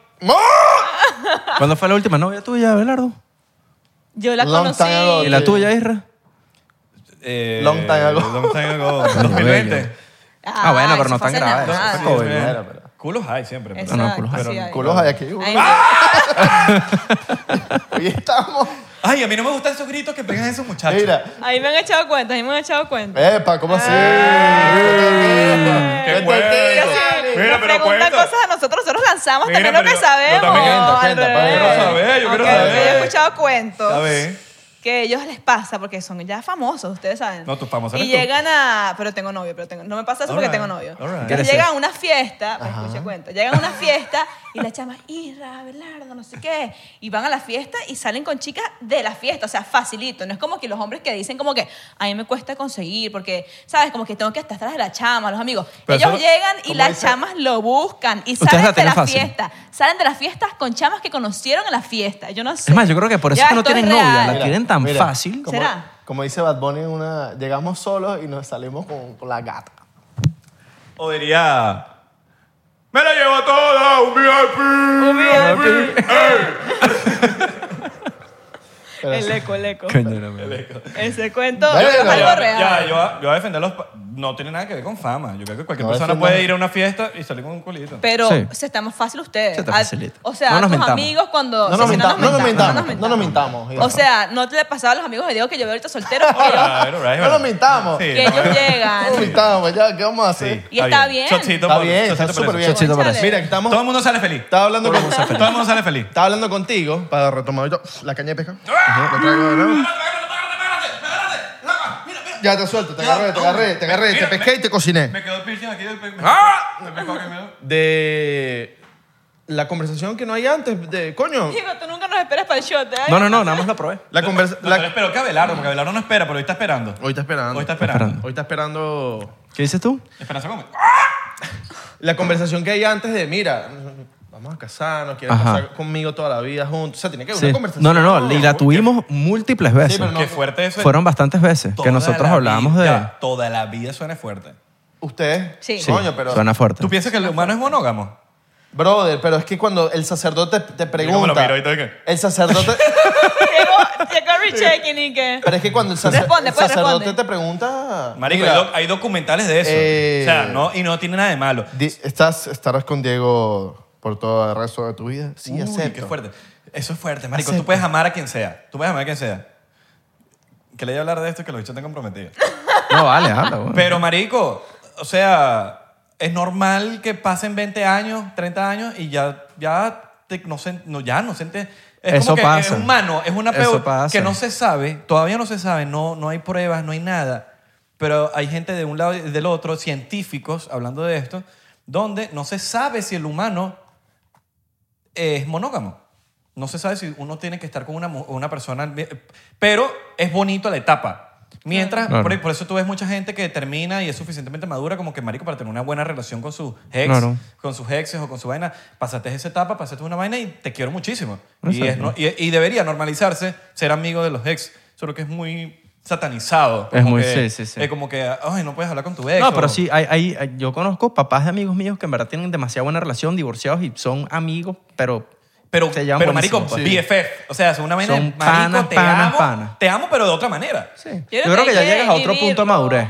Speaker 4: ¿Cuándo fue la última novia tuya, Belardo?
Speaker 1: Yo la
Speaker 3: Long
Speaker 1: conocí...
Speaker 3: time ago.
Speaker 4: ¿Y la
Speaker 3: Sí.
Speaker 4: tuya, (laughs) Isra?
Speaker 2: eh,
Speaker 3: Long time ago.
Speaker 2: Long time
Speaker 3: (laughs)
Speaker 2: ago. 2020.
Speaker 4: Ah, bueno, pero
Speaker 1: eso
Speaker 4: no
Speaker 1: fue
Speaker 4: tan
Speaker 1: hace nada.
Speaker 4: grave,
Speaker 3: Ah,
Speaker 4: eso
Speaker 2: Sí,
Speaker 4: fue COVID,
Speaker 2: bien.
Speaker 3: bueno, pero-
Speaker 2: Culos hay siempre. pero-
Speaker 1: Exacto,
Speaker 4: No, no, culos
Speaker 1: así
Speaker 2: hay.
Speaker 1: hay.
Speaker 3: Culos hay aquí.
Speaker 1: Ay,
Speaker 3: Hoy estamos.
Speaker 2: Ay, a mí no me gustan esos gritos que pegan esos muchachos.
Speaker 3: Mira.
Speaker 1: Ahí me han echado cuenta, ahí me han echado cuenta.
Speaker 3: Epa, ¿cómo así?
Speaker 2: Qué
Speaker 3: ¡Qué
Speaker 2: bueno. Mira,
Speaker 1: Nos
Speaker 2: pero
Speaker 1: preguntan
Speaker 2: cuenta.
Speaker 1: cosas a nosotros, nosotros lanzamos
Speaker 2: Mira,
Speaker 1: también lo
Speaker 2: pero
Speaker 1: que
Speaker 2: yo- yo
Speaker 1: sabemos.
Speaker 2: también-
Speaker 3: Cuenta,
Speaker 1: al
Speaker 3: cuenta, para
Speaker 1: revés.
Speaker 2: Yo quiero saber, yo quiero
Speaker 1: Ok,
Speaker 2: saber.
Speaker 1: Yo he escuchado cuentos.
Speaker 2: Ya ven.
Speaker 1: que ellos les pasa porque son ya famosos, ustedes saben.
Speaker 2: No, tú famoso
Speaker 1: Y
Speaker 2: eres tú.
Speaker 1: llegan a, pero tengo novio, pero tengo, no me pasa eso porque
Speaker 2: Alright,
Speaker 1: tengo novio.
Speaker 2: alright.
Speaker 1: Entonces
Speaker 4: ¿Quieres
Speaker 1: llegan
Speaker 4: ser?
Speaker 1: a una fiesta, pero escucha cuenta, llegan a una fiesta y la chama Irra, Belardo, no sé qué, y van a la fiesta y salen con chicas de la fiesta, o sea, facilito, no es como que los hombres que dicen como que a mí me cuesta conseguir porque sabes, como que tengo que estar atrás de la chama, los amigos.
Speaker 2: Pero
Speaker 1: ellos
Speaker 2: eso-
Speaker 1: llegan y
Speaker 3: ¿cómo
Speaker 1: las
Speaker 3: dice?
Speaker 1: chamas lo buscan y
Speaker 4: Ustedes
Speaker 1: salen
Speaker 4: la
Speaker 1: de
Speaker 4: tienen
Speaker 1: la
Speaker 4: fácil.
Speaker 1: fiesta, salen de las fiestas con chamas que conocieron en la fiesta. Yo no sé.
Speaker 4: Es más, yo creo que por eso
Speaker 1: Ya,
Speaker 4: es que no
Speaker 1: esto
Speaker 4: tienen novia.
Speaker 1: real.
Speaker 4: La quieren tan tan
Speaker 3: Mira,
Speaker 4: fácil.
Speaker 3: como-
Speaker 1: ¿Será?
Speaker 3: Como dice Bad Bunny en una... Llegamos solos y nos salimos con, con la gata.
Speaker 2: O diría... Me la llevo toda, un VIP.
Speaker 1: Un VIP.
Speaker 3: Pero
Speaker 1: El
Speaker 3: sí.
Speaker 1: eco, el eco.
Speaker 4: Coño, no, me-
Speaker 1: Ese cuento
Speaker 3: Bueno,
Speaker 1: es
Speaker 2: Yo-
Speaker 1: algo
Speaker 2: ya,
Speaker 1: real.
Speaker 2: yo, yo voy a defender los... pa- No tiene nada que ver con fama. Yo creo que cualquier
Speaker 3: No,
Speaker 2: persona
Speaker 3: eso
Speaker 2: puede
Speaker 3: no.
Speaker 2: ir a una fiesta y salir con un culito.
Speaker 1: Pero
Speaker 4: Sí.
Speaker 1: se está más fácil ustedes.
Speaker 4: Se está
Speaker 1: A-
Speaker 4: facilita.
Speaker 1: O sea,
Speaker 4: No
Speaker 1: a
Speaker 4: nos
Speaker 1: tus
Speaker 4: mintamos.
Speaker 1: amigos cuando...
Speaker 3: No
Speaker 1: sí,
Speaker 3: nos
Speaker 1: sí,
Speaker 3: mintamos, no nos
Speaker 1: no
Speaker 3: mintamos, no nos
Speaker 1: O
Speaker 3: mintamos.
Speaker 1: sea, no te le pasaba a los amigos de Diego que yo veo ahorita soltero,
Speaker 2: Oh,
Speaker 1: que ellos-
Speaker 2: Claro, right,
Speaker 3: No
Speaker 2: right.
Speaker 3: lo mintamos.
Speaker 2: Ah, Sí,
Speaker 1: que
Speaker 2: no,
Speaker 1: ellos
Speaker 3: No
Speaker 2: (laughs)
Speaker 3: nos
Speaker 1: llegan.
Speaker 3: mintamos, pues ya, ¿qué vamos a
Speaker 2: sí,
Speaker 3: hacer?
Speaker 1: Y está bien.
Speaker 2: Chocito
Speaker 3: Está
Speaker 2: por-
Speaker 3: bien, está
Speaker 2: chocito por
Speaker 3: súper
Speaker 2: eso.
Speaker 3: bien.
Speaker 4: Chocito por eso.
Speaker 1: Chale.
Speaker 3: Mira, estamos...
Speaker 2: Todo el mundo sale feliz.
Speaker 3: Estaba hablando con...
Speaker 2: Todo el mundo sale
Speaker 3: (laughs)
Speaker 2: feliz.
Speaker 3: Estaba hablando contigo para retomar ahorita, uf, la caña de pesca.
Speaker 4: Ah.
Speaker 3: Lo traigo de nuevo. Ya te suelto, te agarré, te agarré, te agarré, te pesqué y te cociné.
Speaker 2: Me quedó el piercing aquí del pe- ¡Ah! Me pescó aquí, mira.
Speaker 3: De la conversación que no hay antes, de coño.
Speaker 1: Diego, tú nunca nos esperas para el shot, ¿eh?
Speaker 4: no, no, no, nada más lo probé.
Speaker 3: La conversa,
Speaker 2: No,
Speaker 3: la-
Speaker 2: pero espero que Abelardo, porque Abelardo no espera, pero hoy está esperando.
Speaker 3: hoy está esperando.
Speaker 2: Hoy está esperando.
Speaker 4: esperando.
Speaker 3: Hoy está esperando.
Speaker 4: ¿Qué dices tú?
Speaker 2: Esperanza Gómez.
Speaker 3: La conversación que hay antes de, mira, vamos a casarnos, quieres
Speaker 4: Ajá.
Speaker 3: pasar conmigo toda la vida juntos. O sea, tiene que haber
Speaker 4: Sí.
Speaker 3: una conversación.
Speaker 4: No, no, no, y la tuvimos múltiples veces.
Speaker 3: pero no-
Speaker 2: Qué fuerte eso. es.
Speaker 4: Fueron bastantes veces
Speaker 2: Toda
Speaker 4: que nosotros
Speaker 2: la
Speaker 4: hablábamos de...
Speaker 2: vida, Toda la vida suena fuerte.
Speaker 3: Ustedes.
Speaker 1: Sí. Sí,
Speaker 3: Coño, pero.
Speaker 4: Suena
Speaker 2: (laughs)
Speaker 4: fuerte.
Speaker 2: ¿Tú piensas que el humano es monógamo?
Speaker 3: Brother, pero es que cuando el sacerdote te, te
Speaker 2: Mira cómo lo
Speaker 3: pregunta.
Speaker 2: miro ahorita, ¿qué? (laughs)
Speaker 3: el sacerdote.
Speaker 1: Diego, llegó rechecking y que...
Speaker 3: pero es que cuando el, sacer-
Speaker 1: Responde,
Speaker 3: el
Speaker 1: pues,
Speaker 3: sacerdote
Speaker 1: responde.
Speaker 3: te pregunta.
Speaker 2: Marico,
Speaker 3: mira,
Speaker 2: hay, doc- hay documentales de eso.
Speaker 3: Eh.
Speaker 2: O sea, no, y no tiene nada de malo.
Speaker 6: Di- ¿Estás, estarás con Diego por todo el resto de tu vida? Sí,
Speaker 2: Uy,
Speaker 6: acepto.
Speaker 2: qué fuerte. Eso es fuerte, marico. Tú
Speaker 6: Acepto.
Speaker 2: puedes amar a quien sea. Tú puedes amar a quien sea. Que le voy a hablar de esto y que los bichos están comprometidos.
Speaker 4: No, vale, habla, güey.
Speaker 2: Pero, marico, o sea, es normal que pasen 20 años, 30 años y ya, ya, te- no, sen- no, ya no sientes... Es
Speaker 4: Eso
Speaker 2: como que
Speaker 4: pasa.
Speaker 2: Es humano, es una
Speaker 4: Eso
Speaker 2: peor
Speaker 4: pasa.
Speaker 2: que no se sabe, todavía no se sabe, no, no hay pruebas, no hay nada. Pero hay gente de un lado y del otro, científicos, hablando de esto, donde no se sabe si el humano es monógamo. No se sabe si uno tiene que estar con una, mu- una persona, pero es bonito la etapa. Mientras,
Speaker 4: Claro.
Speaker 2: por, por eso tú ves mucha gente que termina y es suficientemente madura como que marico para tener una buena relación con sus ex,
Speaker 4: Claro.
Speaker 2: con sus exes o con su vaina. Pasaste esa etapa, pasaste una vaina y te quiero muchísimo. Y,
Speaker 4: Exacto.
Speaker 2: es no- y- y debería normalizarse ser amigo de los ex, solo que es muy satanizado.
Speaker 4: Es
Speaker 2: Como
Speaker 4: muy-
Speaker 2: que-
Speaker 4: sí, sí, sí.
Speaker 2: Es como que, ay, no puedes hablar con tu ex.
Speaker 4: No, pero
Speaker 2: o-
Speaker 4: sí, hay, hay- hay- yo conozco papás de amigos míos que en verdad tienen demasiada buena relación, divorciados y son amigos, pero...
Speaker 2: Pero,
Speaker 4: se llevan
Speaker 2: pero
Speaker 4: buenísimo,
Speaker 2: marico,
Speaker 4: pues.
Speaker 2: BFF. O sea, es una vaina
Speaker 4: Son
Speaker 2: de, marico,
Speaker 4: panas,
Speaker 2: te
Speaker 4: panas,
Speaker 2: amo,
Speaker 4: panas.
Speaker 2: te amo, pero de otra manera.
Speaker 4: Sí. Yo, creo que, ya
Speaker 1: hay que
Speaker 4: llegas a otro punto
Speaker 1: vivirlo,
Speaker 4: de madurez.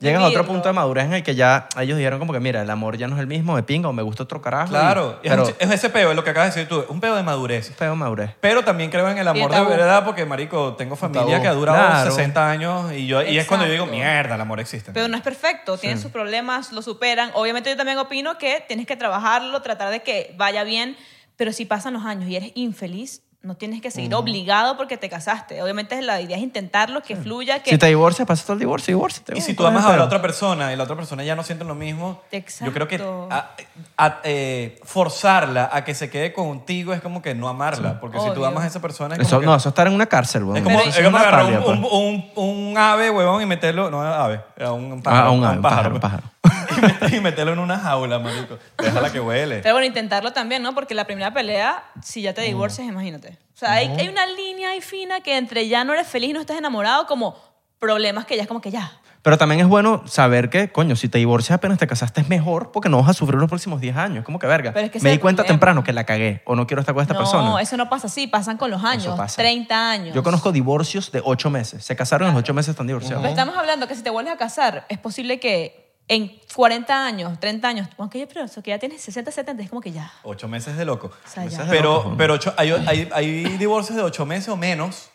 Speaker 4: Llegas a otro
Speaker 1: vivirlo.
Speaker 4: punto de madurez en el que ya ellos dijeron como que, mira, el amor ya no es el mismo de pinga o me gusta otro carajo. y-
Speaker 2: Claro, es,
Speaker 4: pero
Speaker 2: un- es ese peo, es lo que acabas de decir tú, es un peo de madurez.
Speaker 4: es feo madurez.
Speaker 2: Pero también creo en el
Speaker 1: Y
Speaker 2: amor
Speaker 1: el
Speaker 2: de
Speaker 1: tabú.
Speaker 2: verdad, porque, marico, tengo familia
Speaker 3: tabú.
Speaker 2: que ha durado
Speaker 4: Claro.
Speaker 2: 60 años y, yo, y es cuando yo digo,
Speaker 1: Exacto.
Speaker 2: mierda, el amor existe.
Speaker 1: Pero no es perfecto, tienen sus problemas, lo superan. Obviamente yo también opino que tienes que trabajarlo, tratar de que vaya bien, pero si pasan los años y eres infeliz, no tienes que seguir obligado porque te casaste. Obviamente la idea es intentarlo, que fluya, que...
Speaker 4: Si te divorcias, pasa todo el divorcio, divorcio.
Speaker 2: y si tú amas a la otra persona y la otra persona ya no siente lo mismo, yo creo que
Speaker 1: Exacto.
Speaker 2: a- a- eh, forzarla a que se quede contigo es como que no amarla, porque si tú
Speaker 1: Obvio.
Speaker 2: amas a esa persona es como
Speaker 4: Eso,
Speaker 2: que-
Speaker 4: no, eso es estar en una cárcel, weón.
Speaker 2: Es como,
Speaker 4: Eso
Speaker 2: es
Speaker 4: es
Speaker 2: como
Speaker 4: una
Speaker 2: agarrar
Speaker 4: pálida,
Speaker 2: un,
Speaker 4: pues.
Speaker 2: un- un- un ave, huevón, y meterlo. No, ave, a un pájaro.
Speaker 4: Ah, un
Speaker 2: a
Speaker 4: ave, un pájaro, un pájaro.
Speaker 2: (laughs) Y met- y meterlo en una jaula, marico. Déjala que huele.
Speaker 1: Pero bueno, intentarlo también, ¿no? Porque la primera pelea, si ya te divorcias, imagínate. O sea, hay, hay una línea ahí fina que entre ya no eres feliz, no estás enamorado, como problemas que ya es como que ya.
Speaker 4: Pero también es bueno saber que, coño, si te divorcias apenas te casaste es mejor porque no vas a sufrir los próximos 10 años. Como que verga.
Speaker 1: Pero es que ese
Speaker 4: me
Speaker 1: es
Speaker 4: di
Speaker 1: el
Speaker 4: cuenta
Speaker 1: problema.
Speaker 4: temprano que la cagué o no quiero estar con esta
Speaker 1: no,
Speaker 4: persona.
Speaker 1: eso no pasa así, pasan con los años,
Speaker 4: Eso pasa.
Speaker 1: 30 años.
Speaker 4: Yo conozco divorcios de 8 meses. Se casaron y en los 8 meses están divorciados.
Speaker 1: Pero estamos hablando que si te vuelves a casar, es posible que en 40 años, 30 años, aunque ya, pero eso que ya tienes 60, 70, es como que ya.
Speaker 2: Ocho meses de loco.
Speaker 1: O sea, ya.
Speaker 4: Meses de
Speaker 2: pero
Speaker 4: locos, ¿no?
Speaker 2: pero ocho- hay, hay- hay divorcios de ocho meses o menos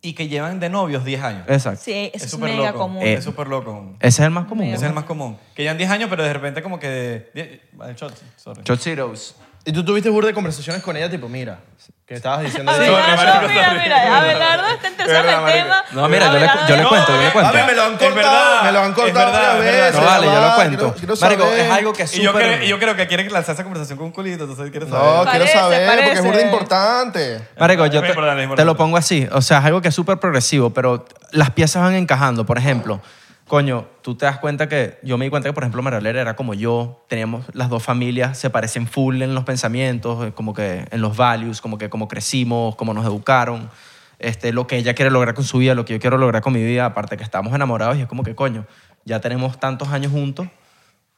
Speaker 2: y que llevan de novios diez años.
Speaker 4: Exacto.
Speaker 1: Sí, eso es,
Speaker 2: súper
Speaker 1: mega
Speaker 2: loco.
Speaker 1: común. eh,
Speaker 4: Eh,
Speaker 2: Es súper loco.
Speaker 4: Ese es el más común.
Speaker 2: Ese es el más común. Que llevan diez años, pero de repente como que... die- el shot, sorry.
Speaker 4: Shot Zeros.
Speaker 3: Y tú tuviste burda de conversaciones con ella, tipo, mira, que estabas (laughs) diciendo.
Speaker 2: Sí.
Speaker 1: Abelardo,
Speaker 2: Sorry, marico,
Speaker 1: mira,
Speaker 2: sorry.
Speaker 1: mira, Abelardo está interesado en el
Speaker 2: Verdad,
Speaker 1: tema.
Speaker 4: No, mira, yo le-
Speaker 1: Abelardo
Speaker 4: yo le
Speaker 1: ya-
Speaker 4: cuento, yo le cuento.
Speaker 3: A mí me lo han
Speaker 2: Es
Speaker 3: cortado,
Speaker 2: verdad,
Speaker 3: me lo han
Speaker 2: es
Speaker 3: cortado
Speaker 2: verdad,
Speaker 3: varias
Speaker 2: es verdad.
Speaker 3: veces.
Speaker 4: No vale, yo lo
Speaker 3: chaval,
Speaker 4: cuento.
Speaker 3: quiero- quiero
Speaker 4: Marico,
Speaker 3: saber.
Speaker 4: es algo que es
Speaker 2: Y yo,
Speaker 4: súper...
Speaker 2: creo, yo creo que quieren lanzar esa conversación con un culito, entonces quieren
Speaker 3: No,
Speaker 2: saber.
Speaker 3: quiero
Speaker 1: Parece,
Speaker 3: saber, porque es burda
Speaker 1: parece.
Speaker 3: importante.
Speaker 4: Marico, yo
Speaker 2: Es
Speaker 4: te,
Speaker 2: importante, es
Speaker 4: te
Speaker 2: importante.
Speaker 4: lo pongo así. O sea, es algo que es súper progresivo, pero las piezas van encajando. Por ejemplo, coño, tú te das cuenta que yo me di cuenta que, por ejemplo, Maralera era como yo. Teníamos las dos familias, se parecen full en los pensamientos, eh, como que en los values, como que como crecimos, como nos educaron. este, lo que ella quiere lograr con su vida, lo que yo quiero lograr con mi vida, aparte que estamos enamorados y es como que, coño, ya tenemos tantos años juntos,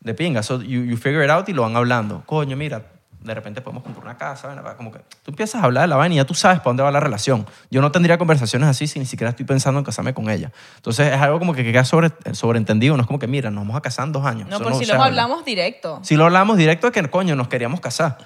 Speaker 4: de pinga, so you, you figure it out y lo van hablando. Coño, mira, de repente podemos comprar una casa, ven acá, como que tú empiezas a hablar de la vaina y ya tú sabes para dónde va la relación. Yo no tendría conversaciones así si ni siquiera estoy pensando en casarme con ella. Entonces es algo como que queda sobre, sobreentendido, no es como que, mira, nos vamos a casar en dos años.
Speaker 1: No,
Speaker 4: Eso
Speaker 1: pero si
Speaker 4: se
Speaker 1: luego
Speaker 4: habla.
Speaker 1: hablamos directo.
Speaker 4: Si lo hablamos directo de que, coño, nos queríamos casar.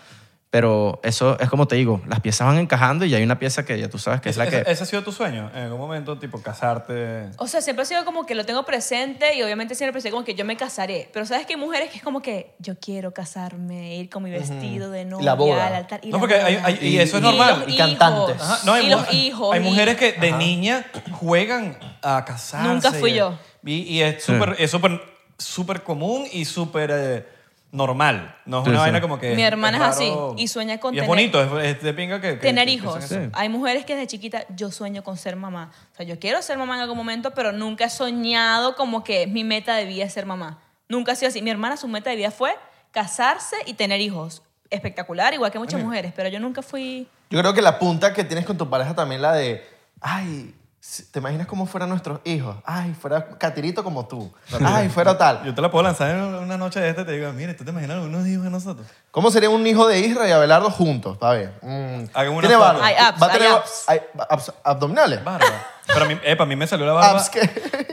Speaker 4: Pero eso es como te digo, las piezas van encajando y hay una pieza que ya tú sabes que es, la que...
Speaker 2: ¿Ese ha sido tu sueño? En algún momento, tipo, casarte...
Speaker 1: O sea, siempre ha sido como que lo tengo presente y obviamente siempre pensé como que yo me casaré. Pero sabes que hay mujeres que es como que yo quiero casarme, ir con mi vestido de novia
Speaker 3: la boda.
Speaker 1: al altar. y
Speaker 2: No,
Speaker 1: la
Speaker 2: porque hay-
Speaker 1: boda.
Speaker 2: hay- y eso es normal.
Speaker 1: los
Speaker 3: Y
Speaker 1: hijos,
Speaker 3: cantantes.
Speaker 2: Ajá, no, hay,
Speaker 1: y
Speaker 2: mu-
Speaker 1: los hijos.
Speaker 2: hay
Speaker 1: y-
Speaker 2: mujeres que de niña juegan a casarse.
Speaker 1: Nunca fui
Speaker 2: y-
Speaker 1: yo.
Speaker 2: Y, y es
Speaker 4: Sí.
Speaker 2: súper es súper- súper común y súper eh, normal. No es
Speaker 4: Sí,
Speaker 2: una
Speaker 4: sí.
Speaker 2: vaina como que...
Speaker 1: Mi hermana es así,
Speaker 2: raro.
Speaker 1: y sueña con
Speaker 2: Y es
Speaker 1: tener-
Speaker 2: bonito, es, es de pinga que... que-
Speaker 1: Tener
Speaker 2: que
Speaker 1: hijos.
Speaker 2: piensan eso.
Speaker 1: Hay mujeres que desde chiquita yo sueño con ser mamá. O sea, yo quiero ser mamá en algún momento, pero nunca he soñado como que mi meta de vida es ser mamá. Nunca ha sido así. Mi hermana, su meta de vida fue casarse y tener hijos. Espectacular, igual que muchas mujeres, pero yo nunca fui.
Speaker 3: Yo creo que la punta que tienes con tu pareja también la de, ay, si- ¿te imaginas cómo fueran nuestros hijos? Ay, fuera catirito como tú. Ay, fuera tal.
Speaker 2: Yo te la puedo lanzar en una noche de esta y te digo, mire, ¿tú te imaginas algunos hijos de nosotros?
Speaker 3: ¿Cómo sería un hijo de Isra y Abelardo juntos? Está bien. Mm.
Speaker 2: Hagan una
Speaker 3: Tiene
Speaker 2: foto.
Speaker 3: barba.
Speaker 1: Hay abs,
Speaker 3: Va a
Speaker 1: hay
Speaker 3: tener ba-
Speaker 1: abs.
Speaker 3: hay abs- abdominales.
Speaker 2: Barba. Pero a mí, epa, a mí me salió la barba.
Speaker 3: Abs que...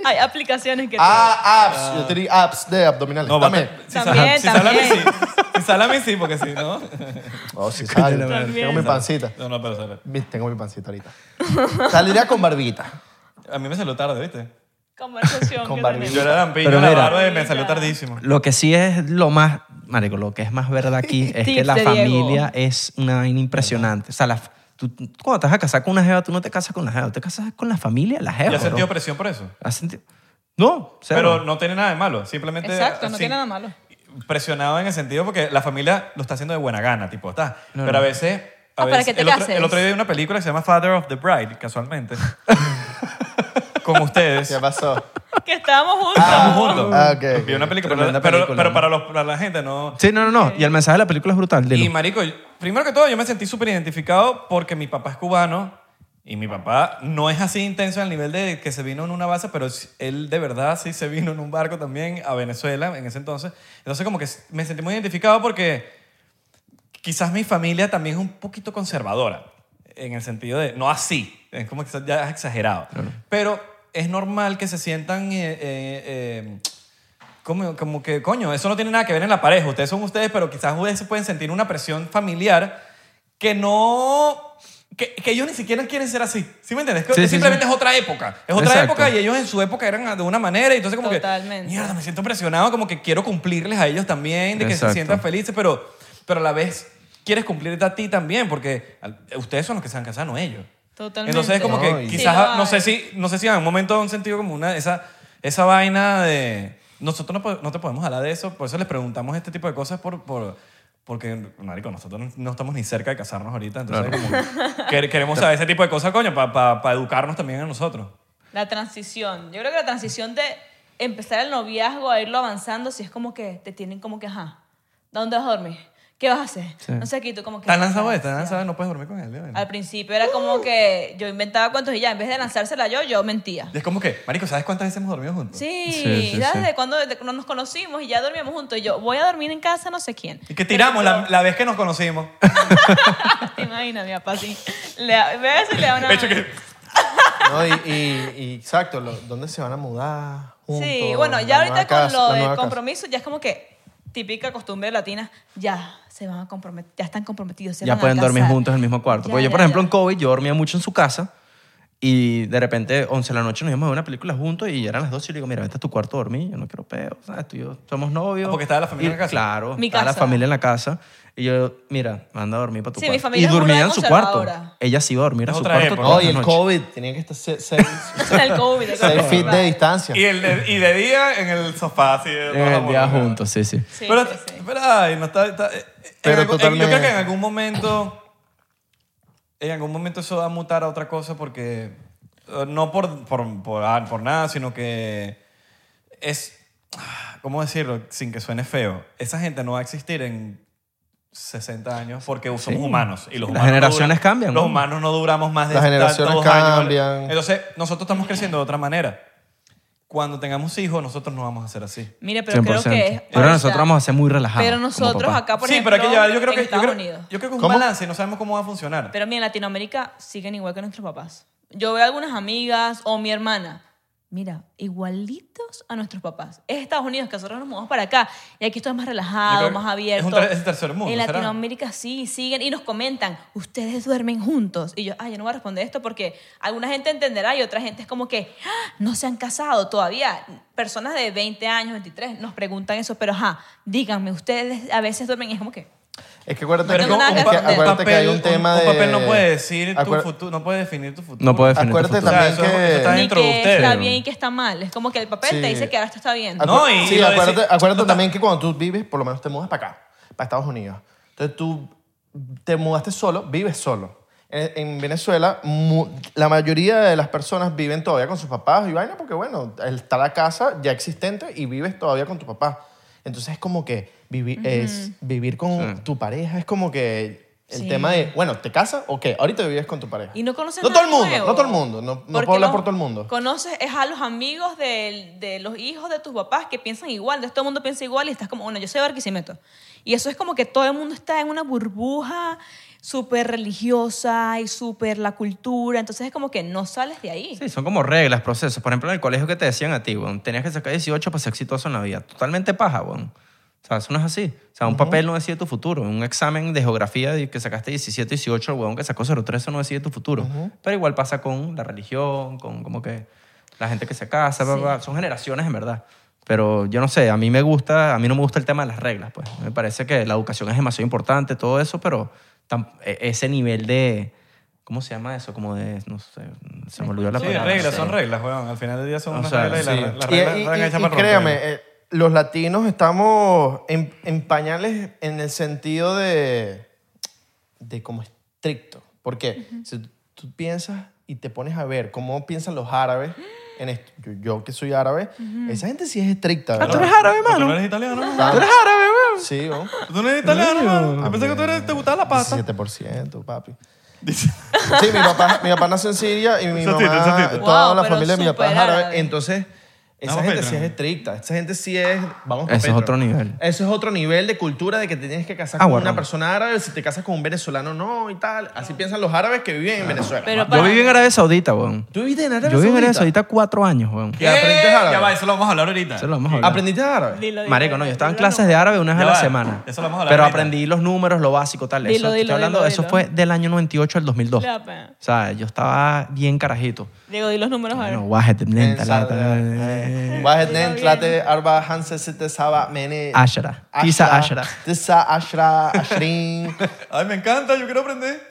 Speaker 1: Hay (laughs) aplicaciones que.
Speaker 3: Ah, abs. Yo tenía abs de abdominales.
Speaker 2: No,
Speaker 3: También.
Speaker 2: bata-
Speaker 1: También,
Speaker 2: si sale a mí,
Speaker 1: también.
Speaker 2: sí. Si sale a mí, sí, porque si no... (laughs)
Speaker 3: Oh, sí, sale.
Speaker 4: la madre.
Speaker 3: Tengo mi pancita.
Speaker 2: No, no, pero sale.
Speaker 3: Mi- Tengo mi pancita ahorita. Saldría con barbita.
Speaker 2: A mí me salió tarde, ¿viste?
Speaker 1: Conversación.
Speaker 3: Con
Speaker 1: que
Speaker 3: Barbie.
Speaker 1: tenemos.
Speaker 2: Yo era lampiño
Speaker 4: Pero
Speaker 2: la
Speaker 4: mira.
Speaker 2: barba y me salió tardísimo.
Speaker 4: Lo que sí es lo más, marico, lo que es más verdad
Speaker 1: (laughs)
Speaker 4: aquí es que
Speaker 1: Tips
Speaker 4: la
Speaker 1: de Diego.
Speaker 4: familia es una vaina impresionante. O sea, la f- tú, tú- cuando te vas a casar con una jeva, tú no te casas con la jeva, te casas con la familia, la
Speaker 2: ¿Y
Speaker 4: jeva.
Speaker 2: has sentido
Speaker 4: bro.
Speaker 2: presión por eso?
Speaker 4: ¿Has sentido? No, cero.
Speaker 2: Pero no tiene nada de malo, simplemente...
Speaker 1: Exacto, no
Speaker 2: sí,
Speaker 1: tiene nada malo.
Speaker 2: Presionado en el sentido porque la familia lo está haciendo de buena gana, tipo, está.
Speaker 4: No,
Speaker 2: Pero a
Speaker 4: no.
Speaker 2: veces... A
Speaker 1: Ah, ¿para
Speaker 2: veces-
Speaker 1: qué te
Speaker 2: el, otro,
Speaker 1: cases?
Speaker 2: el otro día vi una película que se llama Father of the Bride, casualmente. (laughs) con ustedes.
Speaker 3: ¿Qué pasó?
Speaker 1: Que estábamos juntos.
Speaker 2: Estábamos juntos.
Speaker 3: Ah, ok.
Speaker 2: Vi una película, pero,
Speaker 4: Tremenda
Speaker 2: pero-
Speaker 4: película,
Speaker 2: pero
Speaker 4: ¿no?
Speaker 2: para, los- para la gente no...
Speaker 4: Sí, no, no, no. Y el mensaje de la película es brutal. dilo.
Speaker 2: Y marico, yo- primero que todo yo me sentí súper identificado porque mi papá es cubano y mi papá no es así intenso al nivel de que se vino en una base, pero sí- él de verdad sí se vino en un barco también a Venezuela en ese entonces. Entonces como que s- me sentí muy identificado porque quizás mi familia también es un poquito conservadora, en el sentido de, no así, es como que ya es exagerado, pero es normal que se sientan... eh, eh, eh, como, como que, coño, eso no tiene nada que ver en la pareja. Ustedes son ustedes, pero quizás ustedes pueden sentir una presión familiar que no... Que, que ellos ni siquiera quieren ser así. ¿Sí me entiendes? Que
Speaker 4: Sí, sí,
Speaker 2: simplemente
Speaker 4: sí.
Speaker 2: es otra época. Es otra
Speaker 4: Exacto.
Speaker 2: época y ellos en su época eran de una manera y entonces como
Speaker 1: Totalmente.
Speaker 2: que... Mierda, me siento presionado, como que quiero cumplirles a ellos también, de que se
Speaker 4: Exacto.
Speaker 2: sientan felices, pero, pero a la vez quieres cumplirte a ti también porque al- ustedes son los que se han casado, no ellos.
Speaker 1: Totalmente.
Speaker 2: Entonces es como
Speaker 3: No,
Speaker 2: que
Speaker 3: y-
Speaker 1: Sí,
Speaker 2: quizás,
Speaker 1: lo
Speaker 2: no sé
Speaker 1: hay.
Speaker 2: si, no sé si en un momento han sentido como una, esa, esa vaina de, nosotros no, po- no te podemos hablar de eso, por eso les preguntamos este tipo de cosas por, por- porque, marico, nosotros no- no estamos ni cerca de casarnos ahorita, entonces como que- queremos saber ese tipo de cosas, coño, para educarnos también a nosotros.
Speaker 1: La transición. Yo creo que la transición de empezar el noviazgo a irlo avanzando, si es como que te tienen como que, ajá, ¿dónde vas a dormir? ¿Qué vas a hacer? No sé, aquí tú como que...
Speaker 2: ¿Estás lanzado
Speaker 1: Ya.
Speaker 2: esta? ¿Estás lanzado? No puedes dormir con él. ¿eh?
Speaker 1: Al principio era como que yo inventaba cuentos y ya, en vez de lanzársela yo, yo mentía.
Speaker 2: Y es como que, marico, ¿sabes cuántas veces hemos dormido juntos?
Speaker 1: Sí,
Speaker 4: Sí, sí,
Speaker 1: ya
Speaker 4: sí.
Speaker 1: desde cuando desde cuando nos conocimos y ya dormíamos juntos y yo voy a dormir en casa no sé quién.
Speaker 2: Y que tiramos
Speaker 1: Pero
Speaker 2: la, la vez que nos conocimos.
Speaker 1: yo- (laughs) Te imaginas, mi papá así. Le da, ¿Ves? Y le da una...
Speaker 2: De hecho que...
Speaker 3: No, y, y- y exacto, lo- ¿dónde se van a mudar? Juntos,
Speaker 1: Sí, bueno, ya
Speaker 3: la nueva
Speaker 1: ahorita con
Speaker 3: casa, la
Speaker 1: lo
Speaker 3: nueva
Speaker 1: del
Speaker 3: casa.
Speaker 1: compromiso, ya es como que típica costumbre latina, ya se van a comprometer, ya están comprometidos. se
Speaker 4: ya
Speaker 1: van a
Speaker 4: pueden dormir
Speaker 1: casar.
Speaker 4: juntos en el mismo cuarto.
Speaker 1: Ya,
Speaker 4: Porque yo,
Speaker 1: ya,
Speaker 4: por ejemplo,
Speaker 1: ya.
Speaker 4: en COVID, yo dormía mucho en su casa y de repente, 11 de la noche, nos íbamos a ver una película juntos y eran las 12 y le digo, mira, vete a tu cuarto a dormir, yo no quiero peo, ¿sabes? Tú y yo somos novios.
Speaker 2: Ah, porque estaba la familia
Speaker 4: Y-
Speaker 2: en la casa.
Speaker 4: Claro,
Speaker 1: Mi
Speaker 4: estaba la
Speaker 1: casa.
Speaker 4: familia en la casa. Y yo, mira, manda a dormir para tu
Speaker 1: Sí, mi
Speaker 4: cuarto.
Speaker 1: familia
Speaker 4: y
Speaker 1: es burda de
Speaker 4: dormía en su cuarto.
Speaker 1: conservadora.
Speaker 4: Ella se iba a dormir a
Speaker 2: Es
Speaker 4: su
Speaker 2: otra
Speaker 4: cuarto.
Speaker 2: época.
Speaker 4: todas
Speaker 3: No, y
Speaker 4: las
Speaker 3: el
Speaker 4: noches.
Speaker 3: COVID tenía que estar se- seis,
Speaker 1: (laughs) el
Speaker 4: (laughs)
Speaker 1: COVID. el
Speaker 3: seis
Speaker 1: COVID,
Speaker 3: feet de
Speaker 1: right.
Speaker 3: distancia.
Speaker 2: Y, el de, y de día en el sofá, así. de
Speaker 4: En Eh, el día
Speaker 2: todos los-
Speaker 4: juntos, sí, sí.
Speaker 1: Sí,
Speaker 2: pero,
Speaker 1: sí, sí.
Speaker 2: pero, ay, no está. está- eh, en
Speaker 3: Pero
Speaker 2: algún- en- yo creo que
Speaker 3: totalmente.
Speaker 2: en algún momento. En algún momento eso va a mutar a otra cosa porque. eh, No por, por, por, ah, por nada, sino que. Es. ah, ¿Cómo decirlo? Sin que suene feo. Esa gente no va a existir en 60 años porque somos
Speaker 4: Sí.
Speaker 2: humanos. Y los
Speaker 4: Las
Speaker 2: humanos no
Speaker 4: generaciones
Speaker 2: duran-
Speaker 4: cambian,
Speaker 2: Los
Speaker 4: ¿no?
Speaker 2: humanos no duramos más de
Speaker 3: Las
Speaker 2: tantos
Speaker 3: generaciones
Speaker 2: años.
Speaker 3: cambian.
Speaker 2: Entonces, nosotros estamos creciendo de otra manera. Cuando tengamos hijos, nosotros no vamos a ser así.
Speaker 1: Mire, pero creo que es.
Speaker 4: Pero
Speaker 1: ahorita.
Speaker 4: nosotros vamos a ser muy relajados.
Speaker 1: Pero
Speaker 4: como
Speaker 1: nosotros
Speaker 4: papá.
Speaker 1: acá, por
Speaker 2: sí,
Speaker 1: ejemplo,
Speaker 2: pero hay que llevar, yo creo
Speaker 1: en
Speaker 2: que, yo
Speaker 1: Estados
Speaker 2: creo,
Speaker 1: Unidos.
Speaker 2: yo creo que es un
Speaker 3: ¿Cómo?
Speaker 2: balance y no sabemos cómo va a funcionar.
Speaker 1: Pero mira, en Latinoamérica siguen igual que nuestros papás. Yo veo algunas amigas o mi hermana. Mira, igualitos a nuestros papás. Es Estados Unidos, que nosotros nos mudamos para acá. Y aquí esto es más
Speaker 2: Yo
Speaker 1: relajado,
Speaker 2: creo que
Speaker 1: más
Speaker 2: es un
Speaker 1: abierto.
Speaker 2: ter- es tercer mundo,
Speaker 1: En
Speaker 2: ¿será?
Speaker 1: Latinoamérica sí, siguen y nos comentan, ustedes duermen juntos. Y yo, ay, yo no voy a responder esto porque alguna gente entenderá y otra gente es como que, "Ah, no se han casado todavía. Personas de 20 años, 23, nos preguntan eso, pero ajá, díganme, ustedes a veces duermen y es como que,
Speaker 3: Es que acuérdate,
Speaker 1: No
Speaker 3: que,
Speaker 1: tengo nada que
Speaker 3: es que
Speaker 1: hacer.
Speaker 3: acuérdate que hay un tema de...
Speaker 2: Un papel no puede decir tu
Speaker 3: acuérdate-
Speaker 2: futuro, no puede definir tu futuro.
Speaker 4: No puede definir tu
Speaker 3: Acuérdate
Speaker 4: futuro.
Speaker 2: O sea,
Speaker 3: también
Speaker 2: eso- eso está bien.
Speaker 3: que...
Speaker 1: ni
Speaker 2: dentro de
Speaker 1: que está
Speaker 2: ustedes,
Speaker 1: bien
Speaker 2: ¿no?
Speaker 1: y que está mal. Es como que el papel te
Speaker 3: Sí. Ah,
Speaker 1: dice que ahora esto está bien.
Speaker 2: No,
Speaker 3: Acuérdate-
Speaker 2: y
Speaker 3: sí,
Speaker 2: lo de
Speaker 3: acuérdate,
Speaker 2: decir-
Speaker 3: acuérdate
Speaker 2: no está-
Speaker 3: también que cuando tú vives, por lo menos te mudas para acá, para Estados Unidos. Entonces tú te mudaste solo, vives solo. En, en Venezuela, mu- la mayoría de las personas viven todavía con sus papás y vaina porque, bueno, está la casa ya existente y vives todavía con tu papá. Entonces es como que vivi- es vivir con
Speaker 4: Sí.
Speaker 3: tu pareja es como que el
Speaker 1: Sí.
Speaker 3: tema de, bueno, ¿te casas o qué? Ahorita vives con tu pareja.
Speaker 1: Y no conoces
Speaker 3: No
Speaker 1: nada
Speaker 3: todo el mundo,
Speaker 1: nuevo.
Speaker 3: no todo el mundo. No, no
Speaker 1: Porque
Speaker 3: puedo hablar
Speaker 1: los-
Speaker 3: por todo el mundo.
Speaker 1: Conoces es a los amigos del- de, los hijos de tus papás que piensan igual, entonces todo el mundo piensa igual y estás como, bueno, yo soy de Barquisimeto. Y eso es como que todo el mundo está en una burbuja súper religiosa y súper la cultura, entonces es como que no sales de ahí.
Speaker 4: Sí, son como reglas, procesos. Por ejemplo, en el colegio que te decían a ti, weón, tenías que sacar 18 para ser exitoso en la vida. Totalmente paja, weón. O sea, eso no es así. O sea, un papel no decide tu futuro. Un examen de geografía de que sacaste 17, 18, el weón que sacó 03, eso no decide tu futuro. Pero igual pasa con la religión, con como que la gente que se casa, bla, bla. son generaciones en verdad. Pero yo no sé, a mí me gusta, a mí no me gusta el tema de las reglas, pues. Me parece que la educación es demasiado importante, todo eso, pero tam- e- ese nivel de... ¿Cómo se llama eso? Como de, no sé, se me olvidó la
Speaker 2: Sí,
Speaker 4: palabra.
Speaker 2: reglas,
Speaker 4: Sí.
Speaker 2: son reglas, weón. Al final del día son
Speaker 4: O
Speaker 2: unas
Speaker 4: sea,
Speaker 2: reglas y
Speaker 4: sí.
Speaker 2: las la
Speaker 3: Y-
Speaker 2: reglas
Speaker 3: y-
Speaker 2: reglas
Speaker 3: y-
Speaker 2: hechas
Speaker 3: y
Speaker 2: para
Speaker 3: créame,
Speaker 2: romperlas.
Speaker 3: eh, los latinos estamos en, en pañales en el sentido de, de como estricto. Porque si tú piensas y te pones a ver cómo piensan los árabes, en esto, yo, yo que soy árabe, esa gente sí es estricta.
Speaker 4: Ah, tú
Speaker 3: ¿verdad?
Speaker 4: eres árabe,
Speaker 2: Tú no
Speaker 4: mano.
Speaker 2: eres italiano,
Speaker 3: Ah,
Speaker 2: ¿no?
Speaker 3: Sí, ¿no?
Speaker 2: Tú no eres italiano, mano. Yo pensé que tú eres, te gustaba la pasta.
Speaker 3: 17%, papi. Sí, mi papá, mi papá nació en Siria y mi
Speaker 2: Un satito, un
Speaker 3: mamá,
Speaker 2: satito.
Speaker 3: toda
Speaker 1: Wow,
Speaker 3: la
Speaker 1: pero
Speaker 3: familia de mi papá es
Speaker 1: súper
Speaker 3: árabe.
Speaker 1: árabe.
Speaker 3: Entonces, esa
Speaker 2: Vamos,
Speaker 3: gente
Speaker 2: Petro.
Speaker 3: sí es estricta. Esa gente sí es... Vamos pa'
Speaker 4: Ese es
Speaker 3: Petro.
Speaker 4: otro nivel.
Speaker 3: Eso es otro nivel de cultura de que te tienes que casar
Speaker 4: Ah,
Speaker 3: con
Speaker 4: bueno.
Speaker 3: una persona árabe, si te casas con un venezolano no y tal. Así piensan los árabes que viven en Venezuela.
Speaker 1: Pero
Speaker 4: Yo
Speaker 1: para-
Speaker 4: viví en Arabia Saudita, weón.
Speaker 3: ¿Tú viviste en Arabia
Speaker 4: Yo viví en Arabia
Speaker 3: Saudita?
Speaker 4: Saudita cuatro años, weón.
Speaker 3: ¿Y aprendiste árabe?
Speaker 2: Ya va, eso lo vamos a hablar ahorita.
Speaker 4: Eso lo vamos a hablar.
Speaker 3: ¿Aprendiste árabe?
Speaker 1: Dilo, dilo,
Speaker 4: Marico, no, yo
Speaker 1: dilo,
Speaker 4: estaba en
Speaker 1: dilo,
Speaker 4: clases
Speaker 1: no.
Speaker 4: de árabe una vez
Speaker 2: Ya
Speaker 4: a la
Speaker 2: va,
Speaker 4: semana.
Speaker 2: eso lo vamos a hablar
Speaker 4: Pero
Speaker 2: ahorita.
Speaker 4: aprendí los números, lo básico, tal.
Speaker 1: Dilo,
Speaker 4: Eso te
Speaker 1: dilo,
Speaker 4: estoy hablando,
Speaker 1: dilo,
Speaker 4: eso
Speaker 1: dilo.
Speaker 4: fue del año 98 al 2002.
Speaker 1: Ya, pa.
Speaker 4: O sea, yo estaba bien carajito.
Speaker 1: Diego, di los números a ver.
Speaker 4: Bueno, guájate, lenta, lata, eh.
Speaker 3: Wahed Tlate Arba Hanse Sete Saba Mene
Speaker 4: Ashara. Tisa Ashara.
Speaker 3: Tisa Ashra Ashrin
Speaker 2: Ay, me encanta, yo quiero aprender.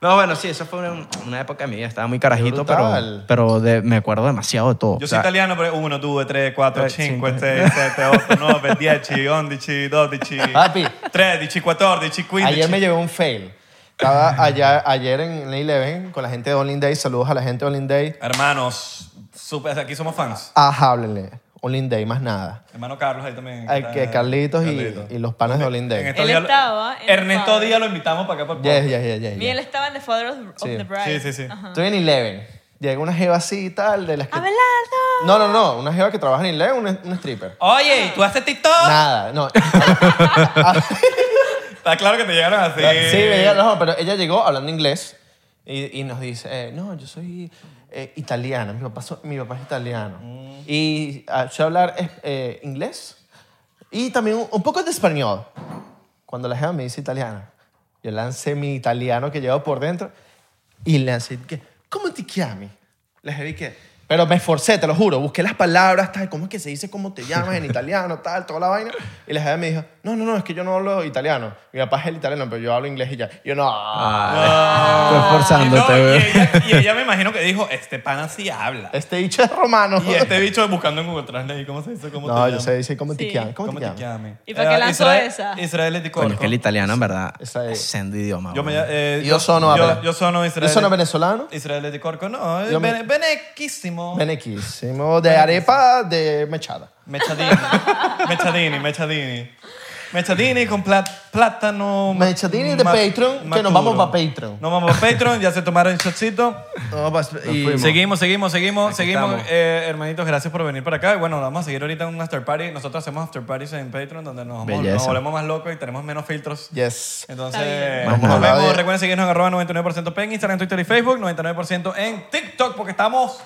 Speaker 4: No, bueno, sí, eso fue una, una época de mi vida. Estaba muy carajito, pero,
Speaker 3: brutal.
Speaker 4: pero de- me acuerdo demasiado de todo.
Speaker 2: Yo soy
Speaker 4: O sea,
Speaker 2: italiano, pero 1, 2, 3, 4,
Speaker 4: Eh,
Speaker 2: 5,
Speaker 4: cinque.
Speaker 2: 6, 7, 8, 9, 10, 11, 12,
Speaker 3: Papi.
Speaker 2: 13, 14, 15.
Speaker 3: Ayer me llevé un fail Estaba allá, ayer en Ley Leven con la gente de Online Day saludos a la gente de Online Day
Speaker 2: Hermanos, super- aquí somos fans.
Speaker 3: ajá háblenle Online Day más nada
Speaker 2: Hermano Carlos ahí también.
Speaker 3: Ay,
Speaker 2: está-
Speaker 3: que Carlitos, y-
Speaker 2: Ah, Carlitos.
Speaker 3: Y, los panas de Online
Speaker 2: En este
Speaker 3: Day
Speaker 2: estos
Speaker 1: Él
Speaker 2: días lo-
Speaker 1: estaba en
Speaker 2: Ernesto
Speaker 1: Father.
Speaker 2: Díaz lo invitamos para acá por
Speaker 3: yes yes yes yes, yes.
Speaker 1: Miguel estaba en The Father of, of
Speaker 3: Sí.
Speaker 1: the Bride.
Speaker 2: Sí, sí, sí.
Speaker 1: Ajá.
Speaker 3: Estoy en Eleven. Llega una jeva así y tal, de las que...
Speaker 1: ¡Abelardo!
Speaker 3: No, no, no. Una jeva que trabaja en Eleven, una, una stripper.
Speaker 2: Oye, ¿y ¿tú haces TikTok?
Speaker 3: Nada, no.
Speaker 2: Está claro que te llegaron así.
Speaker 3: sí, me llega- no, pero ella llegó hablando inglés y, y nos dice, eh, no, yo soy eh, italiana, mi papá, so- mi papá es italiano. Y ah, sé hablar es- eh, inglés y también un, un poco de español. Cuando la jeva me dice italiana, yo lancé mi italiano que llevo por dentro y le lancé, que, ¿cómo te llamas? La jeva y que, pero me esforcé, te lo juro, busqué las palabras, tal, cómo es que se dice, cómo te llamas en italiano, tal, toda la vaina. Y la jeva me dijo, no, no, no, es que yo no hablo italiano. Mi papá es el italiano, pero yo hablo inglés y ya. Y yo, no.
Speaker 2: Ah.
Speaker 4: Estoy esforzándote,
Speaker 2: No, y,
Speaker 4: weón.
Speaker 2: ella, y ella me imagino que dijo, este pana sí habla.
Speaker 3: Este dicho es romano.
Speaker 2: Y
Speaker 3: (laughs)
Speaker 2: este bicho buscando en Google Translate, ¿cómo se dice? ¿Cómo te
Speaker 3: no, yo
Speaker 2: llamas?
Speaker 3: sé dice cómo te
Speaker 1: Sí.
Speaker 3: llamas. ¿Cómo,
Speaker 2: ¿Cómo
Speaker 3: te
Speaker 2: te
Speaker 3: llamas?
Speaker 2: llamas?
Speaker 1: ¿Y para qué
Speaker 2: Eh,
Speaker 1: lanzó
Speaker 2: Israel-
Speaker 1: esa?
Speaker 2: Israel es de
Speaker 4: Coño, es que el italiano, en verdad,
Speaker 3: Esa es-
Speaker 4: es sendo idioma.
Speaker 2: Yo me
Speaker 4: weón.
Speaker 2: eh,
Speaker 3: Yo sono
Speaker 2: yo,
Speaker 3: habla.
Speaker 2: yo sono Israel.
Speaker 3: Yo sono venezolano.
Speaker 2: Israel de Corco, no, es
Speaker 3: Yo me-
Speaker 2: bene- benequísimo.
Speaker 3: Benequísimo. De arepa de mechada.
Speaker 2: Mechadini. Mechadini, Mechadini. Mechadini con plat- plátano. ma-
Speaker 3: Mechadini de
Speaker 2: ma-
Speaker 3: Patreon, que nos vamos pa' Patreon.
Speaker 2: Nos vamos para Patreon, ya se tomaron el shotcito.
Speaker 4: No, pas- y-
Speaker 2: pues, Seguimos, seguimos, seguimos,
Speaker 4: Aquí
Speaker 2: seguimos.
Speaker 4: estamos.
Speaker 2: Eh, hermanitos, gracias por venir para acá. Y bueno, vamos a seguir ahorita en un after party. Nosotros hacemos after parties en Patreon donde nos, vamos-
Speaker 4: Belleza.
Speaker 2: nos volvemos más locos y tenemos menos filtros.
Speaker 3: Yes.
Speaker 2: Entonces,
Speaker 1: Está
Speaker 2: nos
Speaker 3: Más nada.
Speaker 2: vemos. Recuerden seguirnos en arroba 99% en Instagram, Twitter y Facebook, 99% en TikTok, porque estamos...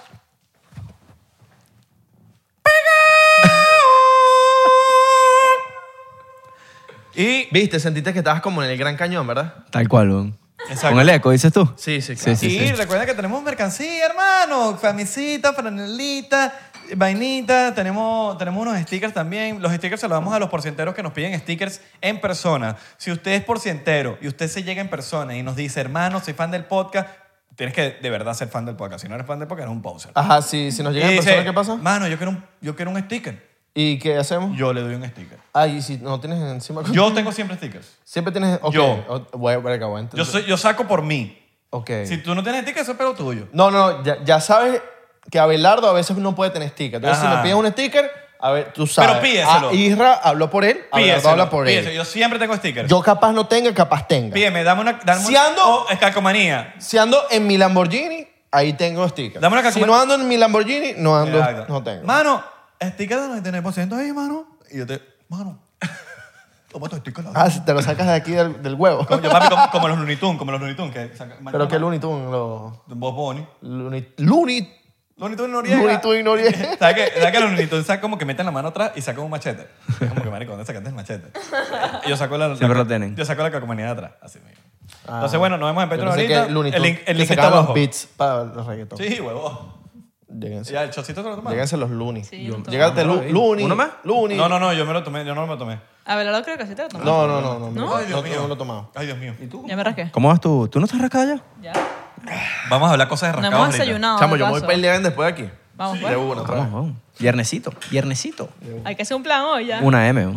Speaker 2: ¡Pegados! Y
Speaker 7: Viste, sentiste que estabas como en el Gran Cañón, ¿verdad?
Speaker 4: Tal cual, weón.
Speaker 2: Exacto.
Speaker 4: Con el eco, dices tú.
Speaker 7: Sí, sí,
Speaker 4: claro.
Speaker 2: Sí, recuerda que tenemos mercancía, hermano. Camisita, franelita, vainita. Tenemos, tenemos unos stickers también. Los stickers se los damos a los porcienteros que nos piden stickers en persona. Si usted es porcientero y usted se llega en persona y nos dice, hermano, soy fan del podcast, tienes que de verdad ser fan del podcast. Si no eres fan del podcast, eres un poser.
Speaker 3: Ajá, si, si nos
Speaker 2: Y
Speaker 3: llegan
Speaker 2: dice,
Speaker 3: personas, ¿qué pasa?
Speaker 2: Mano, yo quiero, un, yo quiero un sticker.
Speaker 3: ¿Y qué hacemos?
Speaker 2: Yo le doy un sticker.
Speaker 3: Ah, y si no tienes encima...
Speaker 2: Yo tengo siempre stickers.
Speaker 3: Siempre tienes... ok,
Speaker 2: Yo.
Speaker 3: o- Bueno, verga, bueno,
Speaker 2: Yo,
Speaker 3: entonces-
Speaker 2: soy- yo saco por mí.
Speaker 3: Ok.
Speaker 2: Si tú no tienes sticker, eso es pelo tuyo.
Speaker 3: No, no, no, ya, ya sabes que Abelardo a veces no puede tener sticker. Entonces,
Speaker 2: Ajá.
Speaker 3: si le pides un sticker, a ver, tú sabes.
Speaker 2: Pero pídeselo.
Speaker 3: Ah, Isra habló por él, Abelardo
Speaker 2: Pídeselo,
Speaker 3: habla por él.
Speaker 2: pídeselo. Yo siempre tengo stickers.
Speaker 3: Yo capaz no tenga, capaz tenga.
Speaker 2: Pídeme, dame una. Dame
Speaker 3: Si
Speaker 2: una- oh,
Speaker 3: ando-
Speaker 2: o es calcomanía.
Speaker 3: Si ando en mi Lamborghini, ahí tengo sticker.
Speaker 2: Dame una
Speaker 3: si
Speaker 2: calcoma-
Speaker 3: no ando en mi Lamborghini, no ando,
Speaker 2: Exacto.
Speaker 3: no tengo.
Speaker 2: Mano, sticker del 99% ahí, mano. Y yo te. Mano. (laughs) Toma tu sticker. la-
Speaker 3: Ah, si te lo sacas de aquí del, del huevo.
Speaker 2: Yo, papi, como, como los Looney Tunes, como los Looney Tunes. Que saca-
Speaker 3: (laughs) Pero que Looney Tunes, los...
Speaker 2: Bob Bunny.
Speaker 3: Looney... Looney...
Speaker 2: Looney Tunes Noriega.
Speaker 3: Looney Tunes Noriega.
Speaker 2: (laughs) ¿Sabes que, ¿Sabes que los Looney Tunes sacan como que meten la mano atrás y sacan un machete? Es como que, marico, ¿dónde sacaste el machete? Y Yo saco la...
Speaker 4: Siempre
Speaker 2: la-
Speaker 4: lo tienen.
Speaker 2: Yo saco la calcomanía de atrás, así mismo. Entonces, bueno, nos vemos en Petro
Speaker 3: Ah. Yo pensé que
Speaker 2: ahorita.
Speaker 3: Looney
Speaker 2: el link,
Speaker 3: Tunes
Speaker 2: el
Speaker 3: que
Speaker 2: link está
Speaker 3: sacaba
Speaker 2: abajo.
Speaker 3: los beats para los reggaetón.
Speaker 2: Sí, huevo.
Speaker 3: Lléguense.
Speaker 2: Ya, el chocito se lo tomamos.
Speaker 3: Lléguense los Looney.
Speaker 1: Sí, yo me tomo.
Speaker 3: Llegate
Speaker 4: No,
Speaker 3: Lu-
Speaker 4: no, no,
Speaker 3: Looney.
Speaker 4: ¿uno más?
Speaker 3: Looney.
Speaker 2: No, no, no, yo me lo tomé, yo no me lo tomé.
Speaker 1: Abelardo creo que sí te lo tomaste.
Speaker 3: No, no, no,
Speaker 1: ¿No?
Speaker 3: no. No, no, no lo he tomado.
Speaker 2: Ay, Dios mío. ¿Y tú?
Speaker 1: Ya me rasqué.
Speaker 4: ¿Cómo vas tú? ¿Tú no estás rascado ya?
Speaker 1: Ya.
Speaker 2: Vamos a hablar cosas de
Speaker 1: No
Speaker 2: rascados
Speaker 1: hemos
Speaker 2: ahorita.
Speaker 1: desayunado.
Speaker 7: Chamo,
Speaker 1: de
Speaker 7: yo me voy
Speaker 1: paso.
Speaker 7: para el Leven después de aquí.
Speaker 1: Ah,
Speaker 7: De
Speaker 1: Vamos, pues.
Speaker 7: una, otra vez.
Speaker 4: Vamos, vamos. Viernesito, viernesito.
Speaker 1: Hay que hacer un plan hoy ya.
Speaker 4: Una M, weón.